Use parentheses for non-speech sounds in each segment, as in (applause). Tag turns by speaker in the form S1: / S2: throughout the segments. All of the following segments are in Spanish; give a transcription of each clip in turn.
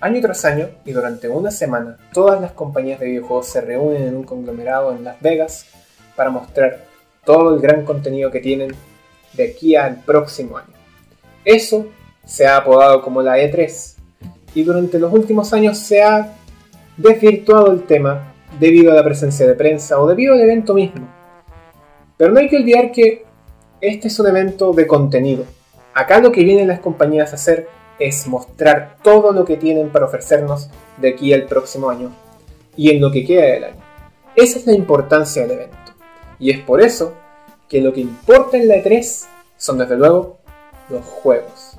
S1: Año tras año y durante una semana, todas las compañías de videojuegos se reúnen en un conglomerado en Las Vegas para mostrar todo el gran contenido que tienen de aquí al próximo año. Eso se ha apodado como la E3 y durante los últimos años se ha desvirtuado el tema debido a la presencia de prensa o debido al evento mismo. Pero no hay que olvidar que este es un evento de contenido. Acá lo que vienen las compañías a hacer es mostrar todo lo que tienen para ofrecernos de aquí al próximo año y en lo que queda del año. Esa es la importancia del evento. Y es por eso que lo que importa en la E3 son desde luego los juegos.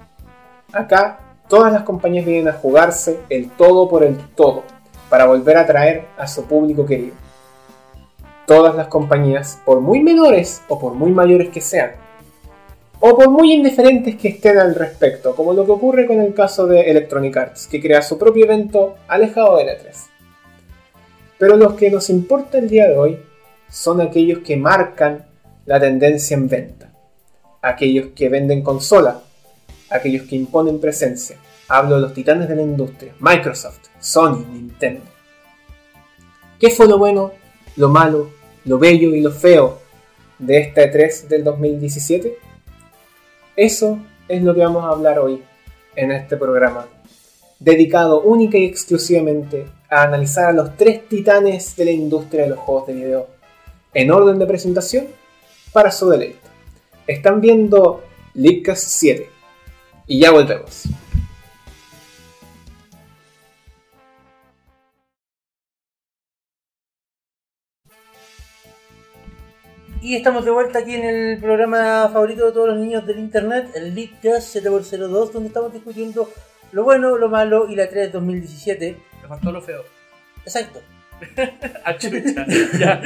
S1: Acá todas las compañías vienen a jugarse el todo por el todo para volver a atraer a su público querido. Todas las compañías, por muy menores o por muy mayores que sean, o por muy indiferentes que estén al respecto, como lo que ocurre con el caso de Electronic Arts, que crea su propio evento alejado de la 3. Pero los que nos importa el día de hoy son aquellos que marcan la tendencia en venta, aquellos que venden consola, aquellos que imponen presencia. Hablo de los titanes de la industria, Microsoft, Sony, Nintendo. ¿Qué fue lo bueno, lo malo, lo bello y lo feo de esta E3 del 2017? Eso es lo que vamos a hablar hoy en este programa, dedicado única y exclusivamente a analizar a los tres titanes de la industria de los juegos de video, en orden de presentación, para su deleite. Están viendo Leadcast 7 y ya volvemos.
S2: Y estamos de vuelta aquí en el programa favorito de todos los niños del internet, el Leadcast 7x02, donde estamos discutiendo lo bueno, lo malo y la 3 de 2017.
S3: Me faltó lo feo.
S2: Exacto.
S3: (laughs) Ah, chucha. (laughs) ya.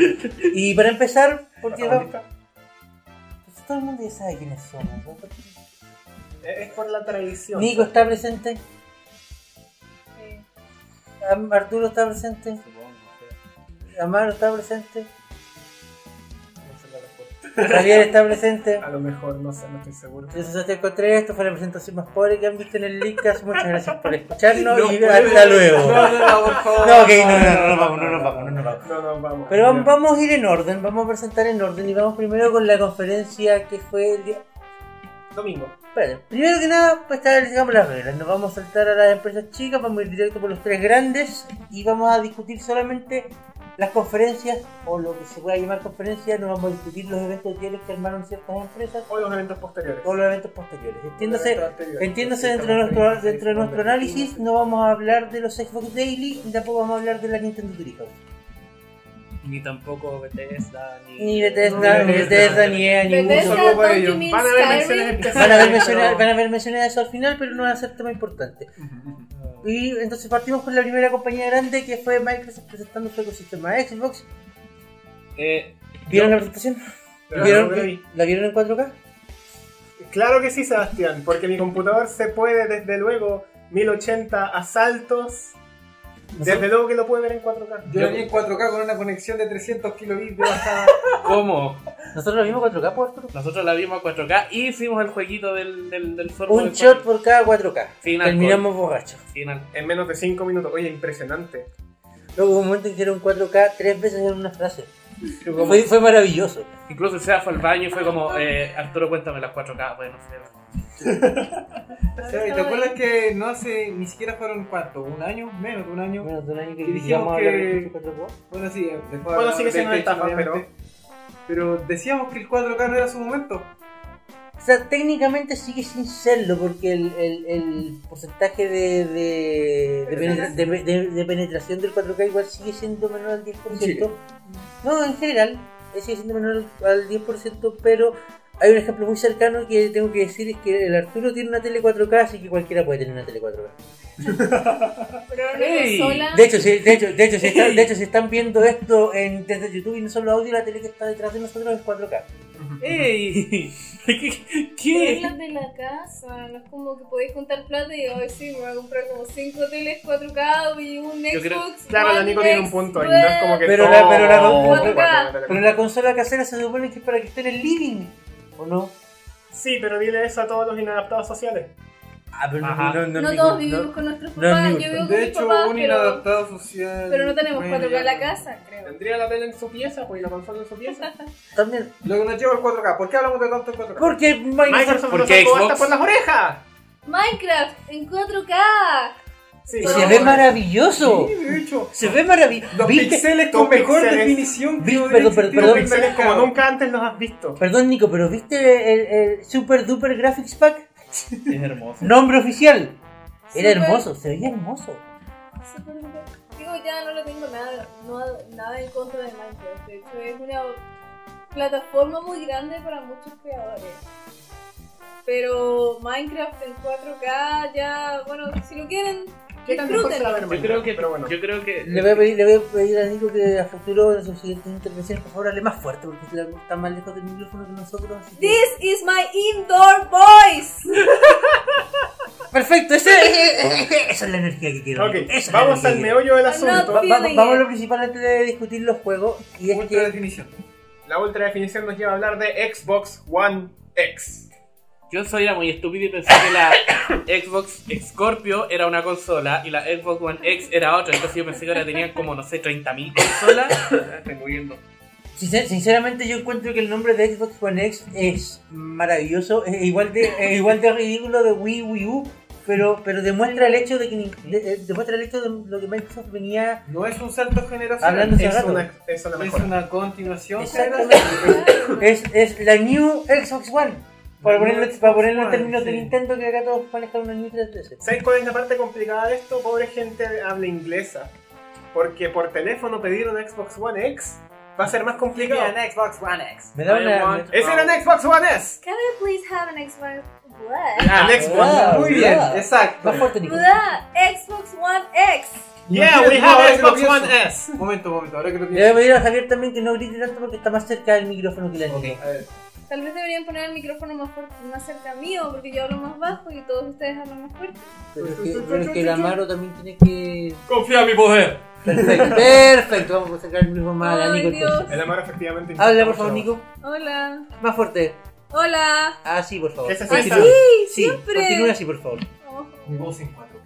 S2: Y para empezar, porque vamos-
S1: Protagonista.
S2: pues todo el mundo ya sabe quiénes somos. ¿no? Porque
S1: Es por la tradición.
S2: Nico está presente. Am- Arturo está presente. Amaro está presente.
S1: No sé la respuesta.
S2: Javier está presente.
S1: A lo mejor, no sé, no estoy seguro.
S2: Yo soy Sebastián Contreras, esto fue la presentación más pobre que han visto en el Leadcast. Muchas gracias por escucharnos y
S3: puede-
S2: hasta luego.
S3: No, no, no, por favor.
S2: No, ok, no, no, no, no, vamos, no, no, vamos, no, no, vamos.
S1: No, no, vamos.
S2: Pero vam-
S1: Ya.
S2: vamos a ir en orden, vamos a presentar en orden y vamos primero con la conferencia que fue el día...
S1: Domingo.
S2: Espérate, primero que nada, pues está, digamos las reglas, nos vamos a saltar a las empresas chicas, vamos a ir directo por los tres grandes y vamos a discutir solamente las conferencias o lo que se pueda llamar conferencias, no vamos a discutir los eventos diarios que armaron ciertas empresas
S1: O los eventos posteriores.
S2: o los eventos posteriores. Entiéndase, Entiéndose,
S1: Entiéndase
S2: dentro de, nuestro, dentro de nuestro análisis no vamos a hablar de los Xbox Daily y tampoco vamos a hablar de la Nintendo Treehouse.
S3: Ni tampoco Bethesda, ni.
S2: Ni Bethesda, ni Bethesda, ni EA, ni
S4: Bethesda,
S2: Ubisoft.
S1: Solo para
S4: Donkey
S1: ellos.
S4: Means
S1: Van a haber
S4: Skyrim.
S1: menciones especiales.
S2: Van a haber menciones, van a haber menciones de eso al final, pero no va a ser tema importante.
S1: pero-
S2: Y entonces partimos con la primera compañía grande que fue Microsoft presentando su ecosistema Xbox.
S3: Eh,
S2: ¿Vieron la presentación?
S1: Pero
S2: ¿Vieron-
S1: no lo vi.
S2: ¿La vieron en 4K?
S1: Claro que sí, Sebastián, porque mi computador se puede, desde luego, 1080 a saltos. Desde luego que lo puede ver en 4K.
S5: Yo lo vi en 4K con una conexión de 300 kilobits de bajada.
S3: ¿Cómo?
S2: Nosotros la vimos 4K, por favor.
S3: Nosotros la vimos a 4K y hicimos el jueguito del, del, del sorbo
S2: Un
S3: del
S2: shot por cada 4K.
S3: Sin alcohol.
S2: Terminamos borrachos.
S3: Final.
S1: En menos de 5 minutos. Oye, impresionante.
S2: Luego hubo un momento en que era un 4K tres veces en una frase.
S1: Yo como-
S4: Fue, fue maravilloso.
S3: Incluso el Seba fue al baño y fue como, eh, Arturo, cuéntame las 4K. Bueno, Seba.
S6: O sea, ¿y ¿Te acuerdas que no hace ni siquiera fueron cuánto? ¿Un año? Menos de un año.
S4: Menos de un año que
S6: Y dijimos
S4: llegamos a hablar
S6: que-
S4: de 4K.
S6: Bueno, sí, después
S1: Bueno, sigue siendo una estafa,
S6: pero. Pero decíamos que el 4K no era su momento.
S4: O sea, técnicamente sigue sin serlo porque el, el- el porcentaje de, de, de penetra- de- de- de penetración del 4K igual sigue siendo menor al 10%.
S1: Chile.
S4: No, en general, eh, sigue siendo menor al- al 10%, pero hay un ejemplo muy cercano que tengo que decir, es que el Arturo tiene una tele 4K, así que cualquiera puede tener una tele 4K.
S7: Pero una
S3: Ey.
S7: consola.
S4: De hecho, si, de hecho, de hecho, si, están, de hecho, si están viendo esto en, desde YouTube y no solo audio, la tele que está detrás de nosotros es 4K.
S3: ¡Ey! (laughs) ¿Qué?
S7: Pero es
S3: ¿Qué?
S7: las de la casa, no es como que podéis juntar plata y hoy sí, me voy a comprar como 5 teles 4K y un
S3: Yo creo-
S7: Xbox.
S1: Claro, la
S7: One
S1: Nico tiene
S7: X,
S1: un punto ahí, no es como que.
S4: Pero la-
S1: todo-
S4: pero la-
S1: todo-
S4: Pero la consola casera se supone que es para que esté en el living, ¿o no?
S1: Sí, pero dile eso a todos los inadaptados sociales.
S4: Ah, pero
S3: Ajá.
S7: No, todos vivimos con nuestros
S4: no es
S7: papás,
S4: mi
S7: yo
S4: culpa.
S7: vivo con
S6: De
S7: mis
S6: hecho,
S7: papás,
S6: un
S7: pero,
S6: inadaptado social.
S7: pero no tenemos 4K en la
S6: casa.
S7: casa, creo.
S1: Tendría la tele en su pieza, pues, y la consola en su pieza.
S7: (laughs)
S4: También.
S6: Lo que nos lleva al 4K. ¿Por qué hablamos de tanto en 4K?
S4: Porque Microsoft.
S3: ¿Por
S1: nos
S3: qué
S1: sacó hasta
S3: Xbox?
S1: por las orejas!
S7: Minecraft en 4K.
S1: Sí,
S4: Y
S1: pero-
S4: se ve maravilloso.
S6: Sí, de hecho.
S4: Se ve maravilloso.
S6: Los
S4: ¿Viste?
S6: pixeles
S1: Dos
S6: con mejor
S1: píxeles.
S6: definición que
S4: Vi-
S6: no
S4: perdón,
S6: tienen
S4: perdón,
S6: sentido
S4: perdón.
S6: pensar en
S1: Píxeles como
S6: cada-
S1: nunca antes los has visto.
S4: Perdón, Nico, pero ¿viste el, el Super Duper Graphics Pack?
S3: Es hermoso.
S4: Nombre oficial. Era
S7: Super-
S4: hermoso, se veía hermoso.
S7: super duper. Digo, ya no le tengo nada, no- nada en contra de Minecraft. De hecho, es una plataforma muy grande para muchos creadores. Pero Minecraft en 4K ya, bueno, si lo quieren,
S1: ¿Qué tan mejor será
S7: disfrútenlo.
S1: ver
S3: Yo
S1: Minecraft?
S3: creo que.
S1: Pero bueno.
S3: Yo creo que.
S4: Le voy a pedir, le voy a, pedir a Nico que a futuro en sus siguientes intervenciones, por favor, hable más fuerte porque está- está más lejos del micrófono que nosotros. así que-
S7: This is my indoor voice.
S4: Perfecto, ese- esa es la energía que quiero.
S1: Ok,
S4: Esa es la
S1: vamos
S4: energía
S1: al
S4: que
S1: meollo del
S7: I'm not
S1: asunto.
S4: Va- va- vamos a lo principal antes de discutir los juegos y es
S6: Ultra
S4: que
S6: definición.
S1: La ultra definición nos lleva a hablar de Xbox One X.
S3: Yo soy era muy estúpido y pensé que la (coughs) Xbox Scorpio era una consola y la Xbox One X era otra. Entonces yo pensé que ahora tenían como, no sé, 30.000 consolas. Estoy muriendo.
S4: sincer- sinceramente yo encuentro que el nombre de Xbox One X es maravilloso, es igual de, es igual de ridículo de Wii Wii U, pero, pero demuestra el hecho de que nin- de- eh, demuestra el hecho de lo que Microsoft venía
S6: No es un salto
S4: Hablando
S6: generacional.
S4: hace
S1: Es
S4: rato.
S1: una, es una
S6: Es
S1: mejora.
S6: una continuación
S4: Exactamente.
S6: generacional.
S4: Es, es la new Xbox One. Para
S6: New
S4: ponerlo,
S6: Xbox
S4: para ponerlo en
S6: One,
S4: términos de
S6: sí.
S4: Nintendo, que acá todos manejan una New 3DS.
S1: ¿Sabes cuál es la parte complicada de esto? Pobre gente habla inglesa. Porque por teléfono pedir un Xbox One X va a ser más complicado.
S6: Xbox One X.
S4: Me da
S3: I
S4: una.
S3: want-
S1: ¡Ese era un Xbox One S!
S7: Can I please have an Xbox One?
S1: Ah, el Xbox.
S4: wow,
S6: Muy bien,
S4: wow.
S6: exacto.
S4: Más fuerte, Nico.
S7: Blah, Xbox One X.
S1: Yeah,
S6: No,
S1: we
S6: no,
S1: have
S6: ahora que lo
S1: Xbox
S6: pienso.
S1: One S.
S6: Momento, momento, ahora que lo
S4: Le voy a
S6: pienso.
S4: pedir a Javier también que no grite tanto porque está más cerca del micrófono que la Nico.
S6: A ver,
S7: Tal vez deberían poner el micrófono más fuerte, más cerca mío, porque yo hablo más bajo y todos ustedes hablan más fuerte.
S4: Pero es que, pero es que el Amaro también tiene que.
S3: Confía en mi poder.
S4: (laughs) Perfecto, perfecto. Vamos a sacar el mismo más a la
S7: Ay,
S4: Nico
S7: Dios.
S4: entonces.
S1: El Amaro efectivamente.
S4: Habla por favor, Nico.
S7: Hola,
S4: Más fuerte.
S7: hola.
S4: Así, por favor.
S1: ¿Qué se
S4: Continúa.
S1: sienta?
S4: Sí,
S7: siempre.
S4: continúa así, por favor.
S7: Oh.
S6: mi voz en 4K.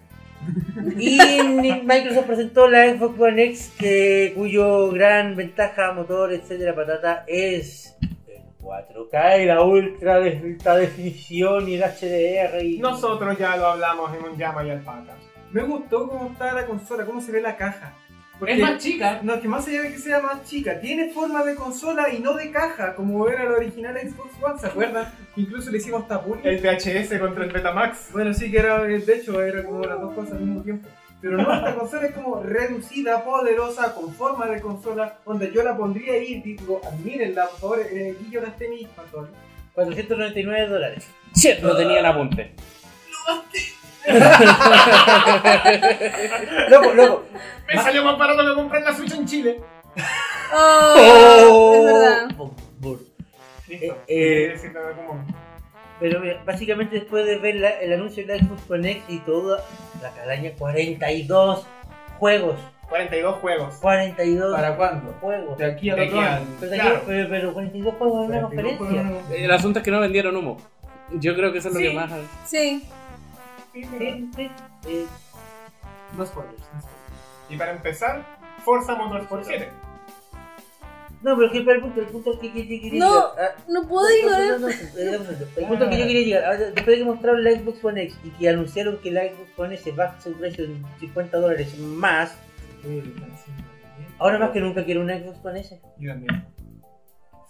S4: Y ni- Microsoft presentó la Xbox One X, que, cuyo gran ventaja, motor, etcétera, patata, es el 4K y la ultra de- alta definición y el HDR. Y...
S1: Nosotros ya lo hablamos en un llama y alpaca.
S6: Me gustó cómo está la consola, cómo se ve la caja. Porque-
S3: chica.
S6: No, que más allá de que sea más chica, tiene forma de consola y no de caja, como era la original Xbox One, ¿se acuerdan? Incluso le hicimos hasta bullying.
S1: El VHS contra el Betamax.
S6: Bueno, sí que era, de hecho, era como las dos cosas al mismo tiempo. Pero no, esta consola es como reducida, poderosa, con forma de consola, donde yo la pondría ahí, digo, admírenla, por favor, eh, aquí yo gasté mis pantalones.
S4: 499 dólares.
S3: Shit, no tenía el apunte.
S4: Loco, loco.
S1: Me salió más barato que comprar la Switch en Chile.
S7: Oh, Es verdad.
S4: Por- por-
S1: Listo.
S4: Eh, eh.
S1: Quiere decir nada como-
S4: Pero mira, básicamente después de ver la- el anuncio de la Xbox Connect y toda la calaña, 42 juegos.
S1: 42 juegos.
S4: 42
S6: ¿Para cuándo?
S4: juegos.
S6: De aquí a
S1: De aquí
S6: otro
S1: a-
S6: año.
S4: Pero,
S1: claro. pues,
S4: pero, pero 42 juegos en una conferencia.
S3: El asunto es que no vendieron humo. Yo creo que eso es lo que más.
S7: Sí.
S4: Sí, sí. Eh,
S6: No spoilers. no spoilers.
S1: Y para empezar, Forza Motorsport 7.
S4: No, pero es que para el punto, el punto que, que- que quería
S7: No,
S4: llegar. Ah,
S7: No puedo
S4: no,
S7: ignorar.
S4: no, no, eh, dame un segundo. El punto que yo quería llegar, ahora, después de que mostraron la Xbox One X y que anunciaron que la Xbox One S baja su precio en 50 dólares más, ahora más que nunca quiero una Xbox One S.
S6: Yo también.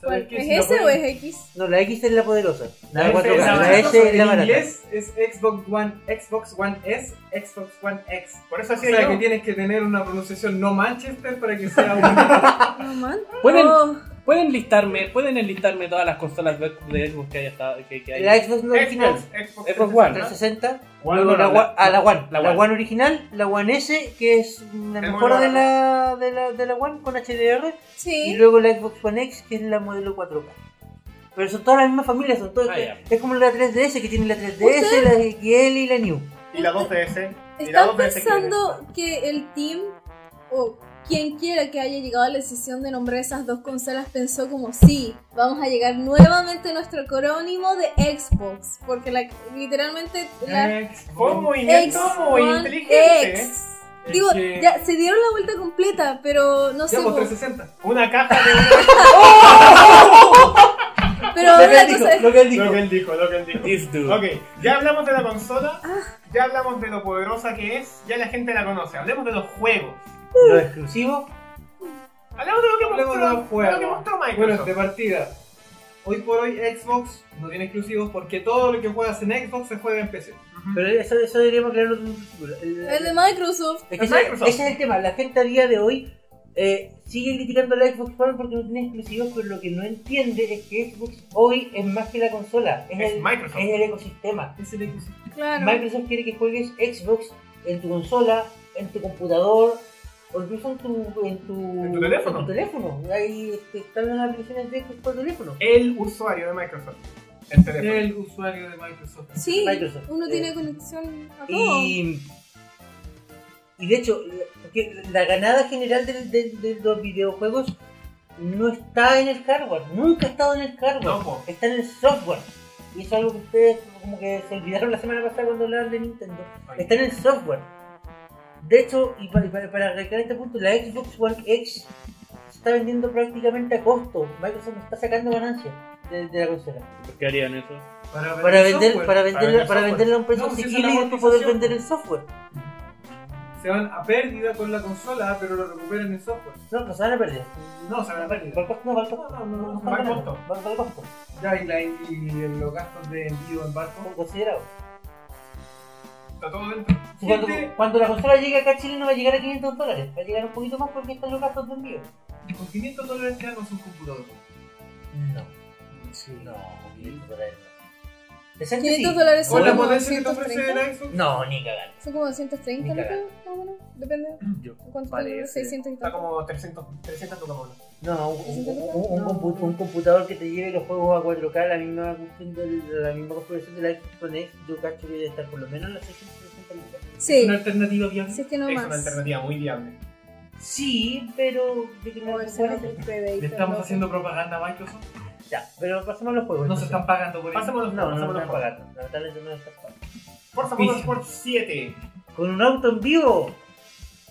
S7: ¿Cuál?
S6: ¿Sabes qué?
S7: ¿Es
S6: Si lo
S7: ese o
S6: ponen-
S7: es X?
S4: No, la X es la poderosa. La,
S6: La
S4: 4K,
S6: S,
S4: la,
S6: la
S4: S es la
S6: En
S4: barata.
S6: inglés es Xbox One, Xbox One S, Xbox One X.
S1: Por eso
S6: O
S1: hacía
S6: sea
S1: yo.
S6: que tienes que tener una pronunciación no Manchester para que sea
S1: (laughs)
S6: un...
S7: No, man.
S3: Pueden,
S7: Oh,
S3: pueden listarme, pueden enlistarme todas las consolas de de Xbox que haya estado, que, que hay.
S4: La Xbox no original.
S1: Xbox, Xbox,
S3: Xbox One.
S4: 360,
S6: One,
S4: luego
S6: no,
S4: la,
S6: no,
S4: One- ah, la One,
S3: la
S4: la,
S3: One.
S4: One. original, la One S, que es una
S1: Es muy
S4: mejora de
S1: barata.
S4: la, de, la, de la One con HDR, y
S7: sí.
S4: luego la Xbox One X, que es la modelo 4K. Pero son todas las mismas familias, son todas,
S3: Ah, ya.
S4: es como la 3DS, que tiene la 3DS, la XL y la New.
S1: Y la 2DS. Y la
S7: ¿Están
S1: 2DS que-
S7: pensando que el team o quien quiera que haya llegado a la decisión de nombrar esas dos consolas pensó como sí, vamos a llegar nuevamente a nuestro acrónimo de Xbox? Porque la, literalmente la
S1: Fue un
S6: Xbox.
S1: movimiento muy
S7: One
S1: inteligente. ¿eh?
S7: X.
S6: Es
S7: Digo,
S6: que-
S7: ya se dieron la vuelta completa, pero no sé.
S6: Ya, pues,
S7: po-
S6: 360.
S1: Una caja de
S6: (laughs)
S7: Pero
S4: Lo que
S7: la
S4: él dijo,
S7: cosa es.
S4: lo que él dijo.
S1: lo que él dijo, lo que él dijo.
S3: This dude.
S1: Ok, ya hablamos de la consola, ya hablamos de lo poderosa que es, ya la gente la conoce. Hablemos de los juegos.
S4: Lo exclusivo,
S1: Hablamos de lo que
S6: Hablemos de los
S1: mostró,
S6: juegos.
S1: lo que mostró
S6: Bueno,
S1: Microsoft.
S6: de partida. Hoy por hoy Xbox no tiene exclusivos porque todo lo que juegas en Xbox se juega en PC.
S4: pero eso, eso deberíamos aclararlo desde un principio. El-
S7: El de Microsoft.
S4: Es que
S1: Es
S4: ese,
S1: Microsoft.
S4: ese es el tema. La gente a día de hoy eh, sigue criticando a la Xbox One porque no tiene exclusivos, pero lo que no entiende es que Xbox hoy es más que la consola, es,
S1: Es
S4: el,
S1: Microsoft.
S4: es el ecosistema.
S6: Es el exclusivo.
S7: Claro.
S4: Microsoft quiere que juegues Xbox en tu consola, en tu computador. O incluso en tu, en tu,
S1: En tu teléfono.
S4: en tu teléfono. Ahí este, están las aplicaciones de Xbox por teléfono.
S1: El usuario de Microsoft. El teléfono.
S6: El usuario de Microsoft.
S7: Sí,
S4: Microsoft.
S7: uno
S4: Eh,
S7: tiene conexión a todo.
S4: Y, y de hecho, la- porque la ganada general del- del- de, los videojuegos no está en el hardware, nunca ha estado en el hardware,
S1: No, po.
S4: está en el software. Y eso es algo que ustedes como que se olvidaron la semana pasada cuando hablaban de Nintendo.
S1: Ay.
S4: Está en el software. De hecho, y para, para, para recalcar este punto, la Xbox One X se está vendiendo prácticamente a costo. Microsoft no está sacando ganancias de, de la consola.
S3: ¿Por qué harían eso?
S6: Para vender,
S4: Para, vender,
S6: software.
S4: para,
S1: Para vender
S4: venderla, para
S1: software.
S4: venderla a un precio
S6: No, si esa es
S4: asequible
S6: la
S4: y después poder
S6: amortización.
S4: vender el software.
S6: Se van a pérdida con la consola, pero lo recuperan en software.
S4: No, no se van a perder.
S6: No, se van a
S4: Va
S6: pérdida.
S4: al costo, no, va al costo.
S6: No, no, no,
S4: No,
S6: va al
S4: ganando. Va va al costo.
S6: Ya, y, la- y los gastos de envío en barco.
S4: Considerado.
S1: Está todo dentro.
S4: Si cuando,
S6: Gente-
S4: cuando la consola llegue acá a Chile no va a llegar a 500 dólares. Va a llegar un poquito más porque están los gastos de envío.
S6: Con 500 dólares te hagas un computador.
S4: No. Sí. No, 500 dólares. 60
S7: 500 dólares
S6: Con
S7: Son
S6: la
S7: como
S6: potencia que te ofrece
S7: 230.
S6: el Xbox.
S4: No, ni cagar.
S7: Son como 230
S4: Ni
S7: lucas,
S4: cagar.
S7: más o menos. Depende.
S1: Yo.
S7: ¿Cuánto
S1: Vale,
S7: tiene?
S1: ese.
S7: 600 y
S1: Está
S7: tanto.
S1: como 300, 300 tocamonos.
S4: No, un, un-
S7: 60 lucas?
S4: un- un
S7: No.
S4: compu- un computador que te lleve los juegos a 4K, la misma, cuestión del- la misma configuración de la Xbox One X, yo cacho que debe estar por lo menos en las 660 lucas.
S7: Sí,
S6: Una alternativa viable.
S7: si es que no
S1: Es una
S7: más.
S1: alternativa muy viable.
S4: Sí, pero yo creo que
S7: Moverse en otro
S6: Le
S7: PBI,
S6: estamos
S7: perdón.
S6: haciendo propaganda a Microsoft.
S4: Ya, pero pasemos a los juegos.
S6: No se
S4: entonces.
S6: están pagando por eso.
S1: Pasemos los
S4: No, no, no
S1: pasemos
S4: me
S1: los
S4: están
S1: juegos.
S4: pagando. Lamentablemente no me están pagando.
S1: Forza Motorsport 7.
S4: Con un auto en vivo.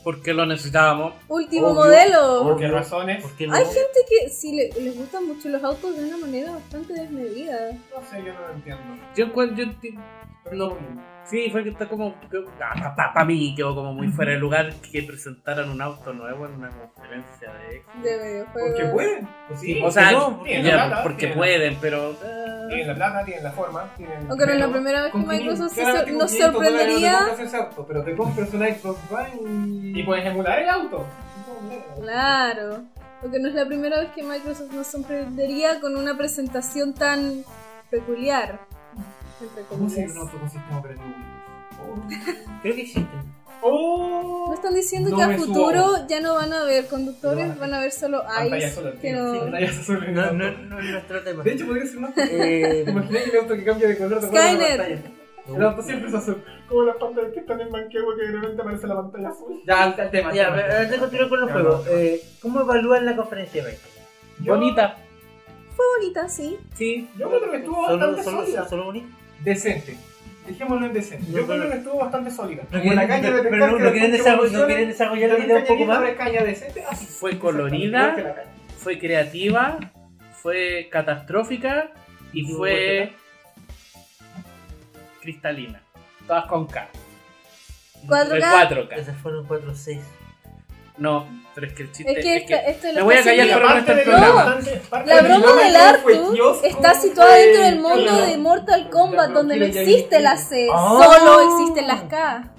S3: Porque lo necesitábamos.
S7: Último
S4: Obvio.
S7: modelo.
S1: ¿Por qué razones?
S4: ¿Por qué no?
S7: Hay gente que sí le- les gustan mucho los autos de una manera bastante desmedida.
S1: No sé, yo no lo entiendo.
S3: Yo encuentro. Yo, enti- no, sí, fue que está como. ah, Para mí quedó como muy fuera de lugar que presentaran un auto nuevo en una conferencia de Xbox.
S7: De videojuegos.
S6: Porque pueden.
S4: Pues
S1: Sí,
S4: sí,
S3: O sea,
S4: no,
S1: porque
S3: ya,
S1: no,
S3: porque
S1: tiene-
S3: pueden, pero. eh,
S1: Tienen la plata, tienen la forma, tienen.
S7: Aunque no es la
S1: dinero.
S7: primera vez que
S6: Con 500
S7: Microsoft se
S6: claramente
S7: sor-
S6: con
S7: nos
S6: 500 dólares no te
S7: sorprendería.
S6: compras ese auto, pero te compras un Xbox One
S1: Y puedes emular el auto.
S7: Claro. Porque no es la primera vez que Microsoft nos sorprendería con una presentación tan peculiar. Entre
S6: ¿Cómo se
S7: comillas.
S6: llama un auto con sistema operativo Windows?
S4: creo que existen.
S7: No
S1: ¡Oh!
S7: están diciendo
S6: No
S7: que a
S6: me subo.
S7: futuro ya no van a haber conductores,
S6: No.
S7: van a haber solo
S1: Pantallas
S7: eyes.
S1: solo,
S7: Que
S1: tío.
S7: no.
S6: Pantallas azules en el
S4: No,
S6: auto.
S4: no, no es nuestro tema.
S6: De hecho, podría ser un auto. (laughs)
S4: Eh,
S6: ¿Te imaginas que el auto que cambia de color de acuerdo a la
S7: Skynet.
S6: pantalla? El auto siempre es azul.
S1: Como las pantallas que están en Manquehue que de repente aparece la pantalla azul.
S6: Ya, al, al tema. al
S4: Ya,
S6: tema.
S4: pero antes de continuar con los
S6: Ya,
S4: juegos,
S6: no, no.
S4: eh, ¿cómo evalúan la conferencia de Microsoft?
S1: Yo-
S3: Bonita.
S7: Fue bonita, sí.
S3: Sí.
S1: Yo creo que estuvo
S4: ¿Solo,
S1: bastante
S4: solo,
S1: sólida.
S4: solo, solo bonito?
S6: Decente. Dejémoslo en decente.
S1: Yo
S4: No,
S1: creo
S4: pero-
S1: que estuvo bastante sólida.
S6: Como la caña
S4: pero
S6: de
S4: no,
S6: pescar
S4: no
S6: que
S4: quieren
S6: después
S4: desarroll- no
S6: evoluciona,
S4: quieren desarrollar
S6: de
S4: el video un
S6: repente
S4: poco
S6: llega
S4: más.
S6: una caña decente. Ah, así.
S3: Fue colorida.
S6: Igual que la caña.
S3: fue creativa, fue catastrófica y
S4: ¿Tuvo
S3: fue cristalina. Todas con K.
S7: ¿Cuatro
S3: Eh,
S7: K?
S3: 4K.
S4: Esas fueron 4-6.
S3: No, pero es que el chiste
S7: Es que
S3: es
S7: esto,
S3: que-
S7: esto
S3: Me
S7: lo
S3: voy a
S7: está
S3: callar
S7: sirviendo-
S3: por el resto del
S7: No,
S3: programa.
S7: La broma del Artu está situada dentro del mundo de Mortal Kombat, donde no existe la C,
S4: Ah.
S7: solo existen las K.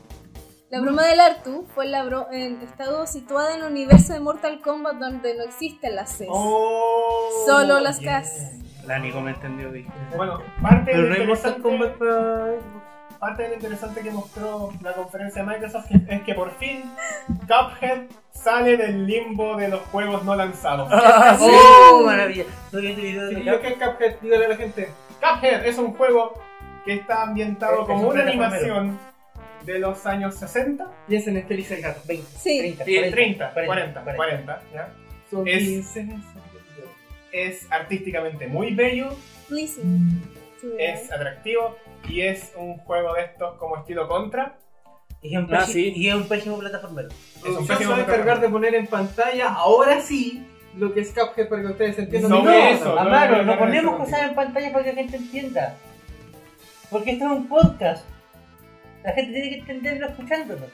S7: La broma del Artu fue la bro- en- está situada en el universo de Mortal Kombat, donde no existen las C, solo las K.
S3: La Nico me entendió bien.
S6: Oh. Bueno, parte
S4: Pero
S6: de
S4: no
S6: lo
S4: hay Mortal
S6: interesante-
S4: Kombat para Xbox.
S6: parte de lo interesante que mostró la conferencia de Microsoft que- es que por fin Cuphead sale del limbo de los juegos no lanzados.
S4: Ah, ¡Oh, maravilla! ¿No viste el video de
S6: Si
S4: Cap?
S6: yo que Cuphead, dígale a la gente, Cuphead es un juego que está ambientado
S4: Es- es
S6: como
S4: un
S6: una
S4: plataformero.
S6: animación de los años 60,
S1: Piensen
S4: este
S1: en Feliz el Gato.
S4: 20,
S7: Sí,
S4: 30,
S6: 30,
S4: 40,
S6: 40, 40,
S4: 40.
S6: ¿ya?
S1: Son
S6: Es-
S1: 15 meses.
S6: Es artísticamente muy bello,
S7: Listen. Sí.
S6: es atractivo y es un juego de estos como estilo contra.
S4: Y es un
S3: Ah,
S4: pésimo-
S3: sí.
S4: y es un pésimo plataformero.
S6: Es un
S1: Yo se
S6: pésimo
S1: va a encargar de poner en pantalla, ahora sí, lo que es Cuphead para que ustedes entiendan.
S6: No,
S1: mi cosa.
S6: eso, no,
S4: Amaro,
S6: no,
S4: no
S6: no,
S4: ponemos
S6: no, no.
S4: cosas en pantalla para que la gente entienda. Porque esto es un podcast. La gente tiene que entenderlo escuchándolo.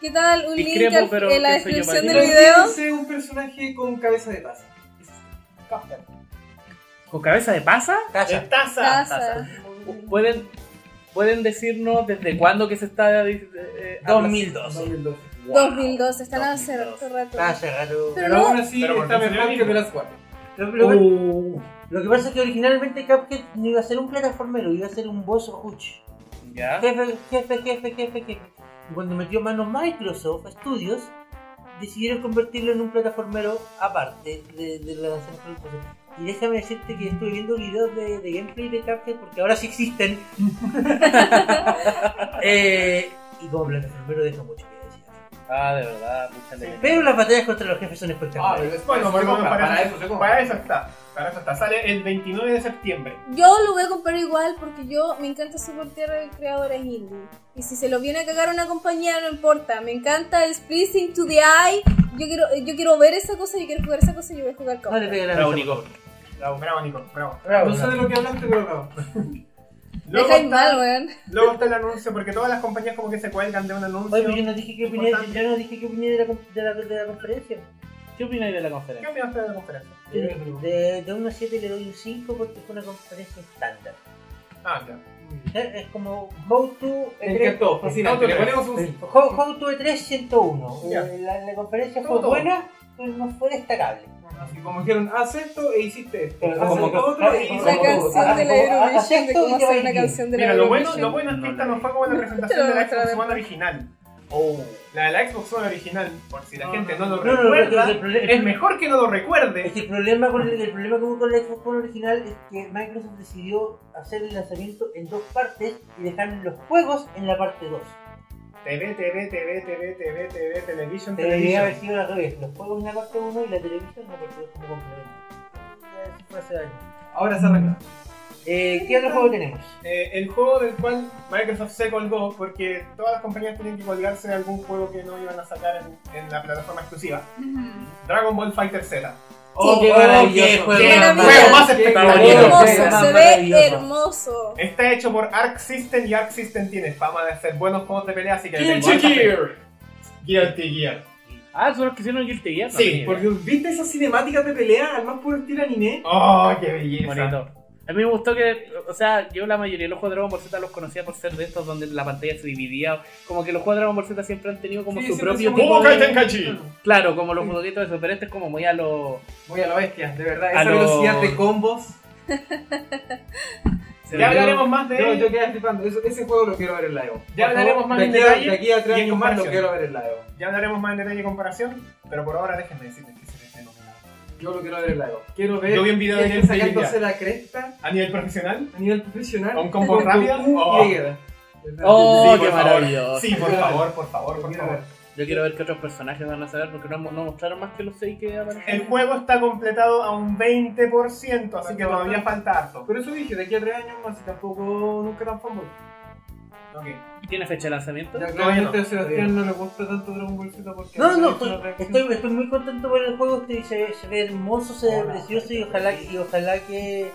S7: ¿Qué tal un link
S3: Discrepo,
S7: al-
S3: pero
S7: en la
S3: pienso yo
S7: descripción
S3: más.
S7: del video?
S1: Imagínense un personaje con cabeza de taza.
S6: Cuphead.
S3: (laughs) ¿Con cabeza de pasa?
S6: De
S4: Casa.
S6: taza.
S7: Taza.
S3: ¿Pueden, pueden decirnos desde cuándo que se está... eh, eh,
S4: 2012.
S7: 2002, están hace rato. rato.
S4: Casa, gato.
S7: Pero
S1: Pero
S7: no,
S1: aún así
S6: Pero
S1: está
S6: porque
S1: mejor
S6: se
S1: que
S6: ve
S1: The Last Guardian.
S4: Lo, lo-
S3: Uh,
S4: lo que pasa es que originalmente Cuphead no iba a ser un plataformero, iba a ser un boss huch.
S3: ya.
S4: Jefe, jefe, jefe, jefe, jefe. Y cuando metió manos Microsoft Studios, decidieron convertirlo en un plataformero aparte de, de la Central Process. Y déjame decirte que estuve viendo videos de, de gameplay de Cuphead porque ahora sí existen. (laughs) Eh, y como plataformero deja mucho que decir.
S3: Ah, de verdad, mucha alegría.
S4: Pero las batallas contra los jefes son
S1: Ah,
S4: espectaculares.
S1: pero después
S6: Bueno,
S1: se
S6: volvemos
S1: compra,
S6: para,
S1: para eso se compra.
S6: para eso está. Para eso está. Sale el 29 de septiembre.
S7: Yo lo voy a comprar igual porque yo me encanta soportar a creadores indie. Y si se lo viene a cagar una compañía, no importa. Me encanta el Splitting to the Eye. Yo quiero, yo quiero ver esa cosa, yo quiero jugar esa cosa, yo voy a jugar
S4: No le
S7: con.
S4: pega la
S3: Bravo,
S4: mesa.
S3: Nico.
S6: Bravo, bravo, Nico. Bravo.
S4: Bravo,
S1: No sé
S4: bravo.
S1: de lo que hablaste, pero bravo.
S7: Me
S6: (laughs) Luego
S7: cae
S6: está,
S7: mal,
S6: (laughs)
S7: weón.
S6: luego está el anuncio, porque todas las compañías como que se cuelgan de un anuncio.
S4: eh. Oye, pero yo no dije qué opiné,
S6: Importante.
S4: yo no dije qué opiné de la, con- de la- de la conferencia.
S3: ¿Qué opináis de la
S6: ¿Qué
S3: conferencia?
S6: opina usted de la conferencia?
S4: De, de, de 1 a 7 le doy un 5 porque fue una conferencia estándar.
S6: Ah, claro.
S4: Eh, Es como How to E
S1: Me encantó, fascinante. Le
S6: Auto-
S1: ponemos un
S4: Eh,
S1: cinco.
S4: How, How to E3 101.
S6: Ya.
S4: Eh, La, la conferencia
S6: Todo,
S4: fue
S6: todo.
S4: buena, pero no fue destacable.
S1: Así como dijeron, haz esto e hiciste esto.
S4: Pero
S1: Haz
S4: como-
S1: esto otro e
S4: como-
S1: hiciste
S7: La
S1: esto.
S7: canción de la Eurovision, de cómo hacer una canción de la
S6: Oh. Mira, lo bueno, lo
S7: Eurovision.
S6: bueno es
S3: No,
S6: que esta
S3: no.
S6: no fue como la presentación de la Xbox One original. La de la Xbox One original, por si la
S1: No,
S6: gente no
S1: no,
S6: lo
S4: no, no, no,
S6: recuerda,
S4: el problema-
S6: es mejor que no lo
S4: Es
S6: recuerde.
S4: que el problema, con el, el problema que hubo con la Xbox One original es que Microsoft decidió hacer el lanzamiento en dos partes y dejar los juegos en la parte 2.
S6: TV, TV, TV, TV, TV, TV, Television,
S4: Debería haber
S6: Television.
S4: sido al revés, los juegos en la parte 1 y la televisión en la parte 2 como complemento. Ya, eso fue hace años.
S1: Ahora se arregla.
S4: Eh, ¿Qué otro juego tenemos?
S6: Eh, el juego del cual Microsoft se colgó porque todas las compañías tenían que colgarse de algún juego que no iban a sacar en, en la plataforma exclusiva. Dragon Ball Fighter Z.
S1: Oh,
S4: qué
S1: qué
S4: maravilloso.
S1: maravilloso.
S4: Qué
S7: maravilla.
S6: juego más
S1: bonito.
S6: espectacular!
S7: Hermoso, se
S4: Maravilloso.
S7: ve hermoso.
S6: Está hecho por Arc System y Arc System tiene fama de hacer buenos juegos de pelea, así que le tengo
S1: Guilty
S6: alta fe.
S1: Gear.
S6: Guilty Gear.
S3: Ah, son los que hicieron Guilty Gear.
S6: Sí,
S3: también.
S1: Porque viste esas cinemáticas de pelea al más puro estilo anime.
S6: ¡Oh, qué belleza!
S3: Bonito. A mí me gustó que, o sea, yo la mayoría de los juegos de Dragon Ball Z los conocía por ser de estos donde la pantalla se dividía. Como que los juegos de Dragon Ball Z siempre han tenido como
S1: Sí,
S3: su
S1: siempre
S3: propio
S1: son muy
S3: tipo
S6: Budokai
S3: de...
S6: Tenkaichi.
S3: Claro, como los juguetitos de eso, pero este es como muy a lo...
S1: Voy a la bestia, de verdad.
S3: A
S1: Esa
S3: lo-
S1: velocidad de combos.
S3: se
S6: Ya
S3: me-
S6: hablaremos más de
S1: Yo, yo
S6: él.
S1: quedé flipando. Eso- ese juego lo quiero ver en live.
S6: Ya hablaremos más
S1: de
S6: en
S1: aquí a-
S6: detalle
S1: De aquí a
S6: y
S1: tres
S6: en
S1: años más lo
S6: comparación.
S1: quiero ver en live.
S6: Ya hablaremos más en detalle de comparación, pero por ahora déjenme decirles que se ve fenomenal.
S1: Yo lo quiero ver en live. Quiero ver.
S6: Yo vi un video
S5: eh,
S6: de
S1: gente
S6: él
S1: sacándose la cresta
S6: A nivel profesional,
S1: a nivel profesional.
S6: a un combo rápido.
S1: Goku
S6: Oh.
S1: y Vegeta.
S3: Oh,
S6: Sí, por
S3: qué
S6: favor.
S3: maravilloso.
S6: Sí, por favor, por favor, por
S1: Quiero
S6: favor.
S1: ver.
S3: Yo quiero ver qué otros personajes van a saber porque no, no mostraron más que los seis que aparecen.
S6: El juego está completado a un 20%, así que todavía falta harto.
S1: Por eso dije, de aquí a tres años más y tampoco nunca tan famoso.
S6: Ok.
S3: ¿Tiene fecha de lanzamiento?
S6: Ya
S3: No,
S6: claramente a
S3: no.
S6: Sebastián no le gusta tanto Dragon Ball Z porque.
S4: No, no,
S6: es una
S4: estoy,
S6: reacción.
S4: estoy, estoy muy contento por el juego, estoy, se, ve- se ve hermoso, se ve
S6: Hola.
S4: precioso y ojalá, y ojalá que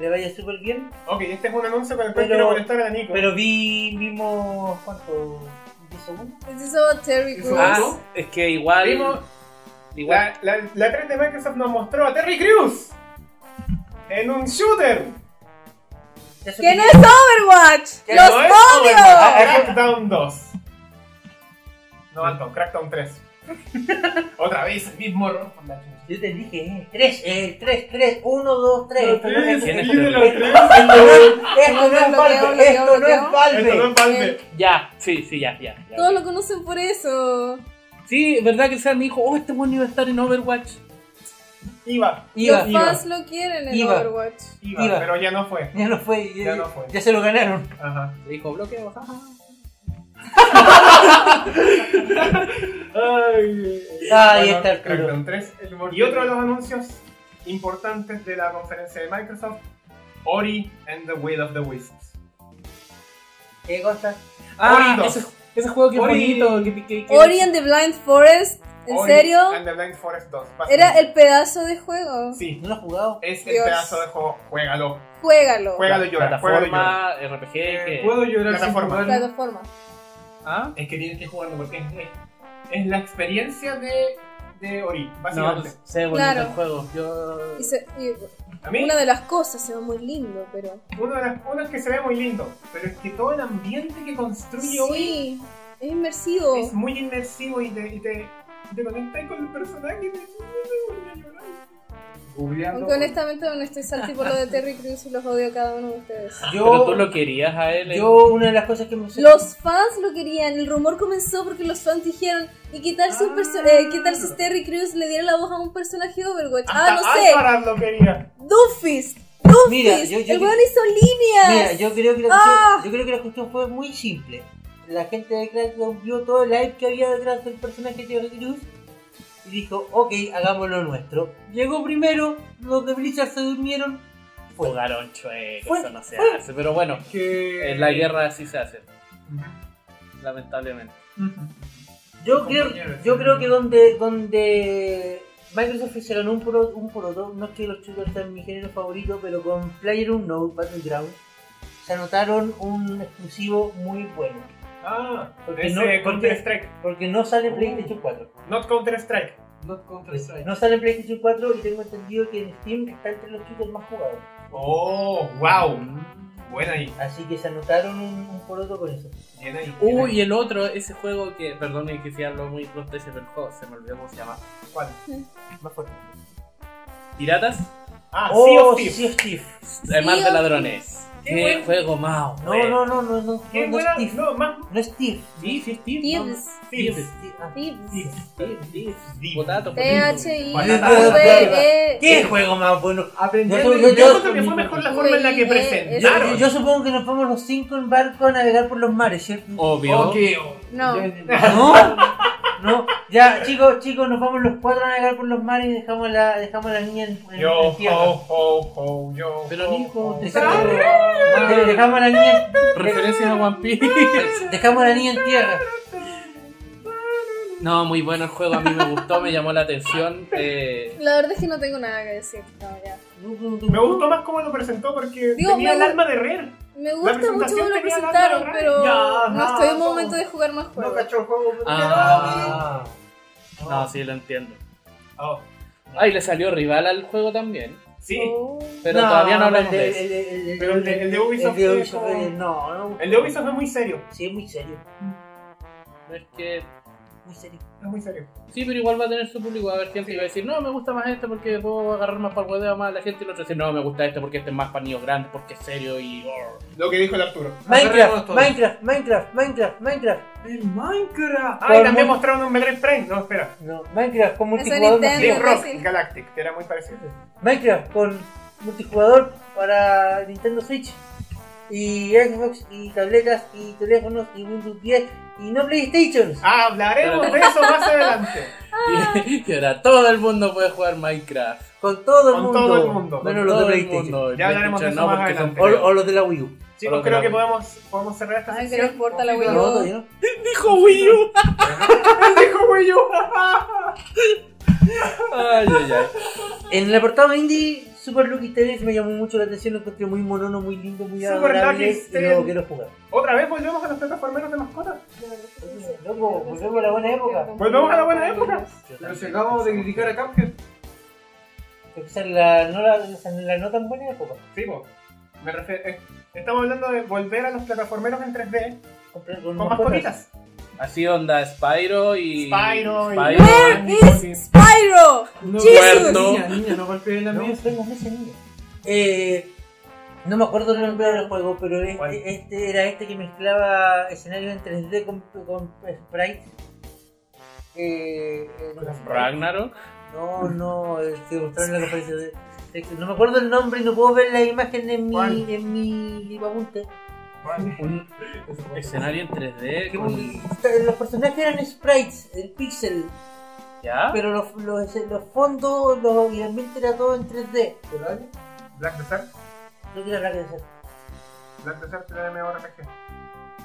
S4: le vaya súper bien.
S6: Ok, este es un anuncio con el cual
S4: Pero-
S6: quiero molestar a la Nico.
S4: Pero vi, vimos, ¿cuánto? ¿10 segundos?
S7: This is about Terry
S6: Eso-
S7: Crews.
S3: Ah, es que igual.
S6: Vimos
S3: Igual.
S6: La, la, la 3 de Microsoft nos mostró a Terry Crews en un shooter.
S4: Ya se
S7: ¡Que no
S4: me-
S7: es Overwatch!
S4: Que
S7: ¡Los
S6: no es Ah,
S7: odio!
S6: A Crackdown 2. No, Anton, Crackdown 3. (laughs) Otra vez, el mismo error por la chucha.
S4: Yo te dije, eh, 3, 3, 3, 1, 2, 3. Esto no es
S3: ¿Quién
S6: ¿Quién
S3: es
S6: es de
S3: Terry
S6: los
S4: Crews?
S6: tres?
S4: esto no es Valve, esto no es
S6: Esto no
S4: Valve.
S6: es Valve.
S3: Ya, sí, sí, ya, ya. ya.
S7: Todos lo conocen por eso.
S3: Sí, verdad que Sam me dijo, oh, este buen iba a estar en Overwatch.
S6: Iba,
S4: Iba,
S7: Los
S4: iba.
S7: fans lo quieren en
S4: Iba.
S7: Overwatch.
S6: iba,
S4: Iba.
S6: pero ya no fue.
S4: Ya no fue, ya,
S6: Ya no fue.
S4: ya se lo ganaron.
S6: Ajá.
S3: Le dijo, bloqueo, jaja.
S6: Ay,
S4: Ah, Ahí está el
S6: Crackdown 3. Y otro de los anuncios importantes de la conferencia de Microsoft: Ori and the Will of the Wisps.
S4: ¿Qué cosa?
S3: Ah,
S6: Ori dos.
S3: ese, ese juego que es
S6: Ori-
S3: bonito. Que, que- que-
S7: Ori and the Blind Forest, ¿en
S6: Ori
S7: serio?
S6: And the Blind Forest 2.
S7: Era el pedazo de juego.
S6: Sí,
S4: ¿No lo has jugado?
S6: es el
S7: Dios.
S6: pedazo de juego. Juégalo.
S7: Juégalo.
S6: Juega- juégalo y llora, juégalo y
S3: Plataforma, RPG, que...
S6: Puedo llorar sin
S5: Plataforma.
S6: jugarlo.
S7: Plataforma.
S3: ¿Ah?
S6: Es que tienes que jugarlo porque es, es la experiencia de, de Ori,
S3: No,
S6: básicamente.
S3: se ve bonito
S7: Claro.
S3: el juego. Yo...
S7: Y se- y
S6: a mí,
S7: una de las cosas se ve muy lindo, pero.
S6: uno de las uno es que se ve muy lindo, pero es que todo el ambiente que construye Ori
S7: Sí, es inmersivo.
S6: es muy inmersivo y te, y te, y te conecta con el personaje. y te- voy a llorar.
S5: Googleando.
S7: Aunque honestamente no estoy salty por lo de Terry Crews y los odio a cada uno de ustedes.
S6: Ah,
S3: Pero tú
S4: Yo,
S3: lo querías a él.
S4: yo una de las cosas que me
S7: Los fans lo querían, el rumor comenzó porque los fans dijeron, ¿y qué tal si, un perso- eh, qué tal si Terry Crews le diera la voz a un personaje de Overwatch? ah,
S6: Ah. Hasta
S7: no sé,
S6: Alvarado lo quería.
S7: Doofist, Doofist,
S4: Mira, yo- yo-
S7: el weón hizo líneas.
S4: Mira, yo creo, que la
S7: ¡Ah!
S4: cuestión, yo creo que la cuestión fue muy simple. La gente de Crackdown vio todo el hype que había detrás del personaje de Terry Crews y dijo, ok, hagámoslo nuestro. Llegó primero, los de Blizzard se durmieron.
S3: Jugaron chueco,
S4: Fue-
S3: eso no se
S4: fue-
S3: hace. Pero bueno,
S6: Que...
S3: en la guerra así se hace, lamentablemente.
S4: Yo
S6: Con
S4: creo,
S6: compañeros.
S4: yo creo que donde, donde Microsoft se ganó un puro, un puro dos, no es que los shooters sean mi género favorito, pero con Player Battleground se anotaron un exclusivo muy bueno.
S6: Ah,
S4: Porque
S6: ese Uh,
S4: no- porque-
S6: Counter Strike.
S4: Porque no sale en PlayStation 4.
S6: Not Counter Strike.
S5: Not Counter-Strike.
S4: No sale en PlayStation 4 y tengo entendido que en Steam está entre los shooters más jugados.
S6: Oh, wow. Mm, Buena ahí.
S4: Así que se anotaron un, un poroto con eso.
S6: Bien ahí. bien
S3: Uy,
S6: ahí.
S3: y el otro, ese juego que, perdón, que si hablo muy pronto ese del juego, se me olvidó cómo se llama.
S6: ¿Cuál?
S4: Más fuerte.
S3: ¿Piratas?
S6: Ah, Sea
S4: ¡Oh,
S6: of Thieves.
S4: Sea of Thieves!
S3: Además de
S7: of
S3: ladrones.
S6: Thieves. Qué
S3: Qué
S6: bueno.
S3: juego más.
S4: No, no, no, no, no, no,
S6: Qué
S4: no es
S6: buena.
S4: Steve.
S6: No, más.
S4: No es Steve.
S3: Sí, sí, Steve.
S7: Thieves.
S6: Thieves.
S4: Ah,
S7: Thieves.
S3: Potato,
S7: T-H-I,
S6: Banana.
S7: V-E-
S4: ¿Qué juego más bueno?
S6: Aprendí.
S4: Yo-
S6: Yo,
S4: yo- yo-
S6: creo que fue mejor la forma en la que
S7: Eh,
S4: Yo,
S6: presentaron.
S4: yo- yo supongo que nos vamos los cinco en barco a navegar por los mares, ¿cierto?
S6: Oh.
S3: Obvio.
S7: No.
S4: No, no. Ya, chicos, chicos, nos vamos los cuatro a navegar por los mares y dejamos a la, dejamos a la niña en, en-
S6: Yo, oh.
S4: en tierra.
S6: ho, ho, ho, yo.
S3: Pero
S6: ho,
S3: Nico,
S6: ho.
S3: te-
S4: Dej- Dejamos a la niña,
S3: Referencias a One Piece. (laughs)
S4: dejamos a la niña en tierra.
S3: No, muy bueno el juego, a mí me gustó, me llamó la atención. Eh,
S7: La verdad es que no tengo nada que decir. No, ya.
S6: Me gustó más cómo lo presentó porque
S7: Digo,
S6: tenía
S7: me
S6: el
S7: gu-
S6: alma de Rare.
S7: Me
S6: La
S7: gusta mucho
S6: presentación
S7: cómo lo
S6: tenía la
S7: presentaron,
S6: cara de
S7: pero
S6: Ya,
S7: no
S6: no,
S7: estoy en
S6: no.
S7: momento de jugar más
S6: No
S7: juegos.
S6: cachó el juego.
S3: Ah. no, sí, lo entiendo.
S6: Oh.
S3: Ay, le salió rival al juego también.
S6: Sí.
S7: Oh.
S3: Pero todavía no hablamos de eso.
S4: eso.
S6: Pero el de- el de Ubisoft es como-
S4: no, no.
S6: El de Ubisoft es muy serio.
S4: Sí, es muy serio.
S3: Es que.
S4: Muy serio.
S6: Es muy serio.
S3: Sí, pero igual va a tener su público. Va a haber gente que va a decir, no, me gusta más este porque puedo agarrar más para el hueveo más a la gente. Y el otro dice, no, me gusta este porque este es más para niños grandes, porque es serio y. oh". or".
S6: Lo que dijo el Arturo.
S4: Minecraft,
S5: Agarremos todo.
S4: Minecraft, Minecraft, Minecraft, Minecraft.
S5: El Minecraft.
S6: Ah, y
S4: el
S6: también
S4: mundo-
S6: mostraron un Metroid Prime. No, espera.
S4: No, Minecraft con
S7: Es
S4: multijugador
S7: Nintendo.
S4: masivo.
S6: Deep Rock
S7: sí.
S6: Galactic, que era muy parecido.
S4: Minecraft con multijugador para Nintendo Switch y Xbox y tabletas y teléfonos y Windows 10 y no PlayStation.
S1: Ah, Hablaremos de eso más adelante.
S3: (laughs) Y, y ahora todo el mundo puede jugar Minecraft.
S4: Con todo el
S1: Con
S4: mundo.
S1: todo el mundo.
S4: Menos
S3: Con
S4: los de
S3: todo el
S4: PlayStation.
S3: mundo.
S1: Ya hablaremos de
S3: PlayStation
S1: eso
S3: no,
S1: más
S3: porque son
S1: adelante.
S4: O, o los de la Wii U.
S1: Chicos, creo que podemos, podemos cerrar esta
S7: Ay, que
S1: sesión.
S7: no importa la
S1: Confirmado.
S7: Wii
S4: No,
S7: U.
S4: todavía no.
S3: Dijo Wii U.
S1: Dijo Wii U.
S3: Ay, ay, ay.
S4: En el apartado indie, Super Lucky Tales me llamó mucho la atención. Lo encontré muy monono, muy lindo, muy
S1: Super
S4: adorable.
S1: Lucky
S4: y
S1: Tales.
S4: lo quiero jugar.
S1: Otra vez volvemos a los plataformeros de mascotas.
S4: Loco, volvemos a la buena época.
S7: Pues
S1: Volvemos a la buena época.
S5: Pero si acabamos de criticar a Cuphead.
S4: Pero quizás la, no la, la no tan buena época.
S1: Sí, po. me refiero. eh, Estamos hablando de volver a los plataformeros en 3D
S4: Comprar
S1: con
S4: mascotas.
S1: mascotitas.
S3: Así onda Spyro y.
S1: Spyro y-
S7: Where is Spyro?
S5: No,
S7: Jesus.
S5: niña, niña, no golpees la
S4: No,
S5: mesa.
S4: tengo mesa, niña. Eh, no me acuerdo el nombre del juego, pero
S1: ¿Cuál?
S4: este, este era este que mezclaba escenarios en 3D con, con sprites. Eh, eh, no,
S3: Ragnarok.
S4: no,
S1: Mm.
S4: no, eh, que mostraron en la conferencia de. de- No me acuerdo el nombre y no puedo ver la imagen en
S1: ¿Cuál?
S4: mi, en mi apunte.
S3: Un escenario en 3D. Con...
S4: Los personajes eran sprites, el pixel,
S1: Ah.
S3: ¿Ya?
S4: pero los, los, los fondos los, y el ambiente era todo en 3D.
S1: Black Desert.
S4: Creo que era la que decía.
S1: Black Desert era MMORPG.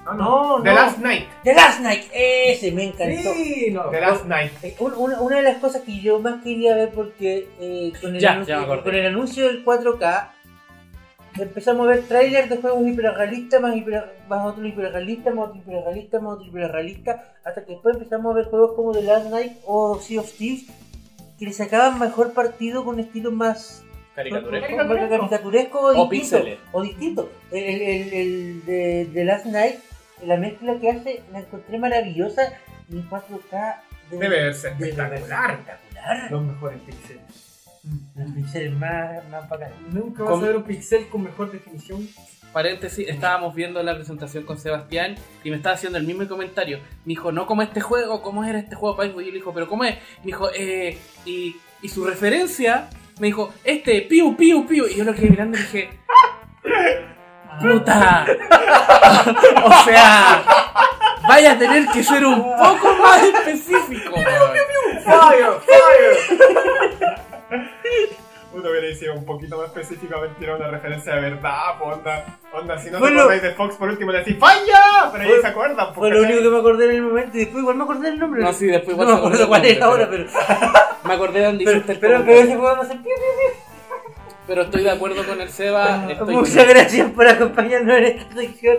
S1: No,
S4: No,
S1: The
S4: no.
S1: Last Night.
S4: The Last Night, ese me encantó.
S5: Sí, no.
S1: The Last Night.
S4: Eh, un- Una, una de las cosas que yo más quería ver porque eh, con, el
S3: Ya, ya me
S4: anuncio,
S3: acordé.
S4: con el anuncio del 4K empezamos a ver trailers de juegos hiperrealistas, más, hiper, más otro hiperrealista, más otro hiperrealista, más otro hiperrealista, hasta que después empezamos a ver juegos como The Last Night o Sea of Thieves que le sacaban mejor partido con estilos más
S3: Caricaturesco.
S4: con- con- caricaturesco o, distinto,
S3: O píxeles.
S4: O distinto. El, el, el- el de, de Last Night, la mezcla que hace, la encontré maravillosa y en 4K de-
S1: Debe verse
S4: de-
S1: espectacular.
S4: espectacular. Mm.
S5: Los mejores píxeles.
S4: Los píxeles más, más bacanes.
S5: Nunca vas
S3: Con-
S5: a ver un pixel con mejor definición.
S3: Paréntesis, estábamos viendo la presentación con Sebastián y me estaba haciendo el mismo comentario. Me dijo, no como este juego, ¿cómo era este juego? Paibo? Y yo le dijo, ¿pero cómo es? Me dijo, eh, y, y su referencia me dijo, este, piu, piu, piu. Y yo lo quedé mirando y dije,
S4: Ah,
S3: ¡puta! (laughs) o sea, vaya a tener que ser un poco más específico. weón.
S1: Fire, fire. Uno hubiera sido un poquito más específicamente era una referencia de verdad, po, onda, onda, si no
S4: Fue
S1: te
S4: lo-
S1: acordáis de Fox por último le decís ¡Falla! Pero
S4: Fue-
S1: ellos se acuerdan, po,
S4: Fue lo
S1: ¿cachai?
S4: único que me acordé en el momento y después igual me acordé el nombre.
S3: No, sí, después
S4: No
S3: igual
S4: me acuerdo
S3: se acordó el
S4: cuál es
S3: nombre,
S4: ahora, pero,
S3: Me acordé de donde
S4: pero,
S3: hiciste el
S4: pero, pero
S3: comentario.
S4: ese juego va a ser piu, piu,
S3: Pero estoy de acuerdo con el Seba.
S4: piu.
S3: Ah, Estoy
S4: Muchas gracias por acompañarnos en esta sección.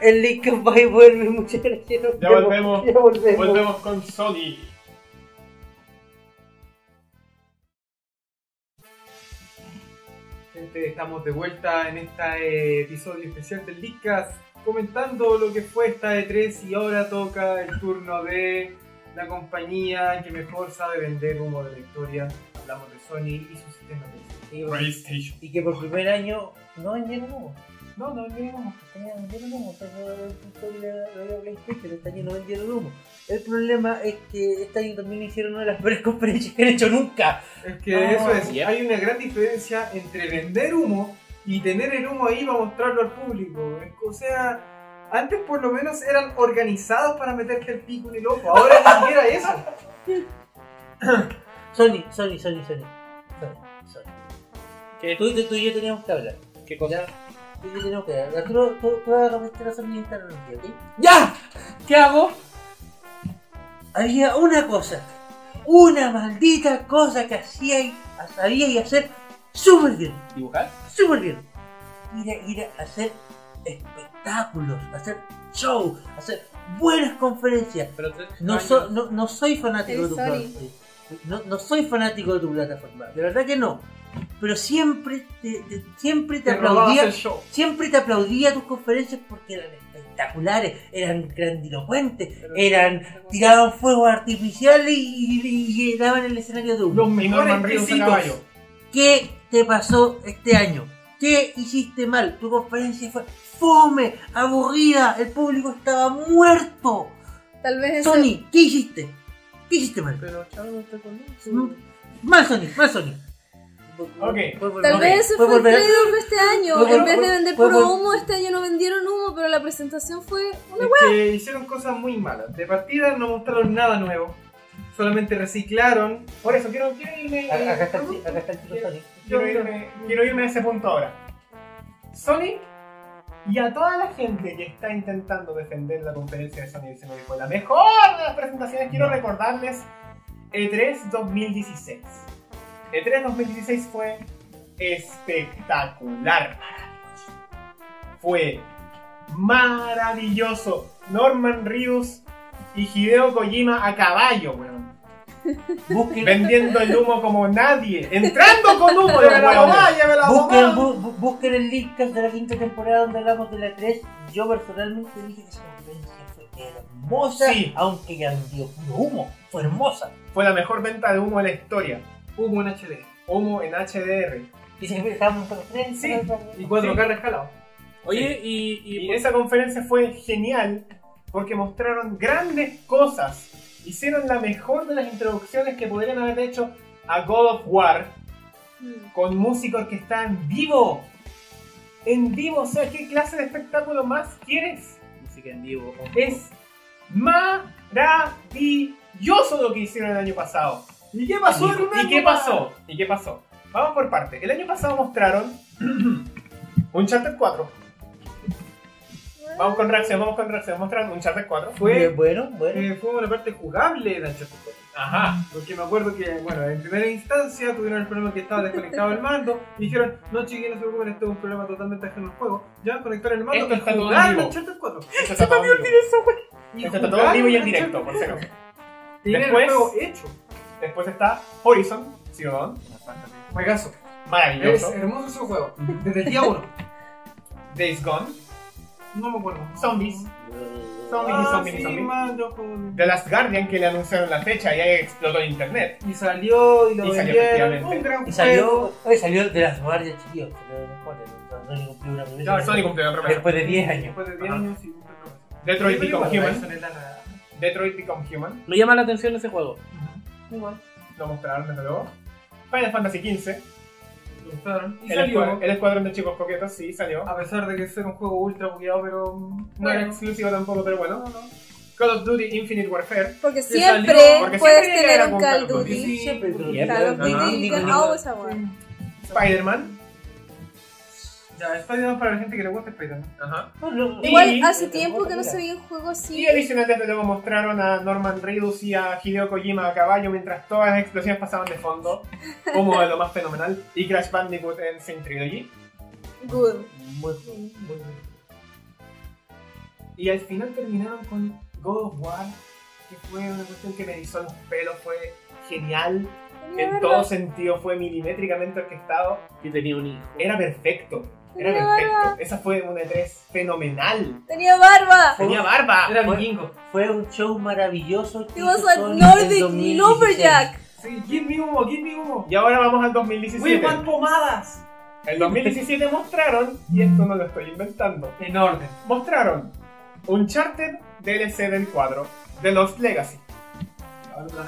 S4: El link va y vuelve. Muchas gracias. nos
S1: Ya
S4: vemos.
S1: volvemos.
S4: Ya volvemos.
S1: Volvemos con Sony.
S5: Gente, estamos de vuelta en este episodio especial del Leadcast, comentando lo que fue esta E3 y ahora toca el turno de la compañía que mejor sabe vender humo de la historia. Hablamos de Sony y su sistema de
S4: Y,
S1: PlayStation.
S4: y que por primer año no vendieron humo.
S5: No, no, no.
S4: Tenía- vendieron humo, o sea, yo- yo le- le doy a PlayStation, este año no vendieron humo. El problema es que este año también hicieron una de las peores conferencias que han hecho nunca.
S5: Es que
S4: Ah,
S5: eso es,
S3: yep.
S5: hay una gran diferencia entre vender humo y tener el humo ahí para mostrarlo al público. Es- O sea, antes por lo menos eran organizados para meterte el pico en el ojo, ahora ni siquiera eso.
S4: Sony, Sony, Sony, Sony. Sony, Sony.
S3: ¿Qué?
S4: Tú, tú- tú y yo teníamos que hablar.
S3: ¿Qué cosa?
S4: Tú y yo teníamos que hablar. Arturo, tú, tú vas a meter a Sony en esta reunión, ¿ok?
S3: ¡Ya! ¿Qué hago?
S4: Había una cosa, una maldita cosa que hacía y sabía y hacer súper bien.
S3: ¿Dibujar?
S4: súper bien. Ir a, ir a hacer espectáculos, hacer show, hacer buenas conferencias.
S3: Pero tres
S4: No,
S3: años.
S4: so- no, no soy fanático de
S7: El
S4: tu
S7: Sony.
S4: plataforma. No, no soy fanático de tu plataforma. De verdad que no. Pero siempre te, te- siempre te
S5: Te robabas
S4: aplaudía.
S5: el show.
S4: Siempre te aplaudía tus conferencias porque eran espectaculares, eran grandilocuentes, eran tiraban fuegos artificiales y, y- y daban el escenario de uno.
S5: Los
S1: Y Norman
S5: mejores
S1: Reedus a
S5: quesitos.
S1: caballo.
S4: ¿Qué te pasó este año? ¿Qué hiciste mal? Tu conferencia fue fome, aburrida, el público estaba muerto.
S7: Tal vez ese-
S4: Sony, ¿qué hiciste? ¿Qué hiciste mal?
S3: Pero chavo, no te conozco.
S4: Mm, Mal Sony, mal Sony.
S6: Ok.
S4: Puedes volver-
S7: Tal
S4: ok,
S7: vez ese
S4: puedes
S7: fue el
S4: volver-
S7: trade-off de este año.
S4: Puedo
S7: en vez de
S4: volver-
S7: vender
S4: puedo
S7: puro
S4: vol-
S7: humo, este año no vendieron humo, pero la presentación fue una
S5: Es que hicieron cosas muy malas. De partida no mostraron nada nuevo. Solamente reciclaron.
S6: Por eso quiero, quiero irme.
S4: Acá está el chi- acá está el chico Sonic.
S6: quiero, irme, quiero irme a ese punto ahora. Sony y a toda la gente que está intentando defender la conferencia de Sony diciendo que fue la mejor de las presentaciones, quiero recordarles E E3 2016. E3 2016 fue espectacular. Fue maravilloso. Norman Reedus y Hideo Kojima a caballo, weón
S4: Busquen,
S6: vendiendo el humo como nadie, entrando con humo de
S5: ¡Llévela la
S6: huevo.
S5: mamá! ¡Llévela la
S4: busquen,
S5: mamá!
S4: bu- bu- busquen el Linkcast de la quinta temporada donde hablamos de la 3. Yo personalmente dije que esa conferencia fue hermosa,
S6: Sí.
S4: aunque ya vendió puro humo. Fue hermosa.
S6: Fue la mejor venta de humo de la historia.
S5: Hubo un HD
S6: Humo en HDR.
S4: Dicen que estábamos en conferencia.
S6: Sí.
S5: y 4K rescalado.
S3: Oye, y, y-
S6: Y esa conferencia fue genial porque mostraron grandes cosas. Hicieron la mejor de las introducciones que podrían haber hecho a God of War
S7: wea.
S6: con músicos que están en vivo. En vivo, o sea, ¿qué clase de espectáculo más quieres?
S3: música en vivo. ojo.
S6: Es maravilloso lo que hicieron el año pasado.
S5: ¿Y qué
S6: ¿Y,
S5: pasó en un
S6: y
S5: año
S6: qué
S5: más?
S6: pasó? ¿Y qué pasó? Vamos por parte. El año pasado mostraron un Charter 4. Vamos con reacción, vamos con reacción. Mostraron un Charter 4.
S5: Fue,
S4: bueno, bueno.
S5: eh, fue una parte jugable de Uncharted 4.
S6: Ajá.
S5: Porque me acuerdo que, bueno, en primera instancia tuvieron el problema que estaba desconectado el mando y dijeron, no chiquillos, no se preocupen, esto es un problema totalmente ajeno al juego. Ya van a conectar el mando
S6: Esto
S5: y
S6: está todo en
S5: jugar
S6: vivo.
S5: Uncharted 4.
S6: Esto está todo en vivo.
S5: Y
S6: Esto está todo en
S5: jugar
S6: vivo y en
S5: Uncharted
S6: directo, por si acaso.
S5: Tienen el
S6: Después-
S5: juego hecho.
S6: Después está Horizon, Zero Dawn.
S5: Juegazo. Es
S6: Maravilloso.
S5: hermoso ese juego. Desde el día 1.
S6: Days Gone.
S5: No me acuerdo.
S6: Zombies. Zombies y
S5: Ah,
S6: zombies y
S5: sí,
S6: zombies.
S5: man, yo jugué.
S6: The Last Guardian, que le anunciaron la fecha y ahí explotó el internet.
S5: Y salió y lo
S6: Y salió,
S5: vendieron.
S6: efectivamente.
S5: Un gran
S4: Y
S5: juego.
S4: salió, oye, salió de las guardias, chiquillos. Salió de las guardias. Sony cumplió una promesa.
S6: No, Sony cumplió la promesa.
S4: Después de 10 años.
S5: Después de 10
S6: Ajá.
S5: años y un poco más.
S6: Detroit
S5: Sí, pero
S6: Become
S5: igual,
S6: Human.
S5: Dyson es la nada.
S6: Detroit Become Human.
S3: Me llama la atención ese juego.
S6: Lo mostraron desde luego. Final Fantasy XV.
S5: Lo usaron. Y
S6: El, escua-
S5: salió.
S6: el escuadrón de chicos coquetos, sí, salió.
S5: A pesar de que era un juego ultra bugueado, pero. mm,
S6: No era
S5: bueno.
S6: exclusivo tampoco, pero bueno. Call of Duty Infinite Warfare.
S7: Porque
S5: salió-
S7: siempre
S6: porque
S7: puedes
S6: siempre
S7: tener
S6: era
S7: un
S6: con
S7: Call
S6: Call of Duty.
S7: Duty.
S4: Siempre, pero-
S7: Call of
S4: Ajá.
S7: Duty, oh, you can always have one.
S6: Spider-Man.
S5: Ya, Spider-Man para la gente que le gusta Spider-Man.
S6: Ajá.
S4: No, no,
S6: Y-
S7: Igual hace tiempo que no se veía un juego así.
S6: Y adicional desde luego mostraron a Norman Reedus y a Hideo Kojima a caballo mientras todas las explosiones pasaban de fondo. Como de lo más fenomenal. Y Crash Bandicoot en Saint Trilogy.
S7: Good.
S4: Muy, muy bien.
S6: Y al final terminaron con God of War. Que fue una cuestión que me hizo los pelos. Fue genial. En todo sentido fue milimétricamente orquestado.
S3: Y tenía un hijo.
S6: Era perfecto. Era
S7: Tenía
S6: perfecto. Esa fue
S5: E
S6: una E3 fenomenal.
S7: Tenía barba.
S6: Tenía
S1: Ah,
S6: barba.
S5: Era
S4: Fue-
S5: vikingo.
S4: Fue un show maravilloso. que
S7: It was
S4: hizo
S7: a
S4: Sony en
S7: Nordic
S4: 2016.
S7: Lumberjack.
S5: Sí, give me humo, give me humo.
S6: Y ahora vamos al
S5: We
S6: 2017.
S5: want pomadas.
S6: El 2017 mostraron, y esto no lo estoy inventando,
S5: En orden.
S6: mostraron Uncharted DLC del 4 de Lost Legacy.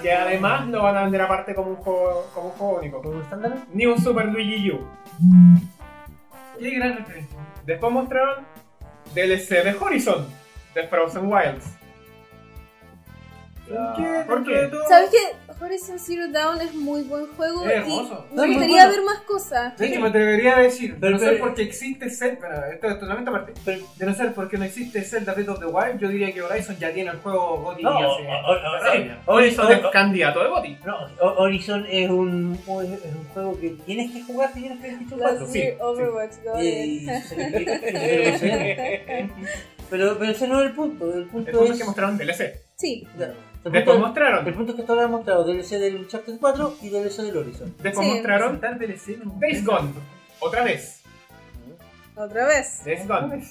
S6: Que además lo van a vender aparte como un juego, como un juego único.
S4: ¿Cómo están, Dani?
S6: Ni un Super Luigi U.
S5: Qué gran referencia.
S6: Después mostraron DLC de Horizon de Frozen Wilds.
S4: Ah.
S6: Ah,
S5: ¿Qué?
S6: ¿Por
S5: Dentro de
S6: qué?
S5: todo-
S7: ¿Sabes qué? Horizon Zero Dawn es muy buen juego.
S5: Es
S7: y
S5: hermoso.
S7: me
S4: Es muy
S7: gustaría
S4: bueno.
S7: ver más cosas.
S5: De hecho, me atrevería a decir, de
S4: Pero-
S5: no ser
S4: pero-
S5: porque existe Zelda, bueno, esto es totalmente aparte,
S4: Pero-
S5: de no ser porque no existe Zelda Breath of the Wild, yo diría que Horizon ya tiene el juego GOTY
S4: No, o-
S5: hace-
S4: o-
S5: hace
S4: o-
S5: años.
S6: Horizon es
S4: o-
S6: candidato de Boti.
S4: No, O- Horizon es un, es un juego que tienes que jugar si tienes que
S7: Last
S4: jugar.
S7: year,
S6: sí, sí.
S7: Overwatch, got
S4: Eh,
S7: it. (laughs)
S4: pero, pero ese no es el punto. El punto
S6: El punto es
S4: es.
S6: que mostraron DLC.
S7: Sí,
S4: Claro, el,
S6: Después
S4: punto, el
S6: mostraron,
S4: punto es que todos hemos mostrado DLC del Uncharted 4 y DLC del Horizon.
S6: después
S7: Sí.
S6: mostraron
S5: Presentar DLC en un-
S6: Days Gone. Otra vez.
S7: otra vez.
S6: Days Gone.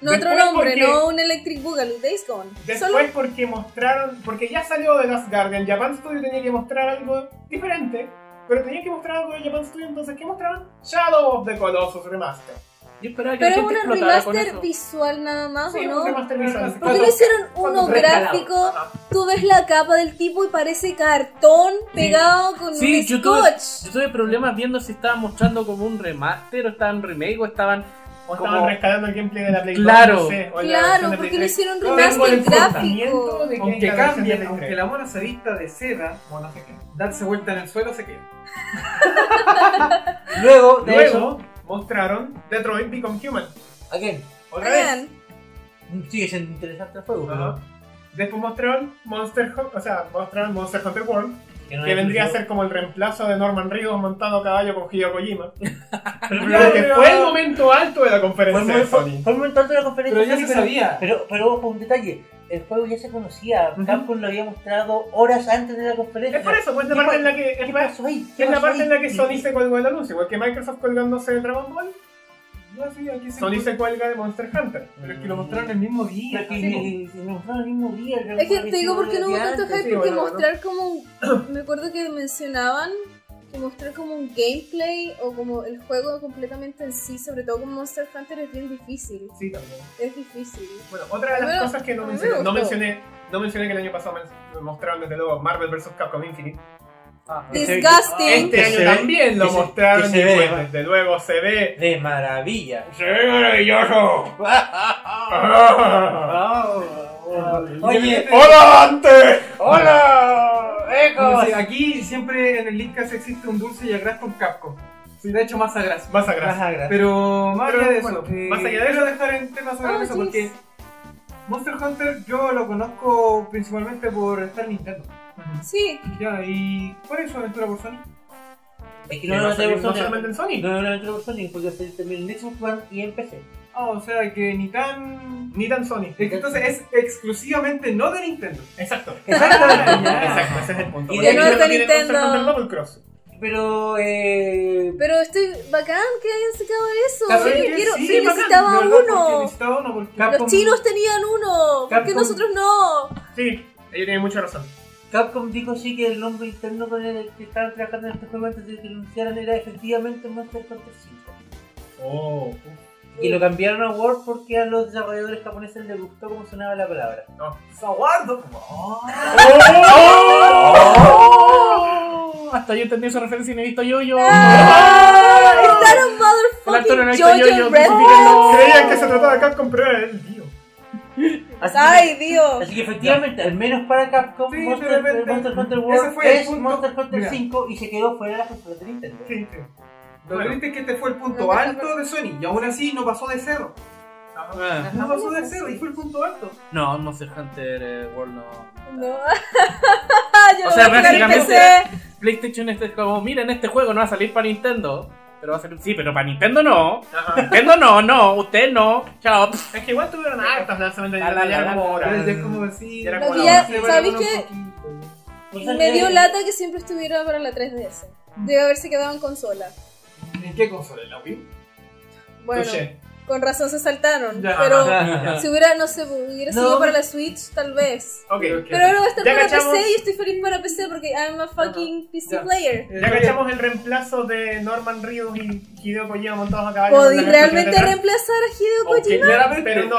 S7: No otro
S6: Después,
S7: nombre,
S6: porque-
S7: no un Electric Boogaloo, Days Gone. Solo
S6: Después porque mostraron, porque ya salió de Last Guardian, Japan Studio tenía que mostrar algo diferente, pero tenía que mostrar algo de Japan Studio, entonces ¿qué mostraron? Shadow of the Colossus Remaster.
S3: Yo esperaba que
S7: Pero
S3: la
S7: es
S3: gente
S7: una
S3: explotara con
S7: remaster
S3: eso.
S7: visual nada más, ¿o
S6: Sí,
S7: no?
S6: un remaster visual.
S7: ¿Por qué no hicieron uno gráfico? Tú ves la capa del tipo y parece cartón pegado con
S3: Sí,
S7: un
S3: yo tuve-
S7: scotch.
S3: Yo tuve problemas viendo si estaban mostrando como un remaster o estaban remake o estaban.
S6: O
S3: como-
S6: estaban rescatando el gameplay de la Play
S3: Claro.
S6: dos, no sé, o la versión
S7: Claro,
S6: de Play
S7: porque no
S6: tres.
S7: hicieron
S6: Tengo
S7: remaster
S6: el
S7: gráfico.
S6: fundamento de que
S3: Aunque
S6: la versión de
S3: cambien,
S6: Play aunque tres. la mona se vista de seda, mona se queda.
S5: Darse vuelta en el suelo se queda.
S4: Luego, de eso,
S6: Luego mostraron Detroit Become Human.
S4: ¿a quién?
S6: Otra
S7: Ah,
S6: vez.
S7: Hagan.
S4: Sigue siendo interesante el juego,
S6: Ajá. Después mostraron Monster, Hu- o sea, mostraron Monster Hunter World,
S4: pero no
S6: que
S4: es
S6: vendría a
S4: exclusivo.
S6: ser como el reemplazo de Norman Reedus montando a caballo con Hideo
S4: (laughs)
S6: Kojima.
S4: pero-
S6: Porque fue el momento alto de la
S4: Fue
S6: conferencia de
S4: muy- Fue
S6: Sony.
S4: fue muy importante la conferencia.
S5: Pero ya
S4: sí,
S5: se sabía.
S4: Pero, pero ojo, un detalle. El juego ya se conocía. Capcom lo había mostrado horas antes de la conferencia.
S6: Es por eso, pues es la
S4: ¿Qué
S6: parte
S4: pa-
S6: en la que
S4: ¿Qué
S6: es la-
S4: pasó ahí? ¿Qué
S6: es la
S4: pasó
S6: parte
S4: ahí?
S6: en la que
S4: Y-
S6: Sony se colgó el anuncio, igual que Microsoft colgándose de Dragon Ball,
S5: No, sí, aquí se
S6: Sony se cuelga de Monster Hunter.
S5: Pero es que lo mostraron el mismo día.
S4: Pero que-
S5: así
S6: pues.
S5: como-
S4: que- que nos mostraron el mismo día. el
S7: Es que te
S4: mismo
S7: digo por qué
S4: día
S7: no hubo
S4: de
S7: tanto
S4: antes.
S7: hype,
S6: sí,
S7: porque
S6: bueno, bueno.
S7: mostrar como un- (coughs) Me acuerdo que mencionaban que mostrar como un gameplay o como el juego completamente en sí, sobre todo con Monster Hunter, es bien difícil.
S6: Sí, también.
S7: Es difícil.
S6: Bueno, otra de las
S7: Bueno,
S6: cosas que no
S7: a mí me
S6: mencioné, no
S7: gustó.
S6: mencioné, no mencioné que el año pasado me mostraron desde luego Marvel vs. Capcom Infinite.
S7: Disgusting.
S4: Ah, Que
S6: Este año
S4: se ve-
S6: también lo
S4: que se-
S6: mostraron
S4: que
S6: y
S4: se ve,
S6: pues,
S4: ¿no?
S6: desde luego se ve.
S4: De maravilla.
S6: ¡Se ve maravilloso! (laughs)
S4: Oye,
S6: ¡Hola, Dante! (laughs) ¡Hola!
S5: Bueno, sí, aquí siempre en el Linkcast existe un dulce y agras con Capcom. Sí, de hecho, más agras.
S6: Más atrás.
S4: Ajá, gracias.
S5: Pero más
S6: Pero,
S5: allá de eso,
S6: bueno,
S5: eh,
S6: más allá de
S5: quiero dejar en tema sobre la
S7: Oh,
S5: mesa
S7: jeez.
S5: porque Monster Hunter yo lo conozco principalmente por estar en Nintendo.
S7: Sí,
S5: Ya, ¿y cuál es su aventura por Sony?
S4: Es que
S6: Que
S4: no
S6: no
S4: lo
S6: salió-
S4: tenemos
S6: no solamente en
S4: Sony.
S6: Sony.
S4: No, no, no, no, Sony, porque se también en Xbox One y en PC.
S5: Ah, o sea que ni tan...
S6: Ni tan Sony.
S5: Es que Entonces es exclusivamente no de Nintendo. Ah,
S6: Exacto.
S4: Exactamente.
S6: Exacto, ese es el punto.
S4: Y
S6: Porque
S4: de
S7: nuevo está
S6: Nintendo tiene Monster
S7: Nintendo.
S6: Hunter Double Cross.
S4: (laughs) Pero, eh.
S7: pero estoy bacán que hayan sacado eso.
S5: La
S7: Sí,
S5: verdad que
S7: quiero,
S5: sí,
S7: sí,
S5: es bacán,
S7: necesitaba
S5: de verdad, porque
S7: uno.
S5: Necesitaba uno porque...
S4: Capcom-
S7: Los chinos tenían uno. ¿Por qué
S4: Capcom-
S7: nosotros no?
S6: Sí, ella tiene mucha razón.
S4: Capcom dijo sí que el nombre interno con el que estaban trabajando en este juego antes de que lo anunciaran era efectivamente Monster Hunter 5.
S6: Oh.
S4: Y lo cambiaron a Word porque a los desarrolladores japoneses les gustó cómo sonaba la palabra.
S5: ¡Saguardo!
S3: ¡Oh! Hasta yo entendí esa referencia y no he visto yo yo.
S7: Ah, Estar un
S3: El actor no
S7: motherfucking
S3: ha visto yo yo.
S7: Jojo Rabbit.
S6: Creían que se trataba de Capcom, pero era el tío.
S4: Así,
S7: Ay, Dios.
S4: así que efectivamente, al menos para Capcom,
S5: Sí, de
S4: Monster,
S5: repente.
S4: Monster Hunter
S5: Ese
S4: World
S5: fue el
S4: es
S5: punto.
S4: Monster Hunter
S5: Mira.
S4: 5 y se quedó fuera de la consola de Nintendo.
S6: Sí, sí.
S5: Lo
S6: Bueno.
S5: triste es que este fue el punto
S7: No, no, no.
S5: alto de Sony y aún así no pasó de cero.
S3: Ah.
S5: No pasó de cero y fue el punto alto.
S3: No, Monster Hunter eh, World no.
S7: No. (laughs) Yo
S3: O
S7: lo
S3: sea,
S7: voy a tirar en
S3: prácticamente-
S7: PC.
S3: PlayStation este es como, miren, este juego no va a salir para Nintendo. Pero va a salir. Sí, pero para Nintendo no. Nintendo no, no, usted no. Chao. pf.
S6: Es que igual tuvieron hartas lanzamientos
S3: La, la,
S6: ya
S3: la,
S6: era como
S3: la,
S6: hora.
S5: Pero ya es como decir...
S6: Era
S7: Lo
S6: como
S7: que
S6: la
S7: ya,
S6: hora.
S7: ¿sabéis qué? Me dio lata que siempre estuviera para la 3DS. Debe haberse quedado en consola.
S5: ¿En qué consola? ¿En la Wii?
S7: Bueno,
S6: Touché.
S7: con razón se saltaron.
S5: Ya.
S7: Pero
S3: Ya.
S6: (laughs)
S7: si hubiera, no sé, hubiera
S4: No,
S7: sido para
S4: pero-
S7: la Switch, tal vez.
S6: Ok.
S7: Pero ahora va a estar
S6: Ya
S7: para
S6: cachamos.
S7: PC y estoy feliz para PC porque I'm a fucking PC
S5: Ya.
S7: player.
S6: Ya Eh, cachamos el reemplazo de Norman Reedus y Hideo Kojima montados a caballo.
S7: ¿Podéis
S6: con la
S7: realmente
S6: canción
S7: reemplazar a Hideo
S6: detrás.
S7: Kojima?
S6: Aunque claramente
S4: (laughs)
S6: no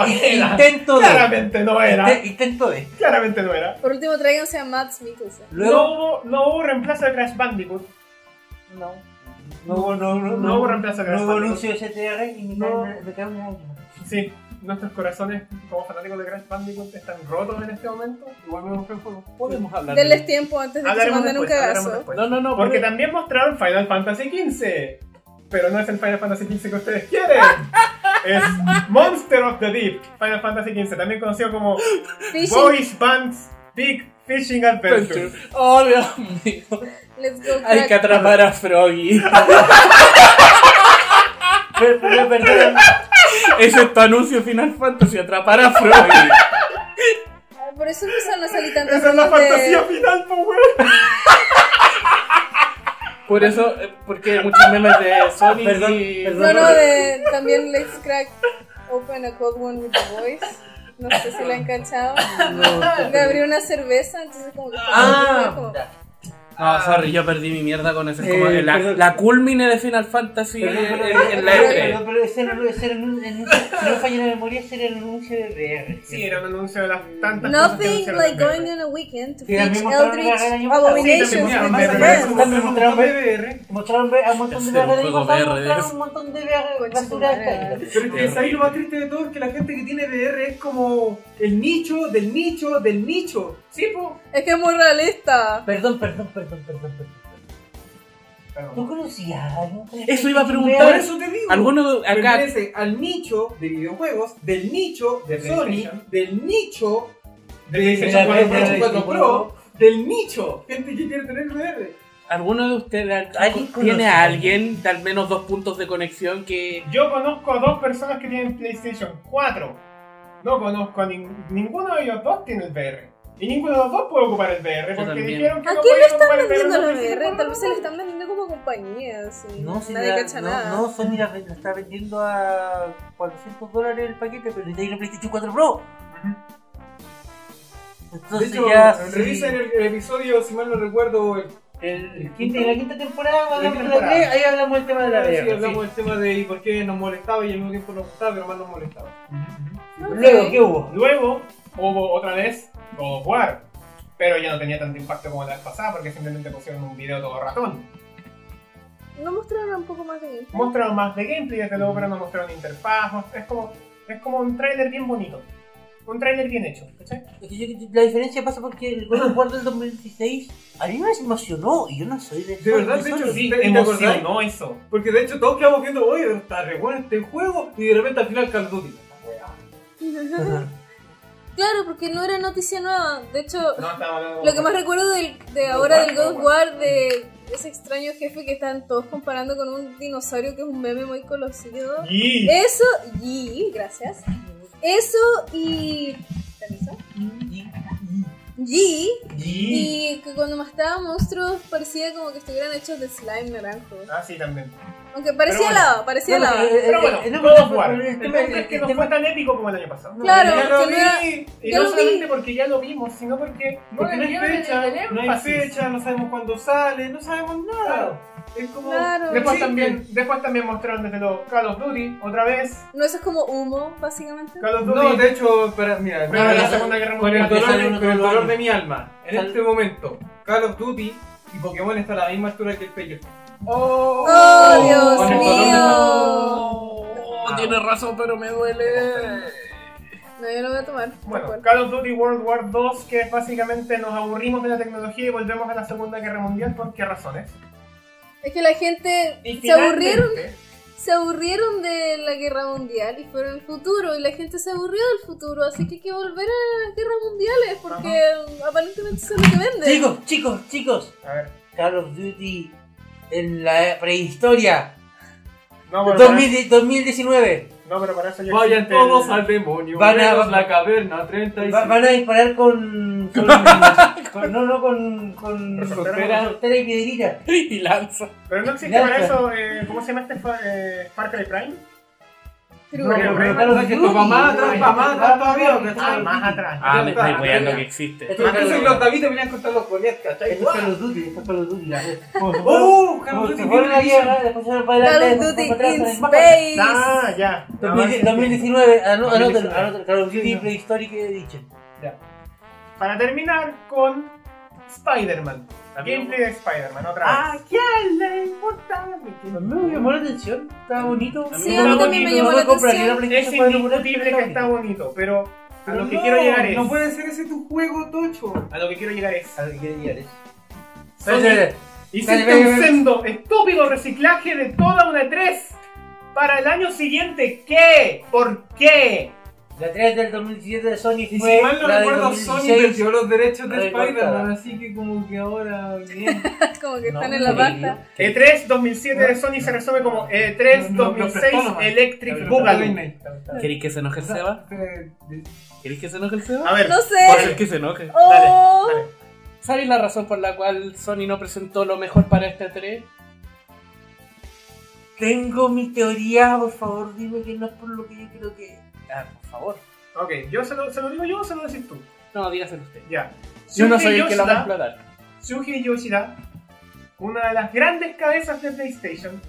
S4: Intento
S6: era.
S4: de.
S6: Claramente
S5: (laughs)
S6: no era.
S5: Este
S4: Inte- Intento de.
S6: Claramente no era.
S7: Por último, tráiganse a Matt Mikkelsen.
S6: No
S4: Luego.
S6: hubo, no hubo reemplazo de Crash Bandicoot.
S4: No. No hubo, no, no,
S6: No hubo reemplazo de Crash
S4: No hubo
S6: Bandicoot.
S4: anuncio de STR y me
S6: No.
S4: cae- me cae una lágrima.
S6: Sí, nuestros corazones como fanáticos de Crash Bandicoot están rotos en este momento. Igual me busqué el juego.
S3: Podemos hablar. de-
S7: Denles tiempo antes de que se
S6: Hablaremos
S7: manden un
S6: después, hablaremos
S7: cagazo.
S6: después.
S3: No, no, no.
S6: Porque
S3: podemos-
S6: también mostraron Final Fantasy XV. Pero no es el Final Fantasy XV que ustedes
S7: (laughs)
S6: quieren. Es Monster of the Deep. Final Fantasy XV, también conocido como
S7: Fishing,
S6: Boys Bands Big Fishing Adventure.
S3: Oh, Dios mío.
S7: let's go
S3: Hay
S7: crack.
S3: que atrapar a Froggy.
S4: Pero, pero, perdón.
S3: Ese es tu anuncio Final Fantasy, atrapar a Froggy.
S7: Ah, Por eso empezaron a salir tantos
S6: Esa es la
S7: juegos de-
S6: fantasía final, po, weón.
S3: Por eso, eh, porque hay muchos memes de Sonic
S4: Perdón,
S3: y...
S4: perdón.
S7: No, no, de, también Let's Crack Open a Cold One with the Boys. No sé si la han cachado. Me abrió una cerveza, entonces como que estaba muy
S4: Ah,
S7: viejo.
S4: ya.
S3: No, sorry, yo perdí mi mierda con ese. es como
S4: Eh,
S3: la,
S4: perdón.
S3: la culmine de Final Fantasy
S4: Perdón,
S3: en,
S4: perdón,
S3: en la
S4: perdón,
S3: E3.
S4: perdón, perdón, 9, 0, 9, 0, en un- en un- si no falla la memoria, será el anuncio de VR.
S5: Sí, era un anuncio de las tantas cosas que
S7: Nothing
S5: anunciaron
S7: like
S5: en VR.
S7: going on a weekend to
S4: Sí, a mí
S7: preach
S4: me mostraron
S7: Eldritch
S4: la araña.
S7: abominations
S5: Sí, también,
S7: with
S5: además,
S7: my
S4: también,
S5: también,
S4: también.
S7: friends.
S5: también,
S4: Mostraron
S5: mostraron VR.
S4: Mostraron ve- a un montón de
S3: Hacer un
S4: VR de
S3: juego
S4: dibujantes,
S3: VR de
S4: mostraron
S3: eso.
S4: un montón de VR
S7: Concha su
S4: basura
S7: madre.
S4: estática.
S5: Pero es que ¿sabes lo más triste de todo es que la gente que tiene VR es como el nicho del nicho del nicho. Sí, po.
S7: Es que es muy realista.
S4: Perdón, perdón, perdón, perdón, perdón. ¿Tú conocías a alguien con
S3: Eso iba a
S5: Por
S3: preguntar.
S5: eso te digo.
S3: Alguno acá.
S5: pertenece al nicho de videojuegos, del nicho de,
S6: De
S5: Sony,
S6: PlayStation.
S5: del nicho de
S4: PlayStation 4
S5: PlayStation 4
S4: Pro,
S5: Pro, del nicho, gente que quiere tener VR.
S3: ¿Alguno de ustedes
S4: ¿Alguien conoce
S3: tiene
S4: a
S3: a
S4: alguien?
S3: alguien de al menos dos puntos de conexión que.
S6: Yo conozco a dos personas que tienen PlayStation 4. No conozco a nin- ninguno de ellos dos tiene el VR. Y ninguno de los dos puede ocupar el VR
S3: Yo
S6: porque
S3: también.
S6: dijeron que
S7: ¿A
S6: no
S7: quién
S6: podían ocupar el
S7: Vendiendo la
S6: en
S7: VR,
S6: PlayStation
S7: tal vez se
S6: 4.
S7: le están vendiendo como compañía. así.
S4: No, si
S7: Nadie
S4: la-
S7: cacha
S4: no,
S7: nada.
S4: no, Sony la, la está vendiendo a 400 dólares el paquete, pero le tiene PlayStation 4 Pro.
S5: De
S4: Entonces
S5: hecho,
S4: ya. sí.
S5: revisen el, el episodio, si mal no recuerdo, el, el
S4: El quinto- en la quinta temporada,
S5: La
S4: la
S5: quinta
S4: temporada.
S5: temporada.
S4: ahí hablamos del tema de la
S5: Sí,
S4: VR. sí.
S5: hablamos del tema de por qué nos molestaba y al mismo tiempo nos gustaba, pero más nos molestaba.
S4: Luego, ¿qué hubo?
S6: Luego hubo otra vez God of War, pero ya no tenía tanto impacto como la vez pasada porque simplemente pusieron un video todo ratón.
S7: ¿No mostraron un poco más de gameplay?
S6: Mostraron más de gameplay desde
S4: Mm.
S6: luego, pero no mostraron interfaz. most- Es como, es como un tráiler bien bonito. Un tráiler bien hecho, ¿cachai?
S4: Es que yo- yo- La diferencia pasa porque el God of War del 2016 a mí me emocionó y yo no soy de.
S5: De verdad, de hecho, sí. ¿Y te acordás?
S6: emocionó eso.
S5: Porque de hecho todos quedamos viendo, oye, pero está re bueno este juego, y de repente al final Call of Duty.
S7: Claro, porque no era noticia nueva. De hecho,
S6: No, estaba hablando de
S7: Lo que
S6: God
S7: más
S6: of War.
S7: recuerdo del- de
S6: God
S7: ahora
S6: War,
S7: del God
S6: God
S7: of War, de ese extraño jefe que están todos comparando con un dinosaurio que es un meme muy conocido.
S6: Y-
S7: Eso, y gracias. Eso y. ¿permiso? Y, y que cuando mataba monstruos parecía como que estuvieran hechos de slime naranjo.
S6: Ah, sí, también.
S7: Aunque parecía
S6: bueno.
S7: lava, parecía lava.
S6: Pero bueno,
S4: eh, no,
S6: God of
S4: pero-
S6: War.
S4: pero el
S6: El
S4: tema-
S6: punto es que
S4: el
S6: no
S4: tema-
S6: fue tan épico como el año pasado.
S7: Claro,
S5: Ya lo
S7: que no era-
S5: vi.
S6: Y
S7: Ya
S6: no
S7: lo
S6: solamente
S7: vi.
S6: porque ya lo vimos, sino porque no
S5: Porque
S6: le
S5: no hay
S6: dieron el- el
S5: fecha, no hay
S6: énfasis.
S5: fecha, no sabemos cuándo sale, no sabemos nada. Es
S6: pues.
S5: como.
S7: Claro.
S6: Después
S5: Sí.
S6: también, después también mostraron desde luego Call of Duty, otra vez.
S7: No, eso es como humo, básicamente.
S6: Call of Duty.
S5: No, de hecho, para, mira,
S6: Pero
S5: con
S6: la
S5: el-
S6: Segunda Guerra
S5: con el
S6: Mundial.
S5: dolor,
S4: Sale uno
S5: con
S4: todos
S5: el
S4: los
S5: dolor
S4: años.
S5: de mi alma, en
S4: Sale-
S5: este momento, Call of Duty y Pokémon están a la misma altura que el pello.
S6: Oh,
S7: ¡Oh, Dios
S5: Con el dolor de-
S7: mío!
S3: Oh, tienes razón, pero me duele.
S7: No, yo lo voy a tomar. por
S6: Bueno,
S7: favor.
S6: Call of Duty World War 2, que es básicamente nos aburrimos de la tecnología y volvemos a la Segunda Guerra Mundial, ¿por
S4: (laughs)
S6: qué razones?
S7: Es que la gente
S6: Y
S7: se aburrieron
S6: finalmente,
S7: se aburrieron de la guerra mundial y fueron al futuro y la gente se aburrió del futuro, así que hay que volver a las guerras mundiales porque mm, aparentemente son lo que venden.
S4: Chicos, chicos, chicos.
S6: A ver.
S4: Call of Duty en la prehistoria.
S6: No, pero, para,
S4: 2000 2019.
S6: no, pero para eso ya
S5: Vayan
S6: existe el-
S5: todos al demonio.
S4: Van a-
S5: menos la caverna 35.
S4: Va- van a disparar con. con, con- no, no, con. con.
S6: Con
S4: con
S6: soltera.
S4: soltera y piedrita.
S3: Y lanza.
S6: Pero no existe
S4: Nada.
S6: para eso, eh, ¿cómo se llama este fa- eh, Far Cry Prime?
S7: Pero-
S6: No, no, no.
S4: Call of
S5: Es que
S4: Duty.
S5: esto va más atrás, va más atrás todavía,
S6: Ah,
S5: ¿cachai?
S6: más atrás.
S3: Ah, me estáis
S5: Ah,
S3: weando
S5: ya.
S3: que existe.
S4: Esto es Call of
S5: Entonces
S4: Duty.
S5: los David venían contra los Goliath, ¿cachai?
S4: Esto es Call of Duty, esto es Call of Duty. Como-
S5: ¡Oh!
S4: Como
S5: Call
S4: se
S5: of
S4: fue la
S5: Duty
S4: guerra, después se fue para
S7: Call
S4: adelante, después
S7: of Duty
S4: se fue para atrás,
S7: in
S4: en el mapa.
S7: Space. (laughs)
S6: Ah, ya. No,
S4: 2000-
S6: sí, sí.
S4: 2019, ano- anótalo,
S6: 2019.
S4: anótalo, Call of Duty
S6: Sí, no.
S4: prehistórico he dicho.
S6: Para terminar con Spider-Man. Gameplay de Spider-Man, otra vez.
S5: ¡Ah, qué le importa!
S4: A mí Me llamó la atención, estaba bonito.
S3: Sí, a mí
S4: Estaba
S7: también me
S4: bonito,
S7: llamó
S4: no
S7: la
S4: compraría
S7: atención.
S4: PlayStation
S6: es
S4: para emular,
S6: indiscutible
S4: pero
S6: que está bonito, pero a
S5: Pero
S6: lo que
S5: no,
S6: quiero llegar es.
S5: No puede ser ese tu juego, Tocho.
S6: A lo que quiero llegar es.
S4: A ver, ¿qué quieres llegar, eh?
S6: Sony
S4: Espérate,
S6: hiciste
S4: Dale, ve, ve,
S6: un
S4: ve.
S6: sendo estúpido reciclaje de toda una 3 para el año siguiente. ¿Qué? ¿Por qué?
S4: La 3 del 2017 de Sony
S5: Y
S4: fue
S5: si mal no
S4: la del
S5: recuerdo, Sony
S4: 2016.
S5: perdió los derechos de
S4: recortada.
S5: Spider-Man, así que como que ahora bien.
S7: como que
S4: No,
S7: están en la
S4: no,
S7: pasta.
S6: E3 2007 de Sony se resume como E3
S5: No, no, no,
S6: 2006
S5: no, no, no.
S6: Electric Boogaloo.
S5: Disney.
S3: ¿Queréis que se enoje el Seba?
S5: Eh,
S3: ¿Queréis que se enoje el Seba?
S6: A ver,
S7: No
S3: Por
S7: sé.
S3: el que se enoje.
S7: Oh,
S6: dale.
S3: ¿Sabéis la razón por la cual Sony no presentó lo mejor para este 3?
S4: Tengo mi teoría, por favor, dime que no es por lo que yo creo que.
S3: Ah, por favor.
S6: ok, yo se lo, se lo digo yo o se lo decís tú.
S3: No, dígaselo usted.
S6: Ya.
S3: Yo no
S6: Shuhei
S3: soy el que la va a
S6: Yoshida-
S3: explotar.
S6: Shuhei Yoshida, una de las grandes cabezas de PlayStation,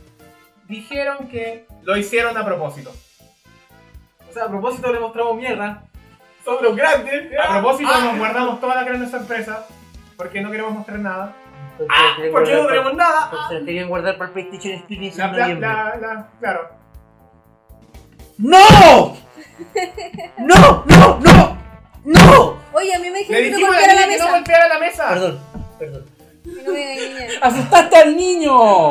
S6: dijeron que lo hicieron a propósito.
S5: O sea, a propósito le mostramos mierda. Somos los grandes.
S6: A propósito, nos guardamos todas las grandes sorpresas porque no queremos mostrar nada.
S4: Entonces,
S5: Ah,
S4: tenían
S5: porque no
S4: guardar
S5: tenemos nada.
S4: para- entonces, tenían guardar para el PlayStation Experience
S6: La,
S4: en
S6: la,
S4: noviembre.
S6: la- la- claro.
S3: (laughs)
S4: ¡No! ¡No! ¡No! ¡No! ¡No!
S7: Oye, a mí me
S6: Le
S7: dijeron que no
S6: dijimos a
S7: golpeara
S6: la
S7: la mesa.
S6: niña que no golpeara la mesa.
S4: Perdón, perdón.
S7: Y No me engañé.
S3: ¡Asustaste al niño!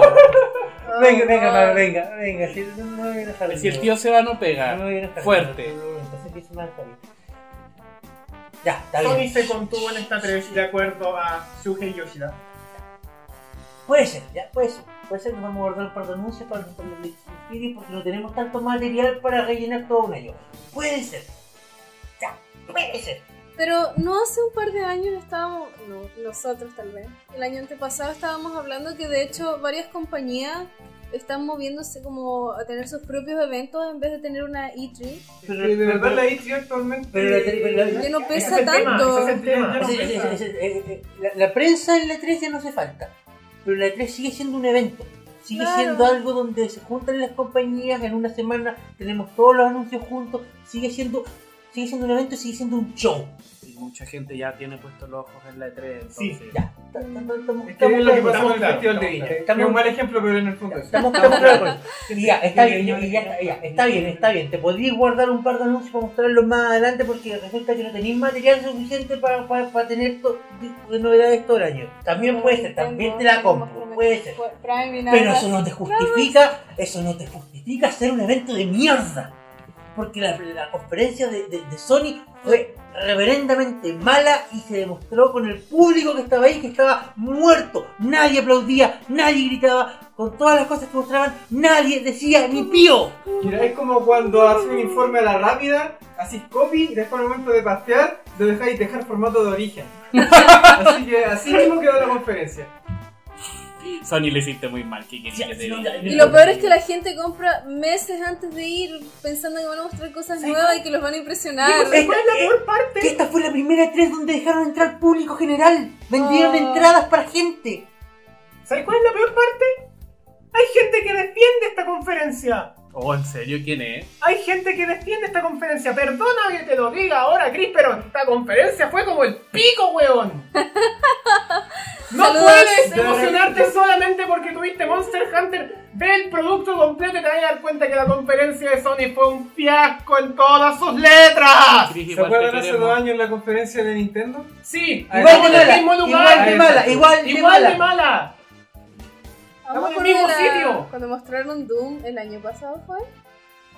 S4: Venga, venga,
S7: Oh.
S4: ma, venga, venga. Si no me voy a enojar.
S3: Si el
S4: no.
S3: tío se va, no
S4: No me
S3: pega.
S4: voy a enojar.
S3: Fuerte.
S4: No, no, no, entonces empieza más, está bien. Ya, está
S6: Sony
S4: bien.
S6: se contuvo en esta 3 de acuerdo a Shuhei Yoshida.
S4: Puede ser, ya, puede ser. Puede ser que vamos a guardar un par de anuncios para, para los PlayStation Experience porque no tenemos tanto material para rellenar todo un año. Puede ser. Ya, puede ser.
S7: Pero no hace un par de años estábamos, no, nosotros tal vez, el año antepasado estábamos hablando que de hecho varias compañías están moviéndose como a tener sus propios eventos en vez de tener una E3.
S4: Pero-
S5: Y de verdad
S4: pero-
S5: la E3 actualmente.
S4: pero la- pero la-
S7: Ya no
S6: Ese
S7: pesa
S6: es el tema,
S7: tanto.
S6: ese es el tema.
S5: Ya
S4: Sí, sí, sí, sí, eh, eh, la, la prensa en la 3 ya no hace falta, pero la 3 sigue siendo un evento, sigue
S7: Claro.
S4: siendo algo donde se juntan las compañías en una semana, tenemos todos los anuncios juntos, sigue siendo, sigue siendo un evento, sigue siendo un show.
S3: Y mucha gente ya tiene puestos los ojos en la E3.
S6: Sí,
S3: Entonces.
S4: Ya, ta- ta- ta- estamos
S5: Es que es lo que pasa
S4: estamos-
S5: con el
S6: claro,
S5: festival de
S6: estamos
S5: Viña.
S4: claro.
S5: Es un mal ejemplo, pero en el fondo es.
S4: estamos (laughs) estamos claros con eso. Y ya, está bien, y ya, ya, está bien, está bien. Te podéis guardar un par de anuncios para mostrarlos más adelante porque resulta que no tenéis material suficiente para, para, para tener to- novedades todo el año. También puede ser, también te la compro, puede ser.
S7: Prime y nada
S4: Pero
S7: más.
S4: eso no te justifica, eso no te justifica hacer un evento de mierda. Porque la, la conferencia de, de- de Sony fue reverendamente mala y se demostró con el público que estaba ahí que estaba muerto. Nadie aplaudía, nadie gritaba. Con todas las cosas que mostraban, nadie decía ni pío.
S5: Mira, es como cuando haces un informe a la rápida, haces copy y después al momento de pastear, lo dejáis dejar formato de
S4: (laughs)
S5: origen. así que así mismo quedó la conferencia.
S3: Sony le hiciste muy mal. ¿Qué quería
S4: Sí,
S3: que te
S4: sí,
S3: diga?
S4: ya, ya.
S7: Y lo peor es que la gente compra meses antes de ir pensando que van a mostrar cosas nuevas y que los van a impresionar.
S6: eh,
S4: Esta- eh, que Esta fue la primera E3 donde dejaron entrar público general. Vendieron
S7: Oh.
S4: entradas para gente.
S6: ¿Sabes cuál es la peor parte? Hay gente que defiende esta conferencia.
S3: Oh, ¿en serio quién es?
S6: Hay gente que defiende esta conferencia. Perdona que te lo diga ahora, Chris, pero esta conferencia fue como el pico, weón. No
S7: Saludos.
S6: puedes emocionarte solamente porque tuviste Monster Hunter. Ve el producto completo y te vas a dar cuenta que la conferencia de Sony fue un fiasco en todas sus
S3: Chris,
S6: letras.
S5: Ah, ¿Se
S3: igual te
S5: acuerdan hace
S3: queremos.
S5: dos años en la conferencia de Nintendo?
S6: Sí,
S5: Ah,
S6: estamos
S4: Igual
S6: en
S4: de
S6: el
S4: mala,
S6: mismo
S4: igual
S6: lugar.
S4: de mala, igual de
S6: Igual de
S4: mala.
S6: mala.
S7: Vamos
S6: estamos en el mismo
S7: con la-
S6: sitio.
S7: Cuando mostraron Doom el año pasado fue.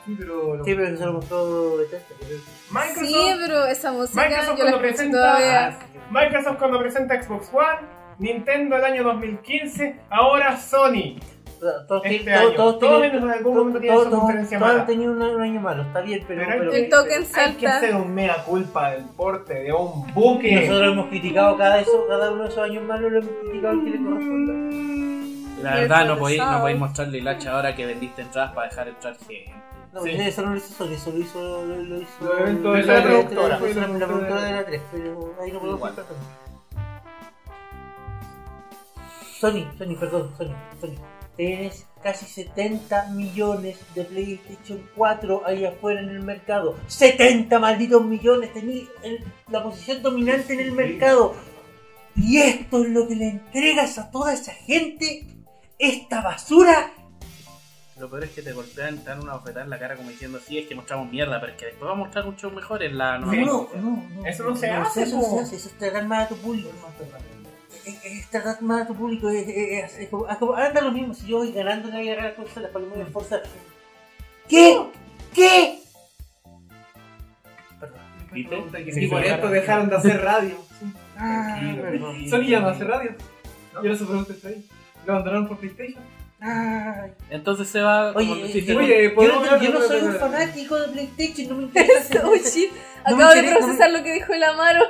S5: Sí, pero.
S4: Sí, pero eso lo mostró Bethesda, pero-
S6: Microsoft.
S7: Sí, pero esa música
S6: Microsoft
S7: yo la
S6: cuando
S7: escucho
S6: presenta-
S7: todavía.
S6: Microsoft cuando presenta Xbox One, Nintendo el año 2015, ahora Sony.
S4: Todos- todos-
S6: Este
S4: todos-
S6: año.
S4: todos
S6: Todos
S4: tienen-
S6: en algún
S4: todos-
S6: momento tienen su
S4: todos-
S6: conferencia
S4: todos
S6: mala.
S4: han tenido un, un año malo, está bien, pero,
S6: Pero este hay
S4: pero-
S7: El token
S6: Hay que
S7: salta.
S6: hacer un mea culpa del porte de un
S4: y
S6: buque.
S4: nosotros hemos criticado cada, eso, cada uno de esos años malos, lo hemos criticado al que le corresponda.
S3: La verdad, no
S7: Microsoft
S3: podéis no
S7: Sound. (laughs)
S3: podéis mostrarle el hacha ahora que vendiste entradas para dejar entrar gente.
S4: No,
S6: Sí.
S4: eso no lo hizo Sony, eso lo hizo, lo, lo hizo
S5: Lo inventó
S4: lo
S6: la
S4: hizo la
S5: productora.
S4: lo hizo la- la productora de la 3, pero ahí no puedo
S3: Igual.
S4: contar tanto. Sony, Sony, perdón, Sony, Sony. Tienes casi 70 millones de PlayStation 4 ahí afuera en el mercado. 70 malditos millones, tenéis el- la posición dominante en el mercado. Y esto es lo que le entregas a toda esa gente, esta basura.
S3: Lo peor es que te golpean, te dan una bofetada en la cara como diciendo, sí, es que mostramos mierda, pero es que después va a mostrar un show mejor en la nueva
S4: No,
S3: conferencia".
S4: no, no.
S6: Eso no se hace,
S4: Eso
S6: po.
S4: no se hace, eso es tratar mal a tu público. Es, es tratar mal a tu público. Es, es- es- es como, es como- ahora da lo mismo si yo voy ganando la pues, guerra de las fuerzas, para que me voy a esforzar. ¿Qué? ¿Qué?
S3: ¿Viste?
S5: Y por esto dejaron de
S3: (laughs)
S5: hacer radio.
S4: Ah, perdón.
S5: Sony ya no hace radio. Y ahora su producto está ahí. Lo abandonaron por PlayStation.
S4: Ay.
S3: Entonces se va... como
S4: Oye,
S3: tú
S4: eh,
S3: hiciste
S4: yo,
S5: oye,
S4: yo
S5: ¿podemos
S4: no,
S5: hablar
S4: yo
S5: de-
S4: no soy
S5: de-
S4: un
S6: (laughs)
S5: de-
S4: fanático de PlayStation, no me interesa. hacer
S7: Oh,
S4: eso.
S7: shit.
S4: no me
S7: Acabo
S4: interesa-
S7: de
S4: no me-
S7: procesar lo que dijo el Amaro,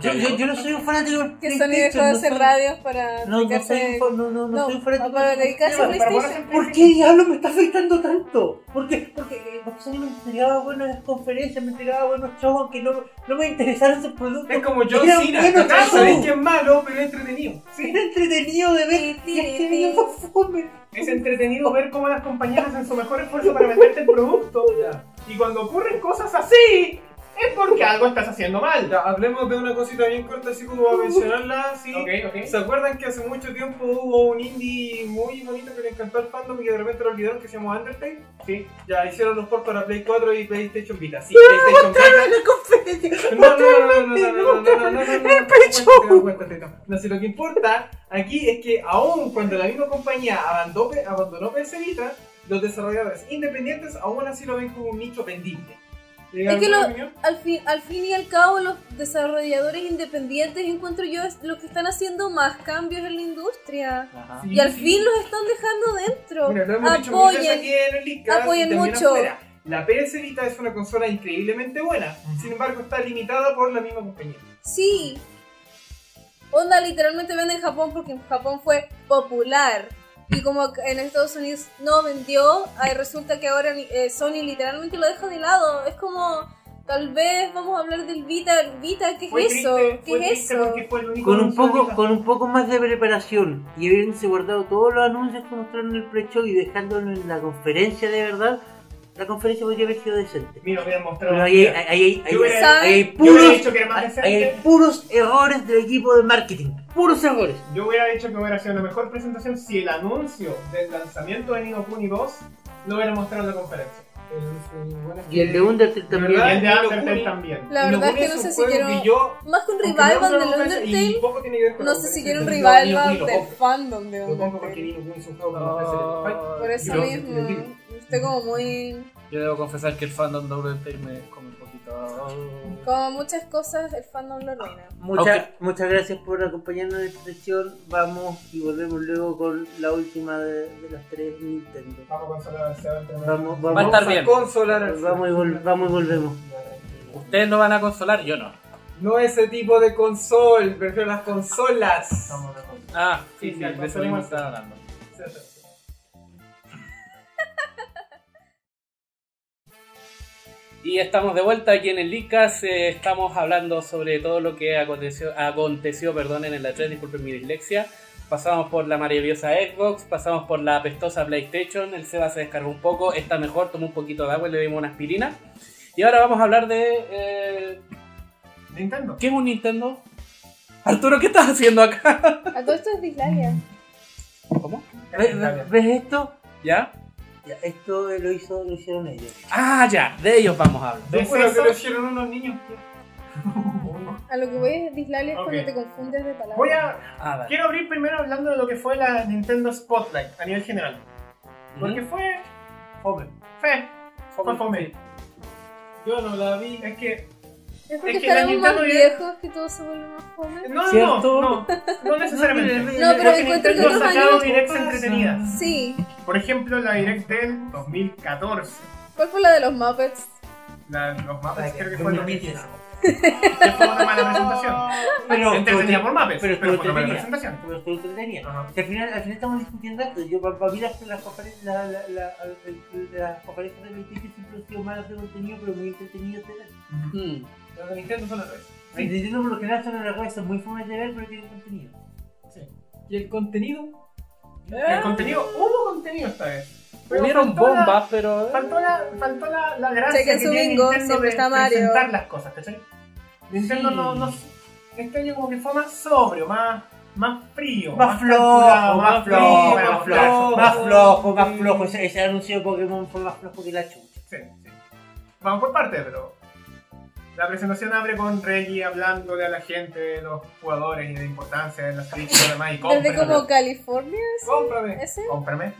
S4: Yo, yo, yo no soy un fanático del
S7: que Sony dejó
S4: PlayStation,
S7: de
S4: no
S7: hacer
S4: soy-
S7: radios para
S4: No, no soy
S7: dedicarse-
S4: un fa- no, no, no
S7: No,
S4: soy un fanático
S7: para
S4: del
S7: dedicarse
S4: sistema.
S7: al
S6: Para
S7: PlayStation.
S6: ponerse en
S4: ¿Por qué diablo me está afectando tanto? ¿Por qué? Porque, porque Sony me entregaba buenas conferencias, me entregaba buenos shows, aunque no, no me interesaran sus productos.
S6: Es como John
S4: Era
S6: Cena.
S4: bueno,
S6: Ah,
S4: claro.
S6: Sabéis que es malo, pero es entretenido. Sí.
S4: Era entretenido de ver.
S7: Sí, sí,
S4: Y este
S7: sí.
S4: video fome.
S6: (laughs) Es entretenido ver cómo las compañías hacen su mejor esfuerzo para venderte el producto. Y cuando ocurren cosas así, es porque algo estás haciendo mal.
S5: Ya, hablemos de una cosita bien corta, así como a mencionarla, así.
S6: Ok, ok.
S5: ¿Se acuerdan que hace mucho tiempo hubo un indie muy bonito que le encantó al fandom y que de repente lo olvidaron que se llamó Undertale?
S6: Sí.
S5: Ya, hicieron los ports para Play 4 y PlayStation Vita. Sí, PlayStation Vita.
S4: La conferencia.
S5: No, no, no, no, no, no, no, no, no, no, no, no,
S4: pecho.
S5: cuéntate, no.
S6: No sé, lo que importa aquí es que aún cuando la misma compañía abandonó, abandonó PS Vita, los desarrolladores independientes aún así lo ven como un nicho vendible. ¿Tienen
S7: Es que
S6: alguna
S7: lo-
S6: opinión?
S7: al fin, al fin y al cabo los desarrolladores independientes encuentro yo es los que están haciendo más cambios en la industria.
S6: Sí,
S7: Y al
S6: sí.
S7: fin los están dentro.
S6: Ah. Mira, lo hemos dicho mil veces
S7: Apoyen.
S6: aquí en el Leadcast y
S7: apoyen
S6: también
S7: mucho.
S6: afuera. La PS Vita es una consola increíblemente buena, sin embargo está limitada por la misma compañía.
S7: Sí. Onda literalmente vende en Japón porque en Japón fue popular. Y como en Estados Unidos no vendió, ahí resulta que ahora eh, Sony literalmente lo deja de lado. Es como, tal vez vamos a hablar del Vita. Vita, ¿qué es
S6: Fue
S7: eso?
S6: triste, fue
S7: ¿Qué es
S6: triste
S7: eso?
S6: porque fue el único
S4: Con un
S6: anuncio de
S4: poco,
S6: Vita.
S4: con un poco más de preparación y habiéndose guardado todos los anuncios que mostraron en el pre-show y dejándolo en la conferencia de verdad, la conferencia podría haber sido decente.
S6: Mira, voy a mostrar.
S4: Pero ahí hay, ahí hay- ahí
S6: Yo
S4: hay-
S6: hubiera-
S4: ahí hay
S6: Yo hubiera
S4: puros,
S6: dicho que era más
S4: ahí
S6: decente.
S4: hay puros errores del equipo de marketing. Puros errores.
S6: Yo hubiera dicho que hubiera sido la mejor presentación si el anuncio del lanzamiento de Nino Kuni 2 lo hubiera mostrado en la conferencia.
S4: Y el de Undertale también.
S6: Y el de
S5: Nino
S6: Undertale
S5: Kuni.
S6: también.
S7: La verdad es que no sé si quiero... Más que un revival del Undertale, no sé si quiero un revival del fandom de
S6: Lo pongo porque
S7: Undertale.
S6: Nino Kuni es un juego que no ofrece el Spike.
S7: Por eso
S3: yo-
S7: mismo, estoy como muy...
S3: Yo debo confesar que el fandom de Undertale me come un poquito.
S7: Como muchas cosas, el fandom lo arruina.
S4: Muchas, muchas gracias por acompañarnos en esta sesión. Vamos y volvemos luego con la última de, de las tres Nintendo.
S6: Vamos a consolar al Seba, tenemos-
S4: Vamos,
S3: Va a
S4: vamos,
S3: estar bien.
S5: Consolar al
S4: vamos, y, vol- vamos y volvemos.
S3: Ustedes no van a consolar, yo no.
S5: No ese tipo de consol, prefiero las consolas.
S6: Vamos a consolar.
S3: Ah, sí,
S6: Sí,
S3: sí,
S6: la
S3: de eso
S6: consola
S3: mismo
S6: más-
S3: estaba hablando. Y estamos de vuelta aquí en el Licas. eh, estamos hablando sobre todo lo que aconteció, aconteció perdón, en el E3, disculpen mi dislexia. Pasamos por la maravillosa Xbox, pasamos por la apestosa PlayStation. El Seba se descargó un poco, está mejor, tomó un poquito de agua y le dimos una aspirina. Y ahora vamos a hablar de. eh,
S6: Nintendo.
S3: ¿Qué es un Nintendo? Arturo, ¿qué estás haciendo acá?
S7: A todo esto es Dislalia.
S3: ¿Cómo?
S4: ¿Ves, ves- ves esto?
S3: ¿Ya?
S4: Ya, esto eh, lo, hizo, lo hicieron ellos.
S3: Ah, ya, de ellos vamos a hablar. Ah,
S6: De
S5: Yo juro que
S6: César-
S5: lo hicieron unos niños.
S7: A lo que voy es Dislalia es
S6: Ok.
S7: cuando te confundes de palabras.
S6: (laughs) Voy a
S3: Ah, vale.
S6: Quiero abrir primero hablando de lo que fue la Nintendo Spotlight a nivel general. Porque fue. Fome. Fe. Fue fome.
S5: Yo no la vi.
S6: Es que.
S7: Es porque
S6: es que la
S7: estaremos más
S6: Nintendo ya-
S7: viejos que todo se vuelve más fome.
S6: No, no,
S3: ¿Cierto?
S6: no. No necesariamente.
S7: No, pero
S6: Porque
S7: encuentro que
S6: Nintendo
S7: otros
S6: ha sacado
S7: años.
S6: directs entretenidas.
S7: Sí.
S6: Por ejemplo, la direct del 2014.
S7: ¿Cuál fue la de los Muppets?
S6: La- los mapas creo que fue el 2015.
S4: 2010.
S6: Que fue una mala presentación.
S4: Pero,
S6: Entretenida por mapas,
S4: pero
S6: pero fue una
S4: entretenida.
S6: mala presentación.
S4: Pero estuvo entretenida.
S6: Ajá.
S4: Si al, final, al final estamos discutiendo esto. Yo, para, mí, las, las conferencias, la, la, la- el- las conferencias de PlayStation siempre han sido malas de contenido, pero muy entretenidas de ver.
S3: Mm.
S6: Los de Nintendo son las redes.
S4: Sí. Nintendo por lo general son las redes, son muy fumes de ver, pero tienen contenido.
S5: ¿Y el contenido?
S3: Eh,
S6: El contenido, hubo contenido esta vez. Pero
S3: Hubieron
S6: faltó la-
S3: bombas,
S8: eh,
S3: pero.
S6: Faltó la, faltó la, la gracia
S7: Chequen
S6: que
S7: su
S6: tiene
S7: bingo,
S6: Nintendo
S7: siempre
S6: de
S7: está Mario.
S6: presentar las cosas, ¿cachai? Nintendo no, no- Este año como que fue más sobrio, más, más frío.
S4: Más
S6: calculado,
S4: flojo, más flojo,
S6: frío,
S4: más
S6: calculado.
S4: flojo, más flojo, más flojo. Ese, ese anuncio de Pokémon fue más flojo que la chucha.
S6: Sí, sí. Vamos por partes, pero... La presentación abre con Reggie hablándole a la gente de los jugadores y de la importancia de la Switch y lo demás. Y
S7: Desde como
S6: cómprame,
S7: California,
S6: cómprame,
S7: ese.
S6: cómprame.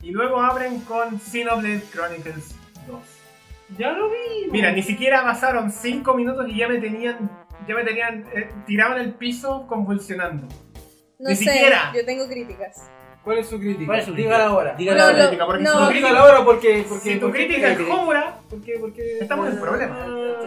S6: Y luego abren con Xenoblade Chronicles 2.
S5: Ya lo vi.
S6: Mira, ni siquiera pasaron 5 minutos y ya me tenían, ya me tenían eh, tirado en el piso convulsionando.
S7: No
S6: Ni
S7: sé,
S6: siquiera.
S7: yo tengo críticas.
S5: ¿Cuál es su crítica?
S4: ¿Cuál es su
S5: Dígala
S4: crítica?
S5: ahora.
S4: Dígala
S7: No,
S4: ahora.
S7: lo-
S6: crítica, porque
S7: no.
S6: si
S5: No, dígala ahora porque. porque
S6: Si tu
S5: porque- Ah.
S6: crítica es
S5: porque-
S6: Homura, porque, porque estamos en problemas.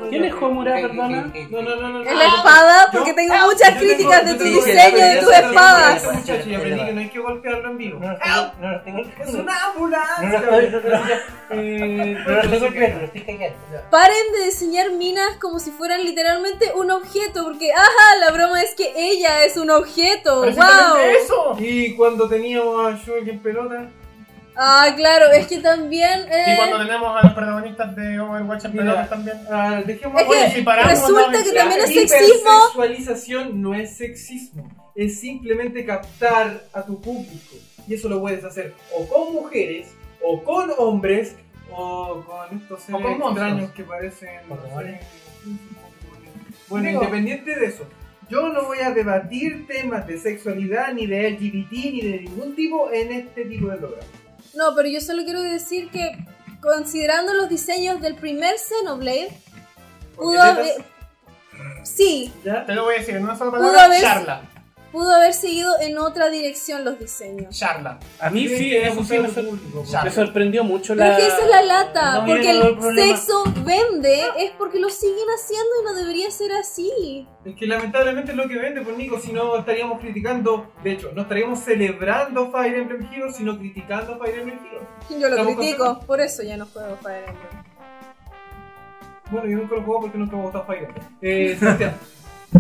S3: ¿Quién es Homura, perdona?
S5: No, no, no, no.
S7: En la espada, porque
S5: Yo-
S7: tengo
S5: Ah,
S7: muchas
S5: yo tengo-
S7: críticas de
S5: yo
S7: tu
S5: tengo-
S7: diseño
S4: yo
S7: de
S4: tengo-
S7: tus
S4: yo tengo-
S7: espadas.
S5: Este muchacho, yo aprendí que no hay que golpearlo en vivo.
S4: No lo estoy- no lo estoy golpeando.
S5: ¡Es una
S4: No lo estoy-
S5: ambulancia!
S4: no lo estoy-
S5: Eh,
S4: no lo estoy golpeando, lo estoy callando.
S7: Paren de diseñar minas como si fueran literalmente un objeto, porque ajá, la broma es que ella es un objeto. ¡Wow!
S6: Precisamente eso!
S5: Y cuando teníamos a Shulk en pelota,
S7: Ah, claro, es que también
S6: Y cuando
S7: eh,
S6: tenemos a los protagonistas de Overwatch en
S5: Mira.
S6: pelotas también.
S5: ah, dejemos
S7: Es que
S5: Oye,
S6: si paramos,
S7: resulta que
S6: la-
S7: también es
S5: La
S7: sexismo.
S5: hipersexualización no es sexismo, es simplemente captar a tu público. Y eso lo puedes hacer o con mujeres, o con hombres, o con estos
S6: O con
S5: seres
S6: monstruos.
S5: extraños que parecen.
S4: Con
S5: no sé,
S4: robots.
S5: Bueno,
S6: Digo-
S5: independiente de eso, yo no voy a debatir temas de sexualidad, ni de LGBT, ni de ningún tipo en este tipo de programa.
S7: No, pero yo solo quiero decir que considerando los diseños del primer Xenoblade, pudo haber... Sí,
S5: ¿Ya?
S6: Te lo voy a decir en una sola
S7: Pudo
S6: palabra:
S7: haber-
S6: charla.
S7: pudo haber seguido en otra dirección los diseños.
S6: Charla.
S3: A mí
S5: Tienes
S3: sí,
S5: que
S3: eso sí
S5: gustar
S3: me,
S5: al
S3: sor-
S5: público,
S6: Ya.
S3: me sorprendió mucho la...
S7: Pero que esa es la lata,
S4: No,
S7: porque
S4: yo no veo el
S7: el
S4: problema.
S7: sexo vende, es porque lo siguen haciendo y no debería ser así.
S5: Es que lamentablemente es lo que vende por Nico, si no estaríamos criticando, de hecho, no estaríamos celebrando Fire Emblem Heroes, sino criticando Fire Emblem Heroes.
S7: Yo lo
S5: Estamos
S7: critico, por eso ya no juego Fire Emblem.
S5: Bueno, yo nunca lo juego porque nunca me gusta Fire Emblem.
S3: (laughs)
S5: Eh, Sebastián,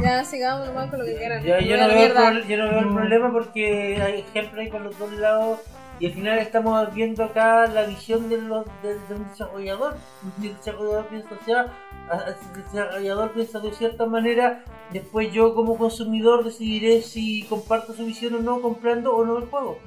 S7: Ya, sigamos nomás con lo que quieran.
S4: Yo, yo no
S7: Buena
S4: veo el
S7: mierda.
S4: proble- yo no veo el problema porque hay ejemplos ahí por los dos lados y al final estamos viendo acá la visión de, los, de, de un desarrollador. Si el desarrollador piensa, o sea, a- a- si el desarrollador piensa de cierta manera, después yo como consumidor decidiré si comparto su visión o no, comprando o no el juego.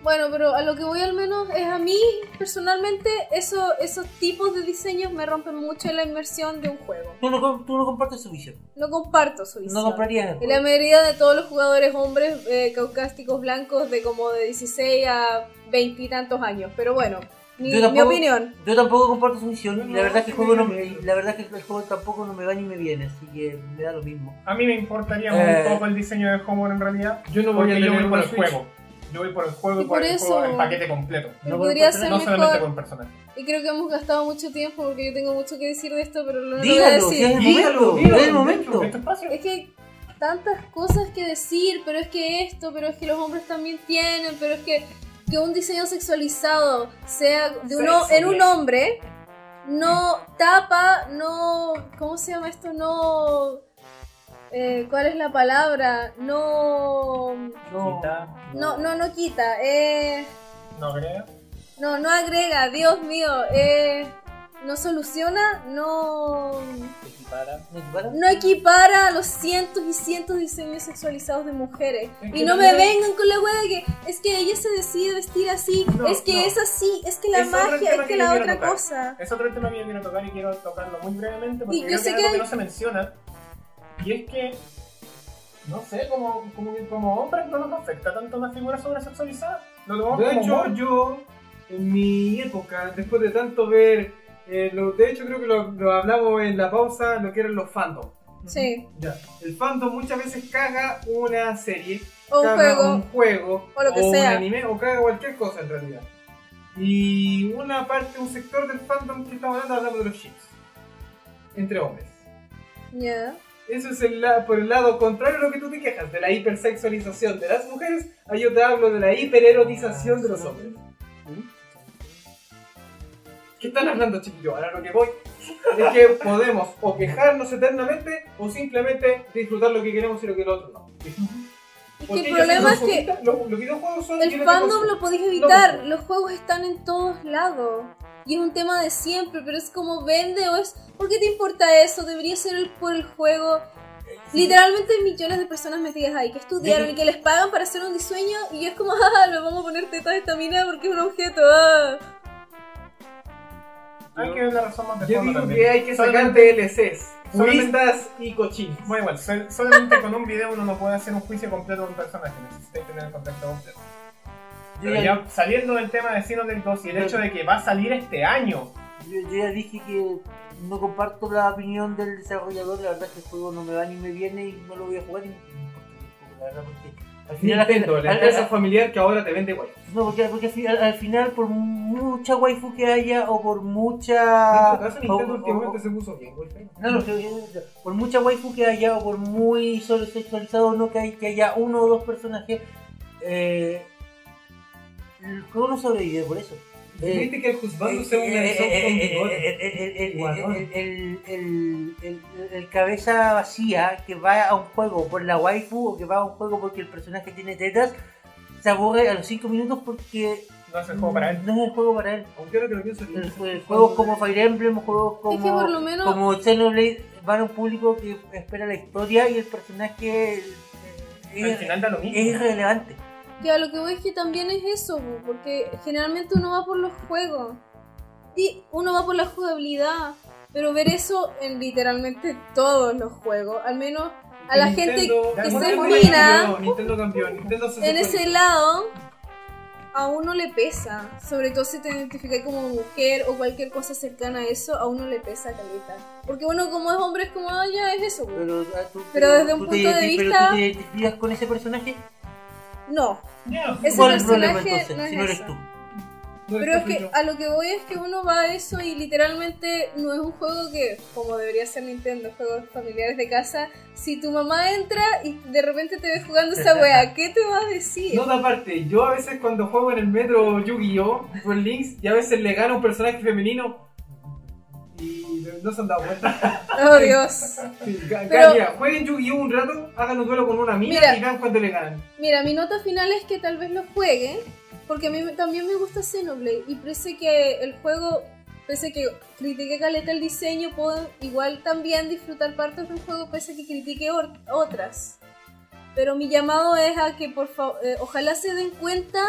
S7: Bueno, pero a lo que voy al menos es a mí, personalmente, eso, esos tipos de diseños me rompen mucho la inmersión de un juego.
S4: Tú no, com- tú no compartes su visión,
S7: No comparto su
S4: no
S7: visión.
S4: comprarías el
S7: Y la
S4: juego.
S7: mayoría de todos los jugadores hombres eh, caucásticos blancos de como de 16 a 20 y tantos años. Pero bueno, mi,
S4: Yo tampoco-
S7: mi opinión.
S4: Yo tampoco comparto su visión y
S5: No,
S4: la verdad es que el juego, no me-
S5: no.
S4: la verdad es que el juego tampoco no me va ni me viene, así que me da lo mismo.
S6: A mí me importaría
S4: Eh.
S6: un poco el diseño de Homura en realidad.
S5: yo no voy a
S6: Porque yo
S5: leer
S6: voy por
S5: una
S6: el
S5: Switch.
S6: juego. Yo voy por el juego
S7: Y
S6: y por
S7: por
S6: el
S7: eso-
S6: juego en paquete completo.
S7: Pero
S4: No
S7: podría
S4: puedo
S7: ser
S6: No solamente
S7: mejor.
S6: con personajes.
S7: Y creo que hemos gastado mucho tiempo porque yo tengo mucho que decir de esto, pero no lo voy a
S4: Dígalo, si
S7: decir.
S4: es el
S5: Dígalo,
S4: momento,
S5: dígalo,
S4: es el
S5: de
S4: momento.
S6: Este espacio.
S7: Es que hay tantas cosas que decir, pero es que esto, pero es que los hombres también tienen, pero es que que un diseño sexualizado sea de uno en un hombre no tapa, no ¿cómo se llama esto? No eh, ¿cuál es la palabra? No
S4: No.
S7: no no no quita, eh,
S6: No creo.
S7: no no agrega, Dios mío, eh, no soluciona, no no equipara a los cientos y cientos de diseños sexualizados de mujeres.
S5: Es que
S7: y no
S5: no
S7: me
S5: le-
S7: vengan con la wea de que es que ella se decide vestir así,
S6: No,
S7: es que
S6: no.
S7: es así, es que la
S6: Es otro
S7: magia,
S6: tema
S7: es que
S6: que
S7: la
S6: yo quiero
S7: otra
S6: tocar.
S7: cosa.
S6: Es otro tema que yo quiero tocar y quiero tocarlo muy brevemente porque
S7: Y yo
S6: creo
S7: sé
S6: que es
S7: que
S6: algo
S7: hay-
S6: que no se menciona. Y es que, no sé, como, como, como hombres no nos afecta tanto una figura sobresexualizada. Lo tomamos
S5: De
S6: como
S5: hecho,
S6: humor.
S5: yo, en mi época, después de tanto ver, eh, lo- de hecho creo que lo, lo hablamos en la pausa, lo que eran los fandom.
S7: Sí,
S5: Ya. El fandom muchas veces caga una serie,
S7: o un
S5: caga
S7: juego.
S5: un juego,
S7: o lo que
S5: un
S7: sea.
S5: anime, o caga cualquier cosa en realidad. Y una parte, un sector del fandom que estamos hablando, hablamos de los chips. Entre hombres.
S7: Ya.
S5: Eso es el la- por el lado contrario a lo que tú te quejas, de la hipersexualización de las mujeres, a yo te hablo de la hipererotización de los hombres. ¿Mm? ¿Qué están hablando, chiquillo? Ahora lo que voy es que podemos o quejarnos eternamente o simplemente disfrutar lo que queremos y lo que el otro no.
S7: Es que el
S5: Porque yo soy
S7: problema es que
S5: consumista, lo- los videojuegos son... yo
S7: el
S5: no
S7: fandom
S5: consumo.
S7: lo podéis evitar,
S5: consumo.
S7: los juegos están en todos lados. Y es un tema de siempre, pero es como vende o es... ¿Por qué te importa eso? Debería ser el- por el juego. Literalmente millones de personas metidas ahí que estudiaron y que les pagan para hacer un diseño y es como, (laughs) ah, le vamos a poner teta a esta mina porque es un objeto. ah".
S6: Hay que ver la razón más de
S5: Yo
S6: fondo
S5: digo
S6: también.
S5: que hay que sacar
S6: Solamente-
S5: DLCs,
S6: solamente-
S5: puristas y cochinos.
S6: Bueno, igual, sol- solamente con un video uno no puede hacer un juicio completo de un personaje, necesitáis tener el contexto completo.
S4: Yo
S6: Pero
S4: ya,
S6: ya saliendo del tema de Xenoblade 2 y el hecho de que va a salir este año,
S4: yo- yo ya dije que no comparto la opinión del desarrollador, la verdad es que el juego no me va ni me viene y no lo voy a jugar y me importa un poco, la verdad porque Al final,
S5: Nintendo, la
S4: al-
S5: empresa
S4: al-
S5: familiar que ahora te vende guay.
S4: no, porque, porque al, final, al final, por mucha waifu que haya o por
S5: En
S4: mucha.
S5: tu caso,
S4: o-
S5: Nintendo
S4: o-
S5: últimamente Este se puso bien, güey.
S4: No, no, que- que- por mucha waifu que haya, o por muy sobresexualizado o no que, hay, que haya uno o dos personajes, eh, el juego no sobrevive por eso. Eh,
S5: Viste que el juzgando se
S4: eh,
S5: una
S4: eh,
S5: edición
S4: eh,
S5: con vigor.
S4: eh, eh, eh, eh,
S5: Guadón.
S4: el- el- el- el- el- El cabeza vacía que va a un juego por la waifu o que va a un juego porque el personaje tiene tetas se aburre a los 5 minutos porque
S6: No es el juego para él.
S4: no es el juego para él.
S5: Aunque ahora que lo pienso,
S4: El- el- Juegos como Fire Emblem, juegos como
S7: Es que por lo menos
S4: como Xenoblade van a un público que espera la historia y el personaje eh,
S6: Al
S4: es,
S6: final da lo
S4: es
S6: mismo.
S4: irrelevante.
S7: que a lo que voy es que también es eso, po, porque generalmente uno va por los juegos. Y uno va por la jugabilidad. Pero ver eso en literalmente todos los juegos, al menos a la gente que se mina
S5: Nintendo campeón, Nintendo se
S7: en ese lado, a uno le pesa. Sobre todo si te identificas como mujer o cualquier cosa cercana a eso, a uno le pesa caleta. Porque uno como es hombre es como, ah, ya es eso. po".
S4: Pero, ah, tú-
S7: Pero desde un
S4: tú
S7: punto de
S4: identi- pero
S7: vista-
S4: tú te identificas con ese personaje,
S7: No,
S6: Ya,
S7: ese
S4: ¿cuál es el problema
S7: personaje
S4: entonces?
S7: no es
S4: si no eres
S7: eso.
S4: tú.
S7: Pero es que a lo que voy es que uno va a eso y literalmente no es un juego que, como debería ser Nintendo, juegos familiares de casa, si tu mamá entra y de repente te ve jugando esa wea, ¿qué te va a decir?
S5: Nota aparte, yo a veces cuando juego en el metro Yu-Gi-Oh! con Links y a veces le gano un personaje femenino y no se han dado cuenta.
S7: Oh Dios.
S5: (laughs) Sí, ga-
S7: Pero-
S5: Galia, jueguen Yu-Gi-Oh! un rato, hagan un duelo con una amiga
S7: Mira.
S5: y vean cuánto le ganan.
S7: Mira, mi nota final es que tal vez lo juegue, porque a mí me- también me gusta Xenoblade y parece que el juego, pese que critique caleta el diseño, puedo igual también disfrutar partes de un juego pese que critique or- otras. Pero mi llamado es a que por favor, ojalá se den cuenta,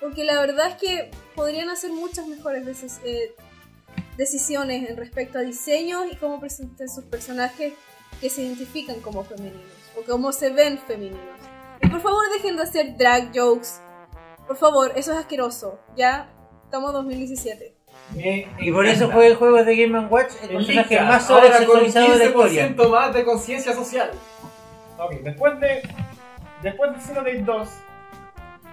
S7: porque la verdad es que podrían hacer muchas mejores decis- eh, decisiones en respecto a diseños y cómo presenten sus personajes que se identifican como femeninos o cómo se ven femeninos. Y por favor dejen de hacer drag jokes. Por favor, eso es asqueroso. Ya estamos en 2017.
S5: Me
S4: Y por eso
S5: encanta.
S4: juega juegos de Game Watch el personaje
S5: Elija,
S4: más
S5: ahora con un
S4: sobresexualizado de la historia.
S5: 15% más de conciencia social.
S6: Ok, después de. Después de Xenoblade 2.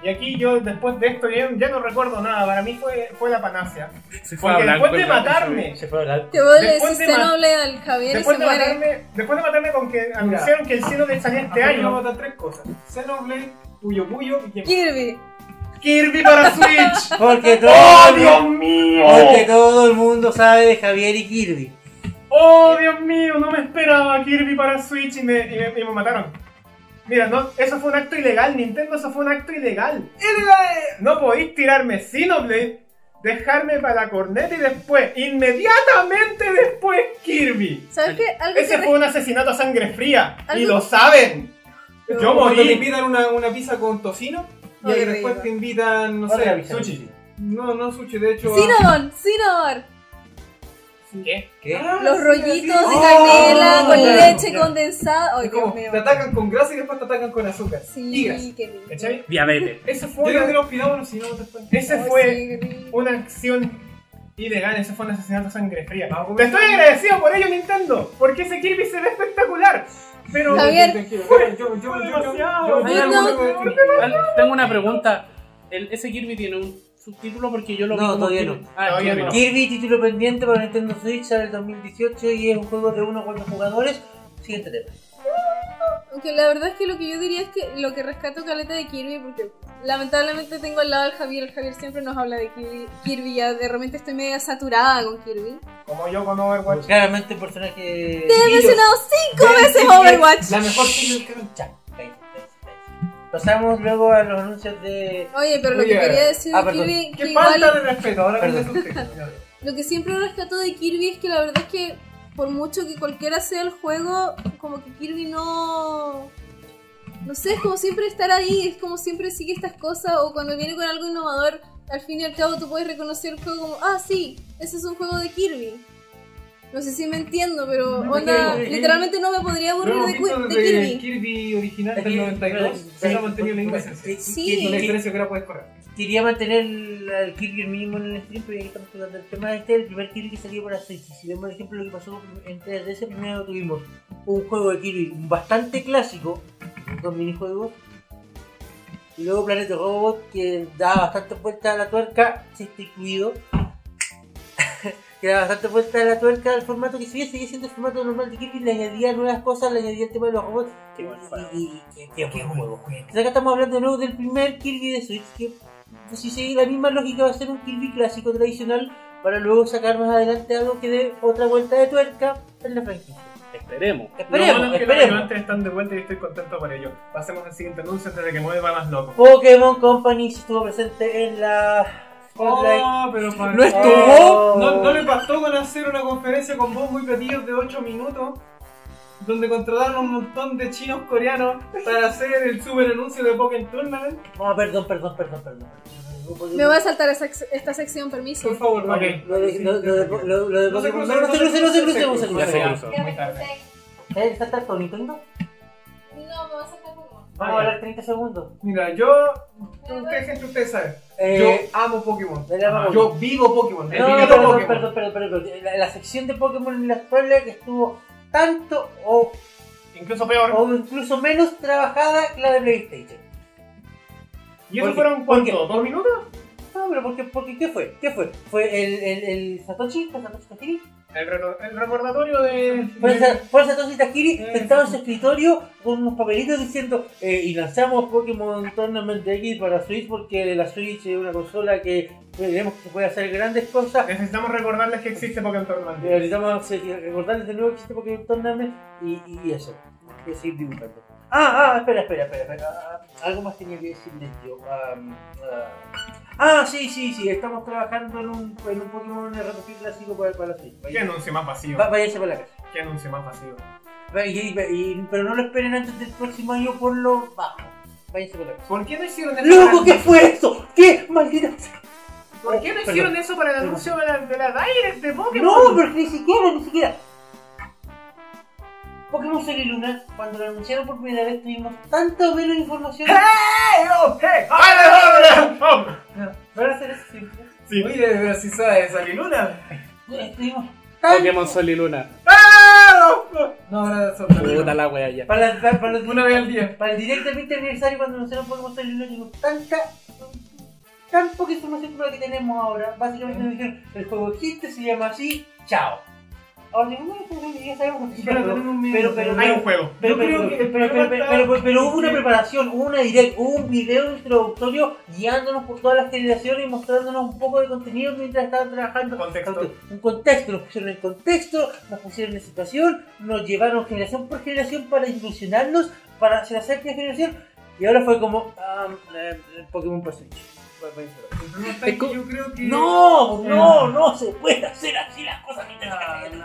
S6: Y aquí yo, después de esto, ya, ya no recuerdo nada. Para mí fue, fue la panacea.
S3: Se fue a
S6: Porque
S3: blanco
S6: después de
S3: el rato,
S6: matarme.
S4: Se fue a hablar.
S7: Te voy a
S6: Después
S7: decir
S6: de ma-
S7: noble al Javier y se
S6: Después de,
S7: muere.
S6: matarme, después de matarme con que anunciaron que el Xenoblade salía este
S5: Acá
S6: año.
S5: vamos a dar tres cosas. Xenoblade, Puyo Puyo y Game
S7: Kirby.
S6: Kirby para
S5: (laughs)
S6: Switch.
S4: Porque todo,
S6: ¡Oh,
S4: el
S6: Dios
S4: mundo-
S6: mío!
S4: porque todo el mundo sabe de Javier y Kirby.
S6: ¡Oh, Dios mío! No me esperaba Kirby para Switch y me, y me- y me mataron. Mira, no, eso fue un acto ilegal, Nintendo, eso fue un acto ilegal. No podéis tirarme Xenoblade, dejarme para la corneta y después, inmediatamente después, Kirby.
S7: ¿Sabes qué? Algo que
S6: Ese
S7: re-
S6: fue un asesinato a sangre fría. Y
S7: Algo-
S6: lo saben. Yo
S5: Cuando te
S6: morí.
S5: invitan una, una pizza con tocino y
S7: Ay,
S5: ahí
S7: rico.
S5: después te invitan, no
S4: Otra
S5: sé,
S4: pizza.
S5: sushi. No, no sushi, de hecho. a-
S7: Cinnamon, Cinnamon.
S6: ¿Qué?
S4: ¿Qué?
S5: Ah,
S7: Los
S5: sí,
S7: rollitos
S5: sí.
S7: de
S5: Oh,
S7: canela con
S5: claro,
S7: leche
S5: claro.
S7: condensada. Ay,
S5: Es como,
S7: Dios mío.
S5: te atacan con grasa y después te atacan con azúcar. Gigas.
S7: Sí, qué rico.
S6: ¿Cachai?
S3: Diabetes.
S6: Eso fue
S5: Yo creo que
S6: una,
S5: los pidamos si no después.
S6: ese
S7: Ay,
S6: fue
S7: Oh, sí, qué rico.
S6: una acción ilegal, eso fue un asesinato a sangre fría. Te estoy agradecido por ello, Nintendo, porque ese Kirby se ve espectacular. Pero
S7: Javier.
S5: Tranquilo, tranquilo, yo- yo- yo- yo- yo- yo-
S3: Hay
S5: yo-
S3: algo-
S5: yo- yo-
S3: Al- Tengo una pregunta. El- ¿Ese Kirby tiene un subtítulo? Porque yo lo vi
S4: No,
S3: como
S4: todavía
S3: Kirby.
S4: no.
S3: Ah,
S6: Todavía
S3: Kirby
S6: no.
S4: Kirby, título pendiente para Nintendo Switch, sale el 2018 y es un juego de 1 a 4 jugadores. Siguiente tema.
S7: Aunque la verdad es que lo que yo diría es que lo que rescato caleta de Kirby, porque lamentablemente tengo al lado al Javier, el Javier siempre nos habla de Kirby, Kirby ya de repente estoy media saturada con Kirby.
S6: como yo con Overwatch.
S4: Claramente un personaje...
S7: Te he mencionado cinco veces
S5: yo-
S7: Overwatch.
S5: La mejor que yo
S4: Ya, cállate, cállate, cállate. Pasamos luego a los anuncios de...
S7: Oye, pero lo que
S5: Oye,
S7: quería decir
S4: ah,
S7: de
S4: perdón.
S7: Kirby, que
S5: Qué
S7: igual
S5: falta de respeto, ahora que
S4: Perdón.
S7: (laughs)
S5: es usted.
S7: lo que siempre rescato de Kirby es que la verdad es que por mucho que cualquiera sea el juego, como que Kirby no... No sé, es como siempre estar ahí, es como siempre sigue estas cosas o cuando viene con algo innovador, al fin y al cabo tú puedes reconocer el juego como, ah, sí, ese es un juego de Kirby. No sé si me entiendo, pero
S5: No,
S7: onda,
S5: porque-
S7: literalmente no me podría
S5: Lo
S7: aburrir
S5: hemos
S7: de,
S5: visto
S7: Qui- de
S5: desde
S7: Kirby.
S5: el Kirby original del 92,
S4: Sí,
S5: pero ha mantenido la misma esencia.
S7: Sí.
S5: Con la diferencia que ahora puedes correr.
S4: Quería mantener el- al Kirby el mínimo en el stream, pero ya que estamos tocando el tema. Este es el primer Kirby que salió para Switch. Si vemos, por ejemplo, lo que pasó en 3DS, primero tuvimos un juego de Kirby bastante clásico, dos minijuegos, Y luego Planet Robot, que da bastante vuelta a la tuerca, chiste incluido. que da bastante vuelta a la tuerca al formato que sigue, sigue siendo el formato normal de Kirby, le añadía nuevas cosas, le añadía el tema de los robots.
S8: Qué buen juego.
S4: Y, y- y- qué buen juego. Entonces acá estamos hablando de nuevo del primer Kirby de Switch, que pues, si sigue la misma lógica va a ser un Kirby clásico tradicional para luego sacar más adelante algo que dé otra vuelta de tuerca en la franquicia.
S8: Esperemos.
S4: Esperemos,
S6: lo bueno es que los
S4: esperemos.
S6: ayudantes están de vuelta y estoy contento por ello. Pasemos al siguiente anuncio antes de que mueva más loco.
S4: Pokémon Company estuvo presente en la Spotlight.
S6: Oh, pero para-
S3: No estuvo.
S4: Oh.
S5: ¿No, no le bastó con hacer una conferencia con voz muy platillos de 8 minutos? Donde contrataron a un montón de chinos coreanos para hacer el super anuncio de Pokémon Tournament.
S4: No, Ah, perdón, perdón, perdón, perdón. perdón.
S7: Me voy a saltar esa- esta sección, permiso.
S5: Por favor,
S6: Ok.
S5: vale.
S4: Lo de, lo, lo de, lo, lo de
S5: No se
S4: Pokémon-
S5: crucen,
S4: no se crucen, no se crucen, no
S8: Ya
S4: se
S8: se
S4: crucen.
S8: cruzó.
S5: Muy tarde.
S4: ¿Eh, ¿Está tan con Nintendo?
S7: No, me voy a saltar Pokémon.
S4: Vamos a hablar 30 segundos.
S5: Mira, yo. Ustedes, gente, ustedes saben.
S4: Eh,
S5: yo amo Pokémon.
S4: de la-
S5: Yo vivo Pokémon.
S4: No,
S5: vivo
S4: no, perdón,
S5: Pokémon.
S4: perdón, perdón, perdón. La, la sección de Pokémon en la escuela que estuvo tanto o,
S6: Incluso peor.
S5: Oh,
S4: o incluso menos trabajada que la de PlayStation.
S6: ¿Y eso
S4: ¿Por qué?
S6: fueron
S4: ¿Por qué?
S6: cuánto? ¿Dos minutos?
S4: No, pero porque, porque ¿qué fue? ¿Qué fue? ¿Fue el, el, el Satoshi? ¿Fue Satoshi Tajiri?
S6: El, reno- el recordatorio de.
S4: Fue esa- fue Satoshi Tajiri
S6: Eh.
S4: sentado en su escritorio con unos papelitos diciendo eh, y lanzamos Pokémon Tournament X para Switch porque la Switch es una consola que creemos que puede hacer grandes cosas.
S6: Necesitamos recordarles que existe Pokémon Tournament.
S4: Necesitamos eh, recordarles de nuevo que existe Pokémon Tournament y, y eso. Voy a seguir dibujando. Ah, ah, espera, espera, espera. espera. Ah, ah, Algo más tenía que decirles yo. Ah, mm, ah. ah, sí, sí, sí. Estamos trabajando en un, en un Pokémon RPG clásico para, para la Switch.
S6: ¿Qué
S4: Vaya-
S6: anuncio más vacío?
S4: va- váyase para la casa.
S6: ¿Qué anuncio más vacío?
S4: Y- y- pero no lo esperen antes del próximo año por lo bajo. Váyanse por la casa.
S6: ¿Por qué no hicieron eso?
S4: ¡Loco,
S6: para-
S4: qué fue esto! ¡Qué maldita! sea!
S6: ¿Por qué no
S4: Perdón.
S6: hicieron eso para el anuncio de la, de la Direct de
S4: No,
S6: Pokémon?
S4: pero ni siquiera, ni siquiera. Pokémon Sol y Luna, cuando lo anunciaron por primera vez, tuvimos tanto menos información.
S6: ¡Alejandra!
S4: ¿Van a hacer eso siempre?
S6: Sí.
S5: Oye, de verdad, si sabes, salir una.
S4: Eh, Tuvimos tan-
S8: Pokémon Sol y Luna.
S3: Ah,
S5: No, no, no, no, no.
S8: Puta la wea ya.
S4: Para, para, para,
S5: Una vez al día.
S4: para el directo del 20 aniversario, cuando anunciaron Pokémon Sol y Luna, tuvimos tanta. tan poca información como la que tenemos ahora. Básicamente nos dijeron: el juego existe, se llama así, chao. Ahora, digo, no, ya sabemos que
S5: Pero tenemos un minuto.
S4: pero-
S6: Hay un juego.
S4: Pero, pero,
S5: Yo creo que
S4: pero,
S5: el
S4: pero,
S5: problema
S4: pero-
S5: está-
S4: pero hubo una preparación, hubo una direct, hubo un video introductorio guiándonos por todas las generaciones y mostrándonos un poco de contenido mientras estaban trabajando.
S6: Contexto.
S4: Un contexto, nos pusieron en contexto, nos pusieron en situación, nos llevaron generación por generación para ilusionarnos, para hacer la séptima generación. Y ahora fue como ah, eh, Pokémon por Switch. Fue- fue eso.
S5: El problema está en que yo creo que.
S4: No, no, no se puede hacer así las cosas mientras la gente-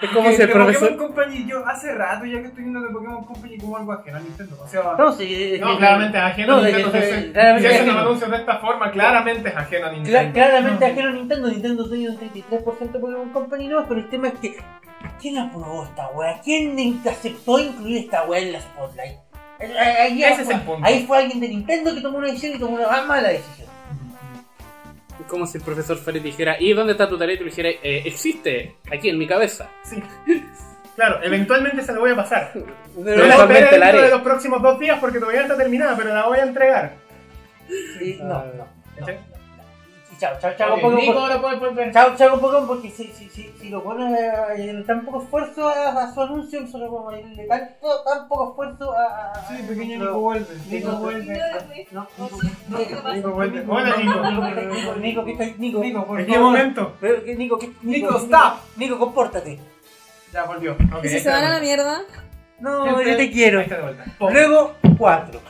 S8: Es como si
S5: de
S8: el profesor.
S5: Pokémon Company, yo hace rato ya que estoy viendo de Pokémon Company como algo ajeno a Nintendo. O sea,
S4: No, sí,
S6: No,
S4: sí,
S6: claramente es ajeno
S4: No,
S6: a
S4: de-
S6: Nintendo.
S4: de-
S6: Si
S4: de- claramente
S6: hacen
S4: ajeno.
S6: anuncios de esta forma, claramente es ajeno a
S4: Cla-
S6: Nintendo.
S4: claramente ajeno a Nintendo, Nintendo tiene un 33% de Pokémon Company no, pero el tema es que ¿quién aprobó esta wea? ¿Quién in- aceptó incluir esta wea en la Spotlight? Eh, eh, Ahí,
S6: Ese es
S4: fue,
S6: el punto.
S4: ahí fue alguien de Nintendo que tomó una decisión y tomó una más mala decisión.
S8: Es como si el profesor Fred dijera, ¿y dónde está tu tarea? Y tú le dijera, "Eh, existe, aquí en mi cabeza.
S6: Claro, eventualmente se lo voy a pasar.
S8: Pero
S6: No la
S8: igualmente
S6: esperé
S8: la
S6: dentro
S8: haré.
S6: de los próximos dos días porque todavía no está terminada, pero la voy a entregar.
S4: Y- no, no, no, no.
S6: ¿Cachai?
S4: Y chao, chao, chao,
S6: Ok,
S4: Pokémon.
S6: Nico
S4: por-
S6: ahora puede volver.
S4: Chao, chao, Pokémon, porque si, si, si, si lo pones eh, tan poco esfuerzo a, a su anuncio, solo como el- tanto, tan poco esfuerzo a. a- a-
S5: sí, pequeño
S4: no.
S5: Nico vuelve.
S4: Nico
S5: Nico vuelve.
S4: No,
S7: No,
S4: Nico,
S7: no,
S4: Nico,
S7: no,
S6: Nico vuelve. Hola, Nico.
S4: Nico, Nico, ¿qué estás? Nico,
S5: Nico, por
S6: ¿En qué
S5: favor.
S6: momento?
S4: Pero, ¿qué- Nico, ¿qué-
S5: Nico, stop.
S4: Nico, compórtate.
S6: Ya volvió. Ok,
S7: ¿Y si
S6: ahí
S7: se
S6: está
S7: van
S6: de
S7: a la
S6: vuelta.
S7: mierda?
S4: No,
S6: Gente,
S4: yo te quiero.
S6: Ahí está de vuelta.
S4: Luego, cuatro.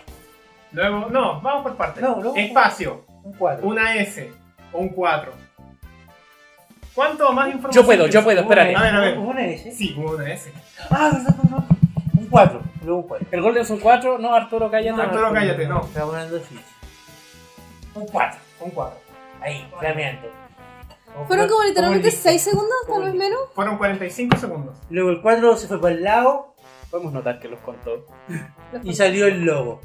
S6: Luego, no, vamos por partes.
S4: No, no.
S6: Espacio,
S4: Un cuatro.
S6: una S, un 4. ¿Cuánto más información?
S8: Yo puedo, yo puedo, espérate.
S6: A ver, a ver.
S4: Un S.
S6: Sí, hubo una S.
S4: Ah, verdad, no, no. Un cuatro. Luego un cuatro.
S8: El Golden son 4, no, Arturo, cállate.
S6: No, Arturo, cállate, no.
S4: Estaba hablando de Switch. Un cuatro.
S6: Un 4.
S4: Ahí, flameando.
S7: Fueron como literalmente
S4: listo.
S7: 6 segundos, tal
S4: Como
S7: vez
S4: listo.
S7: menos.
S6: Fueron 45 segundos.
S4: Luego el cuatro se fue para el lado
S8: Podemos notar que los contó.
S4: y salió el logo.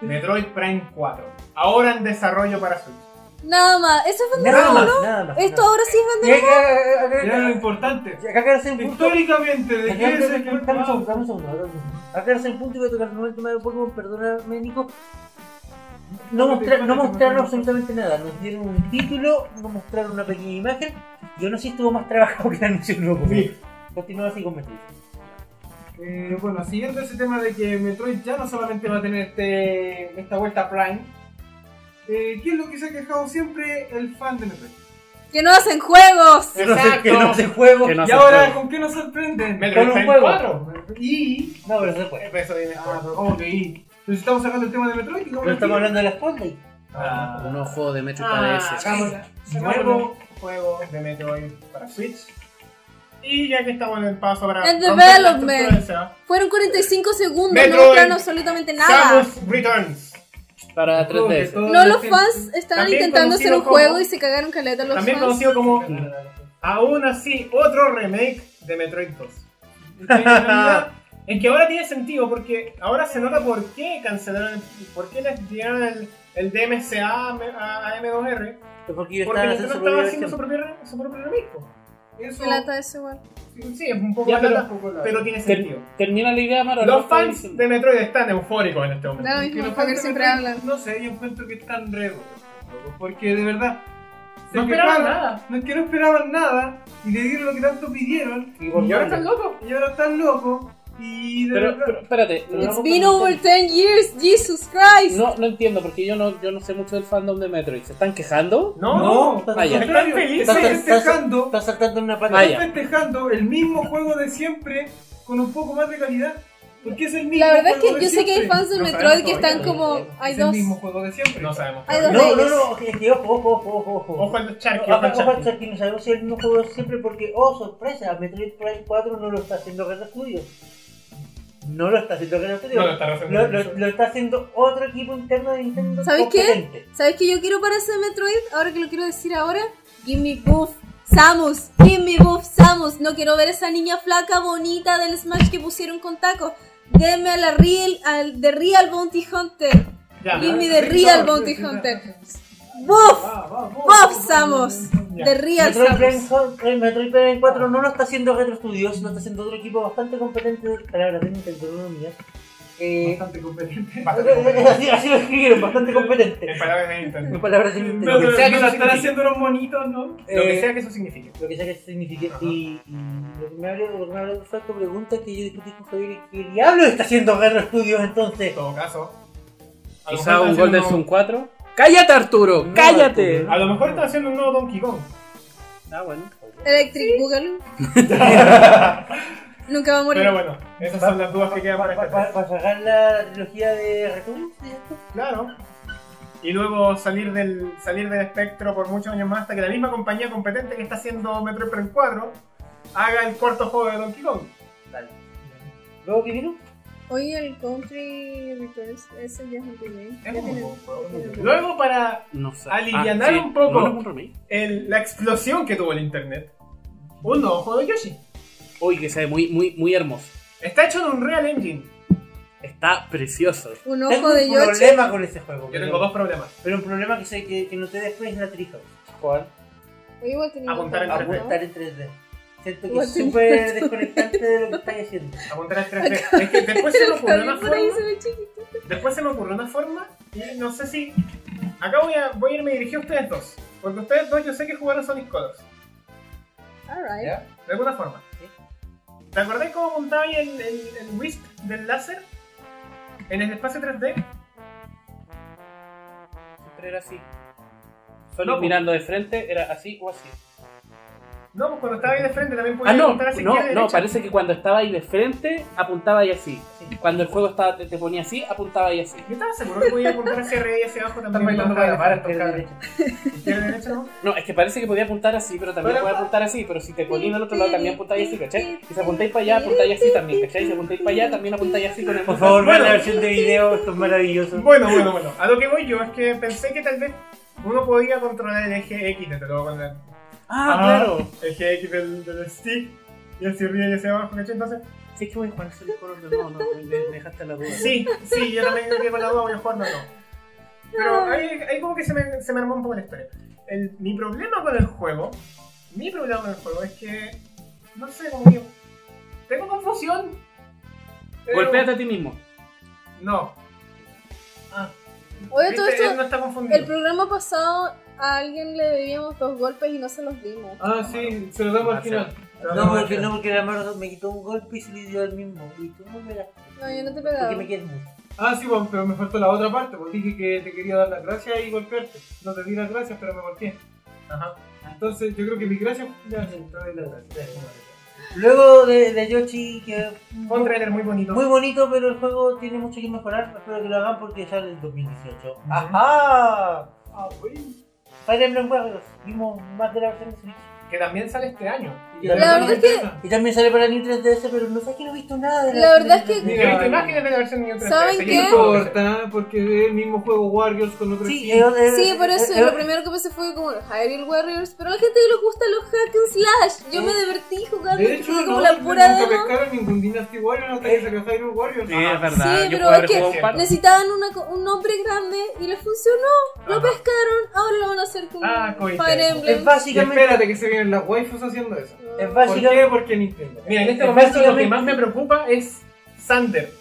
S6: Metroid Prime 4. Ahora en desarrollo para Switch.
S7: Nada más. Eso es vender
S4: Nada
S7: humo,
S4: más,
S7: ¿no?
S4: nada más.
S7: Esto
S4: nada
S7: ahora sí es
S4: más.
S7: vender
S4: Y eh, acá- acá-
S5: Era lo
S4: acá-
S5: importante.
S4: eh, acá quiero hacer un punto.
S5: Históricamente, ¿de qué es el
S4: Dame un segundo, dame un segundo, dame un segundo. Acá es el punto y voy a tocar nuevamente el tema de Pokémon, perdóname Nico. No, mostra- no mostraron absolutamente nada. Nos dieron un título, nos mostraron una pequeña imagen. Y aún así estuvo más trabajado que el anuncio nuevo.
S6: Sí.
S4: Continúa así con Metroid.
S6: Eh, bueno, siguiendo ese tema de que Metroid ya no solamente va a tener este, esta vuelta a Prime, eh, ¿qué es lo que se ha quejado siempre el fan de Metroid?
S7: ¡Que no hacen juegos!
S4: Que no se- Que no se juego.
S8: Que no
S6: y
S8: se
S6: ahora,
S8: puede.
S6: ¿con qué nos sorprenden?
S4: Metroid
S6: Con un
S4: Prime
S6: juego.
S4: 4.
S6: Y...
S4: No, pero se juega.
S6: Eh, Eso viene ah, pero ¿Cómo que y? Pues estamos sacando el tema de Metroid y no
S4: Pero estamos hablando de la Spotlight.
S6: Ah,
S8: Un juego de Metro
S6: Ah,
S8: PS.
S6: hagamos- nuevo juego de Metroid para Switch. Y ya que estamos en el paso para...
S7: En
S6: romper la
S7: development.
S6: estructura del SEA,
S7: Fueron 45 segundos,
S6: Metroid.
S7: no mostraron absolutamente nada.
S6: Samus Returns.
S8: Para
S6: Creo que
S8: 3DS.
S6: todos
S7: No, los
S6: dicen-
S7: fans estaban
S6: También
S7: intentando hacer
S6: conocido
S7: un juego
S6: como-
S7: y se cagaron caleta los
S6: También
S7: fans.
S6: conocido como Aún así, otro remake de Metroid 2. Que en realidad- En que ahora tiene sentido, porque ahora se nota por qué cancelaron, por qué les dieron el, el DMCA a M- a M2R,
S4: Es Porque yo
S6: porque
S4: estaba
S6: Nintendo
S4: haciendo su
S6: estaba
S4: propia
S6: haciendo su
S4: versión.
S6: propio, re- su propio remake. po. Eso,
S7: Qué lata eso, igual.
S6: sí, es un poco
S8: Ya,
S6: lata,
S8: pero-
S6: pero, tiene
S8: Ter-
S6: sentido.
S8: termina la idea, Maro.
S6: Los
S8: no estoy
S6: fans
S8: diciendo.
S6: de Metroid están eufóricos en este momento.
S7: Da lo
S5: Que
S7: mismo,
S5: los
S7: porque
S5: fans de
S7: siempre
S5: Metroid,
S7: hablan.
S5: No sé, yo encuentro que están re locos, Porque de verdad. se
S6: No esperaban
S5: quejaron,
S6: nada.
S5: No es que no esperaban nada y le dieron lo que tanto pidieron. Y,
S6: Y ahora están locos.
S5: ahora están locos. Y de
S8: Pero,
S5: verdad.
S8: pero, espérate. pero
S7: It's
S8: no
S7: been
S8: comprendo.
S7: over 10 years, Jesus Christ.
S8: No, no entiendo, porque yo no, yo no sé mucho del fandom de Metroid. ¿Se están quejando?
S4: No,
S6: No,
S4: estás-
S8: Vaya.
S4: estás-
S6: están
S4: estás-
S6: felices.
S4: estás-
S5: festejando.
S4: Estás saltando en una
S8: Ah,
S4: pantalla.
S8: ya.
S5: Están festejando el mismo juego de siempre con un poco más de calidad. Porque es el mismo
S7: La verdad es
S5: juego
S7: que
S5: de
S7: yo sé que hay
S5: siempre.
S7: fans de
S6: No
S7: Metroid
S6: sabemos
S7: que están
S4: todavía,
S7: como.
S4: todavía.
S7: Hay
S5: Es el
S7: dos.
S5: mismo juego de siempre.
S6: No sabemos.
S7: Hay
S4: No,
S7: dos.
S4: no,
S7: Reyes.
S4: no, es que ojo, ojo, ojo, ojo.
S6: Ojo al charque, ojo al
S4: Ojo al
S6: charque.
S4: Sharky, no sabemos si es el mismo juego siempre porque, oh sorpresa, Metroid Prime 4 no lo está haciendo Guerra Studios. No lo está haciendo Guerra
S6: No lo
S4: Studios.
S6: está
S4: Lo,
S6: resolviendo.
S4: lo- lo está haciendo otro equipo interno de Nintendo.
S7: ¿Sabes qué?
S4: competente.
S7: ¿Sabes qué yo quiero para ese Metroid? Ahora que lo quiero decir ahora. Give me buff. Samus, give me buff, Samus. No quiero ver esa niña flaca bonita del Smash que pusieron con tacos. Deme a la real, al de Real Bounty Hunter.
S6: Ya.
S7: Give me the Real Bounty Hunter. Buff,
S5: Ah,
S7: buff, Samus. The Real
S4: Metroid Prime,
S7: Samus.
S4: Hot- eh, Metroid Prime 4 no lo está haciendo Retro Studios, lo está haciendo otro equipo bastante competente de palabras de Nintendo, no mías. Eh,
S5: Bastante competente.
S6: Bastante (laughs) competente.
S4: así, así lo escribieron, bastante competente.
S6: En palabras de Nintendo.
S4: En palabras de
S6: Lo
S4: Nintendo.
S6: que sea que eso
S5: están
S6: signifique.
S5: haciendo unos monitos, ¿no?
S6: Lo que
S4: Eh,
S6: sea que eso signifique.
S4: lo que sea que eso signifique.
S6: Ajá.
S4: Y, y lo que me abre, lo que me abre fue tu pregunta que yo discutí con Javier y que diablo está haciendo Guerra Studios
S6: En
S4: entonces.
S6: todo caso. a lo mejor
S8: Quizá
S6: están
S8: un
S6: haciendo
S8: Golden
S6: un
S8: Sun
S6: nuevo-
S8: 4. ¡Cállate, Arturo!
S4: No,
S8: ¡Cállate!
S4: Arturo.
S6: A lo mejor están haciendo un nuevo Donkey (laughs) Kong.
S8: Ah, bueno.
S7: Electric Boogaloo. Nunca va a morir.
S6: Pero bueno, esas son las dudas que quedan para
S4: ¿Para
S6: este test.
S4: sacar la trilogía de Return?
S6: Claro. Y luego salir del, salir del espectro por muchos años más hasta que la misma compañía competente que está haciendo Metroid Prime 4 haga el cuarto juego de Donkey Kong.
S4: ¿Luego qué vino?
S7: Oye, el Country Returns, ese ya es un remake.
S6: Es
S7: Ya
S6: un
S7: tiene-
S6: buen juego.
S7: ya tiene-
S6: Luego para
S8: No sé.
S6: Alivianar
S8: Ah, sí.
S6: un poco.
S8: No, no es un remake.
S6: el- la explosión que tuvo el internet, un nuevo juego de Yoshi.
S8: Uy, que se ve muy, muy, muy hermoso.
S6: Está hecho en Unreal Engine.
S8: Está precioso.
S7: Un
S4: Tengo
S7: ojo
S4: un
S7: de Yoshi.
S4: problema con ese juego.
S6: Yo
S4: pero-
S6: tengo dos problemas.
S4: Pero un problema que sé que, que no te después es la Treehouse.
S7: Oye, igual tenía
S6: Apuntar
S7: un
S6: en
S4: A
S7: ojo,
S6: tres
S7: ¿no?
S4: estar en 3D. Siento que
S7: Igual
S4: es
S7: tenía
S4: súper desconectante de lo que estáis haciendo.
S6: Apuntar al 3D. Pues Es que después se
S7: (laughs)
S6: me ocurrió una
S7: Pero por ahí
S6: forma.
S7: se ve chiquito.
S6: Después se me ocurrió una forma. Y no sé si. Acá voy a, voy a irme dirigido a ustedes dos. Porque ustedes dos yo sé que jugaron Sonic Colors.
S7: Alright.
S6: De alguna forma. ¿Te acordás cómo apuntaba ahí el, el, el Wisp del láser? En el espacio 3D.
S8: Siempre era así. Solo
S6: No, pues.
S8: mirando de frente era así o así.
S6: No, pues cuando estaba ahí de frente también podía
S8: Ah, no,
S6: apuntar hacia
S8: no,
S6: izquierda y
S8: no,
S6: derecha.
S8: parece que cuando estaba ahí de frente apuntaba ahí así. Cuando el juego estaba, te, te ponía así, apuntaba ahí así.
S6: Yo estaba seguro que podía apuntar hacia arriba y hacia abajo también.
S5: Están bailando
S6: Apuntaba
S5: para la vara,
S6: hacia
S5: tocar.
S6: izquierda y derecha, ¿no?
S8: No, es que parece que podía apuntar así, pero también
S6: Pero-
S8: podía apuntar así. Pero si te ponías al otro lado también apuntáis así, ¿cachai? Y si apuntáis para allá, apuntáis así también, ¿cachai? Y si apuntáis para allá, también apuntáis así con el
S4: Por favor, vean la
S6: Bueno.
S4: versión de video, esto es maravilloso.
S6: Bueno, bueno, bueno. A lo que voy yo es que pensé que tal vez uno podía controlar el eje X, te lo voy a poner.
S8: Ah, claro.
S6: Eje X del, del stick. Y hacia arriba y hacia abajo, ¿cachai? Entonces,
S8: Sí, que voy a jugar Sonic Colors de nuevo, no, me, me dejaste la duda.
S6: sí, sí, yo también creo que con la duda voy a jugar, no, no. Pero ahí, ahí como que se me, se me armó un poco la historia. El- mi problema con el juego, mi problema con el juego es que, no sé, como que tengo confusión. Pero-
S8: Golpéate a ti mismo.
S6: No. Ah.
S7: Oye, todo
S6: Viste,
S7: esto-
S6: Él no está confundido.
S7: El programa pasado a alguien le debíamos dos golpes y no se los dimos.
S5: Ah, sí, se lo damos al final. Se lo
S4: Ah, No,
S5: damos al
S4: porque,
S5: final.
S4: no, porque la mano me quitó un golpe y se le dio al mismo. Y tú no me das.
S7: No, yo no te
S4: Porque
S7: pegaba.
S4: me quieres mucho.
S5: Ah, sí, bueno, pero me faltó la otra parte, porque dije que te quería dar las gracias y golpearte. No te di las gracias, pero me golpeé. Ajá. Entonces, yo creo que mi gracia. Ya, sí, te doy las gracias.
S4: Luego de, de Yoshi, que
S6: Fue un trailer muy bonito.
S4: muy bonito, pero el juego tiene mucho que mejorar. Espero que lo hagan porque sale el 2018. ¡Ajá!
S5: Ah, güey.
S4: Fire Emblem Warriors. Vimos más de la versión de Switch.
S6: Que también sale este año. Y
S4: La
S6: también
S7: verdad
S6: me
S7: es que-
S6: interesa.
S4: Y también sale para New 3DS, pero no sé que no he visto nada de la,
S7: La verdad es que-
S6: Ni
S5: Mira,
S6: he visto imágenes de la versión New 3DS.
S7: ¿Saben
S6: Yo
S7: qué?
S5: No
S6: no puedo creer.
S5: importa, porque es el mismo juego Warriors con otro
S4: Sí,
S5: skin.
S4: es- es-
S7: Sí, por eso
S4: es-
S7: lo
S4: es-
S7: primero que pensé fue como los Hyrule Warriors, pero a la gente que le gusta los hack and slash. Yo me divertí jugando
S5: De
S7: este
S5: hecho,
S7: juego
S5: no,
S7: como la pura
S5: nunca
S7: demo.
S5: pescaron ningún Dynasty Warriors hasta que salió Hyrule Warriors.
S8: Sí,
S5: Ajá.
S8: es verdad.
S7: Sí,
S8: Yo
S7: pero
S8: puedo
S7: es
S8: haber
S7: que-
S8: jugado un par.
S7: Necesitaban una co- un nombre grande y les funcionó. Lo pescaron, ahora lo van a hacer con
S6: Ah, con
S7: Fire
S6: Nintendo.
S7: Emblem.
S4: es
S5: Y
S4: básicamente.
S5: espérate que se vienen las waifus haciendo eso.
S4: Es
S5: ¿Por qué?
S4: básicamente.
S5: Porque Nintendo.
S6: Mira, en este
S4: Es
S6: momento lo que
S4: básicamente-
S6: más me preocupa es Sander.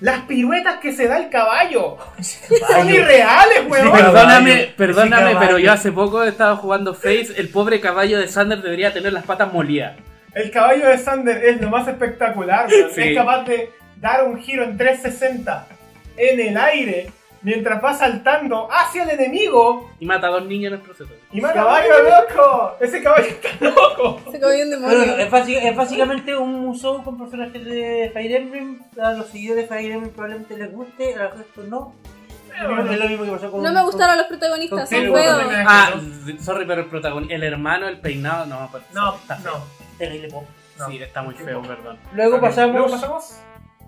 S6: Las piruetas que se da el (laughs) caballo. Son irreales, weón.
S8: Perdóname, perdóname,
S4: caballo.
S8: pero yo hace poco estaba jugando Face. El pobre caballo de Sander debería tener las patas molidas.
S6: El caballo de Sander es lo más espectacular, weón.
S8: Sí.
S6: Es capaz de dar un giro en 360 en el aire mientras va saltando hacia el enemigo
S8: Y mata a dos niños en el proceso.
S6: y mata caballo loco. Ese caballo está loco.
S7: Se cogió un
S4: Bueno,
S7: demonio.
S4: no, es, básica- es básicamente un museo con personajes de Fire Emblem. A los seguidores de Fire Emblem probablemente les guste, a los restos no. Es lo mismo que pasó con.
S7: No me gustaron los protagonistas, son
S4: Pero-
S7: huevos.
S8: Ah, sorry, pero el protagonista, el hermano, el peinado, no, pues,
S6: No,
S8: está feo.
S6: no.
S4: con Terrible Pop.
S8: Sí, está muy feo, perdón.
S4: Luego
S6: Luego
S4: pasamos
S6: pasamos.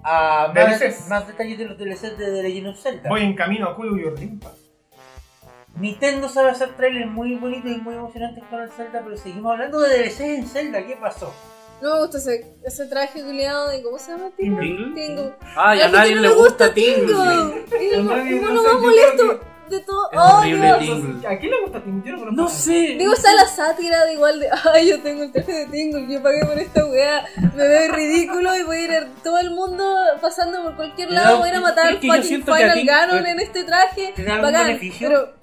S4: a
S6: DLCs.
S4: más, más detalles de los DLCs de The Legend of Zelda.
S6: Voy en camino a Kudu y Urlimpa.
S4: Nintendo sabe hacer trailers muy bonitos y muy emocionantes con el Zelda, pero seguimos hablando de DLCs en Zelda. ¿Qué pasó?
S7: No me gusta ese, ese traje culiado de. ¿Cómo se llama? Tingo.
S8: ¿Tingle?
S7: Tingo.
S8: Ay,
S7: La
S8: a
S7: gente
S8: nadie
S7: no
S8: le
S7: le
S8: gusta
S7: gusta
S8: Tingle.
S7: Y
S5: A
S7: no,
S5: nadie
S7: no, no
S5: le gusta
S7: me
S5: Tingle.
S7: molesto de todo.
S8: Es
S7: ¡Oh,
S8: horrible
S7: Dios!
S8: Tingle.
S5: ¿A quién le gusta Tingle?
S8: No sé.
S7: Digo, está la sátira de igual de, ay, yo tengo el traje de Tingle, yo pagué por esta weá, me veo ridículo y voy a ir a todo el mundo pasando por cualquier lado, voy a ir a matar
S8: es
S7: al
S8: que yo
S7: fucking
S8: siento que a
S7: Final
S8: Tingle-
S7: Ganon en este traje.
S4: ¿Te da algún
S7: Bacán,
S4: beneficio?
S7: pero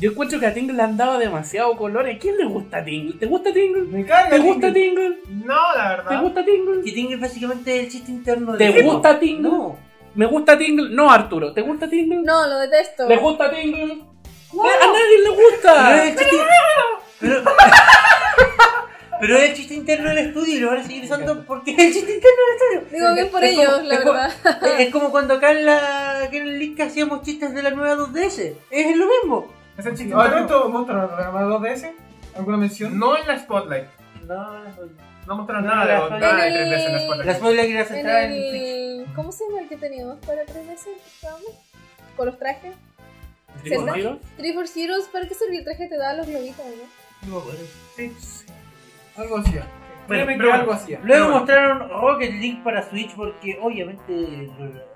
S8: Yo encuentro que a Tingle le han dado demasiado color. ¿A quién le gusta Tingle? ¿Te gusta Tingle?
S5: Me carga.
S8: ¿Te gusta
S5: Tingle.
S8: Tingle?
S6: No, la
S8: ¿Te
S4: ¿Ah?
S6: verdad.
S8: gusta Tingle?
S4: Que Tingle básicamente el chiste interno de.
S8: ¿Te
S4: Zelda.
S8: gusta Tingle?
S4: No.
S8: ¿Me gusta Tingle? No, Arturo. ¿Te gusta Tingle?
S7: no, lo detesto.
S8: ¿Le gusta Tingle? A nadie le gusta.
S4: Pero es el chiste. Pero, (laughs) pero es el chiste interno del estudio y lo van a seguir usando porque es el chiste interno del estudio.
S7: Digo, bien por
S4: Es como-
S7: ellos, la
S4: es como-
S7: verdad.
S4: Es, es como cuando acá en la acá en el link hacíamos chistes de la nueva 2DS. Es lo mismo.
S6: Es el chiste.
S5: ¿Has visto Monster Ranma 2DS? ¿Alguna mención?
S6: No en la Spotlight.
S4: No, las
S6: No mostraron
S4: No,
S6: nada
S4: la
S6: de
S4: Spotlight.
S6: nada de
S7: En
S6: 3 veces en la
S7: el-
S6: Spotlight.
S4: la spoiler que las
S7: En
S4: entradas en Twitch.
S7: el, ¿cómo se llama el que teníamos para tres veces? ¿Estábamos? ¿Con los trajes?
S8: ¿Tingle?
S7: ¿Zelda? Three for Heroes, ¿para qué servía el traje? Te da los globitos, ¿no?
S5: Algo hacía.
S6: Bueno,
S5: Créeme que
S6: pero-
S5: algo hacía.
S4: Luego
S6: bueno.
S4: mostraron oh, Rocket League para Switch porque obviamente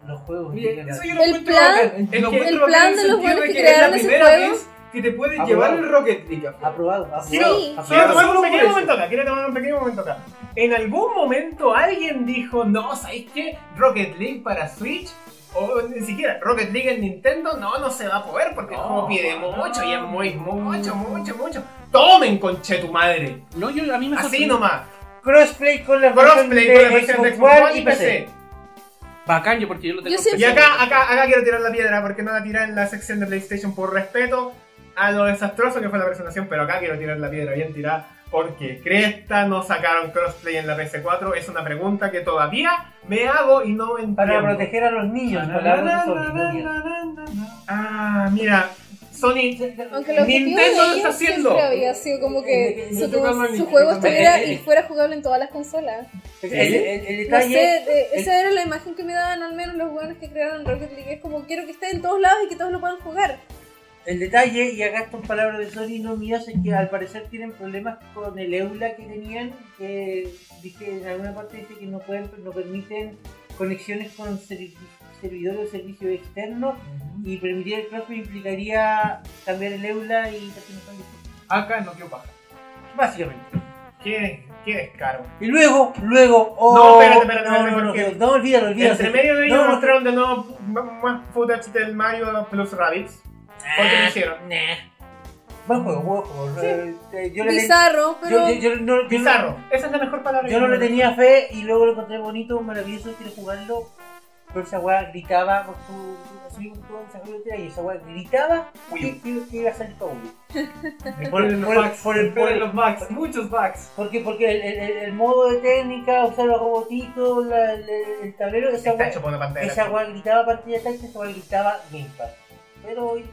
S4: lo- los juegos
S5: Oye,
S4: llegan a-
S5: eso yo lo
S7: El
S5: encuentro
S7: plan-
S5: bacán.
S6: el
S5: Lo encuentro
S7: plan
S5: bacán en
S7: de
S5: el
S7: los
S5: sentido
S7: buenos
S5: de
S7: que
S5: que es la
S7: crearon ese
S5: primera
S7: juego.
S5: vez que te puedes
S4: Aprobado.
S5: llevar el Rocket League. afuera.
S4: aprobado, aprobado.
S6: Quiero,
S7: Sí.
S6: quiero
S4: aprobado.
S6: tomar un
S5: Solo por
S6: pequeño
S5: eso.
S6: momento acá, quiero tomar un pequeño momento acá. En algún momento alguien dijo, no, ¿sabéis qué? Rocket League para Switch, o ni siquiera Rocket League en Nintendo, no, no se va a poder porque el juego pide mucho y es muy, mucho, mucho, mucho. Tomen, conche tu madre.
S8: No, yo a mí me
S6: Así
S8: sorprendió.
S6: nomás.
S4: Crossplay con las
S6: Crossplay con la versión de Xbox One y PC.
S8: Bacán, yo porque yo lo tengo.
S7: Yo siempre-
S6: Y acá, acá, acá quiero tirar la piedra porque no la tiré en la sección de PlayStation por respeto a lo desastroso que fue la presentación, pero acá quiero tirar la piedra bien tirada porque Cresta no sacaron crossplay en la PS4. Es una pregunta que todavía me hago y no entiendo.
S4: Para proteger a los niños. palabras de Sony, no mías.
S6: Ah, mira, Sony.
S7: Aunque lo objetivo de
S6: Nintendo lo está
S7: ellos
S6: haciendo.
S7: siempre había sido como que
S4: Eh, eh,
S7: su,
S4: yo creo
S7: su juego estuviera
S4: (laughs)
S7: y fuera jugable en todas las consolas.
S4: El, el- el
S7: No
S4: detalle. eh.
S7: sé, de-
S4: el-
S7: esa era la imagen que me daban al menos los buenos que crearon Rocket League. Es como quiero que esté en todos lados y que todos lo puedan jugar.
S4: El detalle, y acá están palabras de Sony no mías, es que al parecer tienen problemas con el EULA que tenían, que dije, en alguna parte dice que no pueden, pues, no permiten conexiones con servi- servidores o servicios externos, y permitir el crossplay implicaría cambiar el EULA y casi no están dispuestos.
S5: Acá no quiero paja.
S4: Básicamente.
S6: Qué, qué descaro.
S4: Y luego, luego, oh,
S6: No, espérate, espérate, espérate,
S4: no, no, no,
S6: porque-
S4: no, olvídalo, olvídalo.
S6: Entre medio de ellos
S4: No, no,
S6: mostraron de nuevo m- más footage del Mario Plus Rabbids. ¿Por
S4: Ah.
S6: qué lo hicieron?
S4: Buen juego, buen juego. Eh, eh, Yo le ten-
S7: Bizarro, pero
S4: yo- yo- yo no- yo no-
S6: Bizarro. Esa es la mejor palabra.
S4: Yo
S6: que
S4: no le
S6: tengo.
S4: tenía fe y luego lo encontré bonito, maravilloso, quiero jugarlo. Pero esa weá gritaba pues, con su. Así un todo el desarrollo de y esa weá gritaba que, que- que iba a salir todo Y por,
S5: Esperen los
S4: por-
S5: bugs,
S4: por el, por
S5: esperen
S4: el-
S5: los bugs, muchos bugs.
S4: porque, porque el, el- el- el modo de técnica, usar los robotitos, la- el, el- el tablero, esa
S6: Está
S4: weá,
S6: hecho por una pantalla.
S4: esa weá gritaba pantalla táctil, esa weá gritaba gamepad. Pero hoy.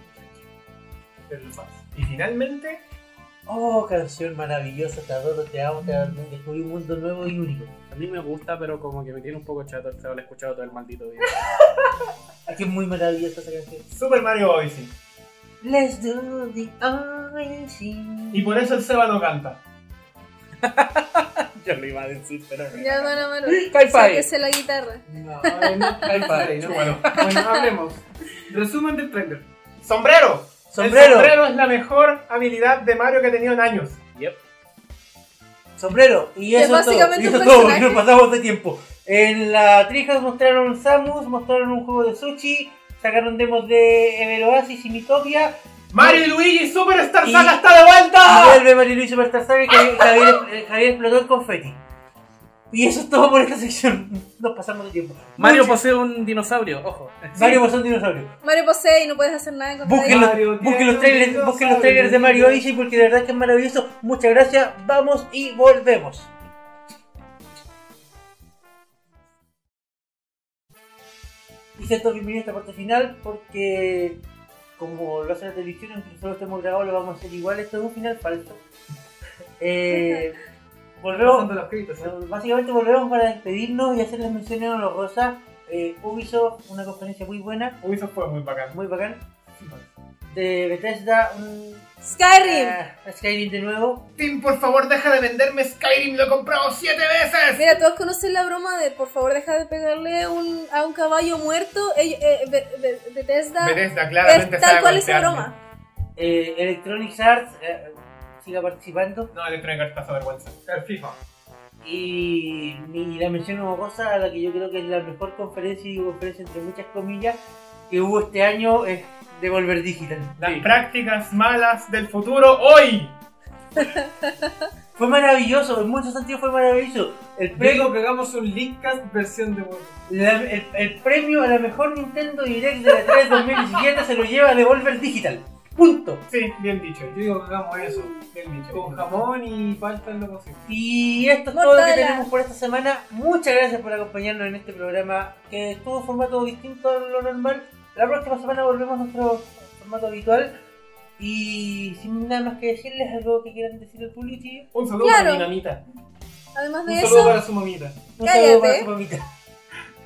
S6: Esperen los bugs. Y finalmente,
S4: Oh, canción maravillosa, te adoro, te amo, te adoro, descubrí un mundo nuevo y único.
S8: A mí me gusta, pero como que me tiene un poco chato el lo he escuchado todo el maldito día. (laughs)
S4: Es que es muy maravillosa esa canción.
S6: Super Mario Odyssey.
S4: Let's do the Odyssey.
S6: Y por eso el Seba no canta.
S8: Yo lo iba a decir, pero no.
S7: ya mano mano.
S8: Kai Pai.
S7: Sáquese la guitarra.
S5: No, no,
S8: padre,
S5: no, bueno. Bueno, hablemos. Resumen del trailer.
S6: ¡Sombrero! El
S4: Sombrero,
S6: sombrero es la mejor habilidad de Mario que ha tenido en años.
S4: sombrero. Y
S7: Que
S4: eso es
S7: básicamente
S4: todo. Y
S7: un
S4: eso es todo,
S7: personaje.
S4: nos pasamos de tiempo. En la Treehouse mostraron Samus, mostraron un juego de sushi, sacaron demos de Ever Oasis y Mitopia.
S6: Mario y Luigi Superstar
S4: Y-
S6: Saga está de vuelta.
S4: Y vuelve Mario Luis Superstar Saga y Javier, Javier, eh, Javier explotó el confeti. Y eso es todo por esta sección. Nos pasamos de tiempo.
S8: Mario
S4: Mucho-
S8: posee un dinosaurio, ojo.
S4: Mario posó un dinosaurio.
S7: Mario posee y no puedes hacer nada contra
S4: Busquen los,
S5: Mario,
S4: busquen
S5: tiene
S4: los
S5: un
S4: trailers, busquen los
S5: dinosaurio.
S4: trailers de Mario Odyssey porque de verdad que es maravilloso. Muchas gracias, vamos y volvemos. Y sean todos bienvenidos a esta parte final porque como lo hace la televisión, aunque nosotros estemos grabados, lo vamos a hacer igual, esto es un final falso. (laughs) Eh, volvemos,
S5: Pasando los créditos. ¿eh?
S4: Básicamente volvemos para despedirnos y hacerles menciones a los Rosa. Eh, Ubisoft, una conferencia muy buena,
S6: Ubisoft fue muy bacán.
S4: muy bacán. De Bethesda, un.
S7: Skyrim.
S4: Ah, Skyrim de nuevo.
S6: Tim, por favor, deja de venderme Skyrim, lo he comprado siete veces.
S7: Mira, todos conocen la broma de por favor deja de pegarle un- a un caballo muerto. Eh, eh, Be- Be- Bethesda
S6: Bethesda claramente
S7: es tal
S6: sabe
S7: cual esa
S6: golpearme.
S7: broma.
S4: Eh, Electronic Arts eh, siga participando.
S6: No, Electronic Arts pasa vergüenza. El FIFA.
S4: Y, y la menciono cosa a la que yo creo que es la mejor conferencia y conferencia entre muchas comillas que hubo este año es de Volver Digital.
S6: Las
S8: Sí.
S6: prácticas malas del futuro hoy.
S4: Fue maravilloso, en muchos sentidos fue maravilloso. El premio,
S5: Luego que hagamos un Linkcast versión de World.
S4: la- el, el premio a la mejor Nintendo Direct de E la 3 2017 se lo lleva Devolver Digital. Punto.
S6: Sí, bien dicho.
S5: Yo digo que hagamos eso.
S6: Bien dicho.
S5: Con jamón y palta en lo posible.
S4: Y esto es todo lo que
S7: Mortadela.
S4: tenemos por esta semana. Muchas gracias por acompañarnos en este programa que estuvo en formato distinto a lo normal. La próxima semana volvemos a nuestro formato habitual. Y sin nada más que decirles, algo que quieran decir al público. chiquillos?
S6: Un saludo
S7: Claro.
S6: para mi mamita.
S7: Además de
S5: Un saludo
S7: eso,
S5: para su mamita.
S4: Un saludo
S7: Cállate.
S4: para su mamita.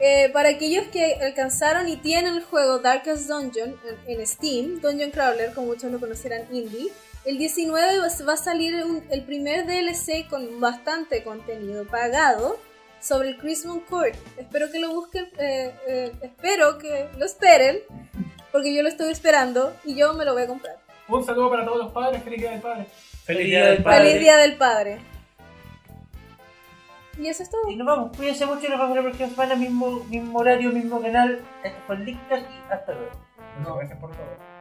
S7: eh, para aquellos que alcanzaron y tienen el juego Darkest Dungeon en, en Steam, Dungeon Crawler, como muchos lo conocerán indie, el 19 va- va a salir un- el primer DLC con bastante contenido pagado sobre el Crimson Court. Espero que lo busquen, eh, eh, espero que lo esperen, porque yo lo estoy esperando y yo me lo voy a comprar.
S6: Un saludo para todos los padres. Feliz día del padre.
S8: Feliz día del padre.
S7: Feliz Día del Padre. Y eso es todo.
S4: Y nos vamos. Cuídense mucho y nos vemos la próxima semana. Mismo, mismo horario, mismo canal. Esto fue el Lickcast y hasta luego.
S6: Muchas gracias por todo.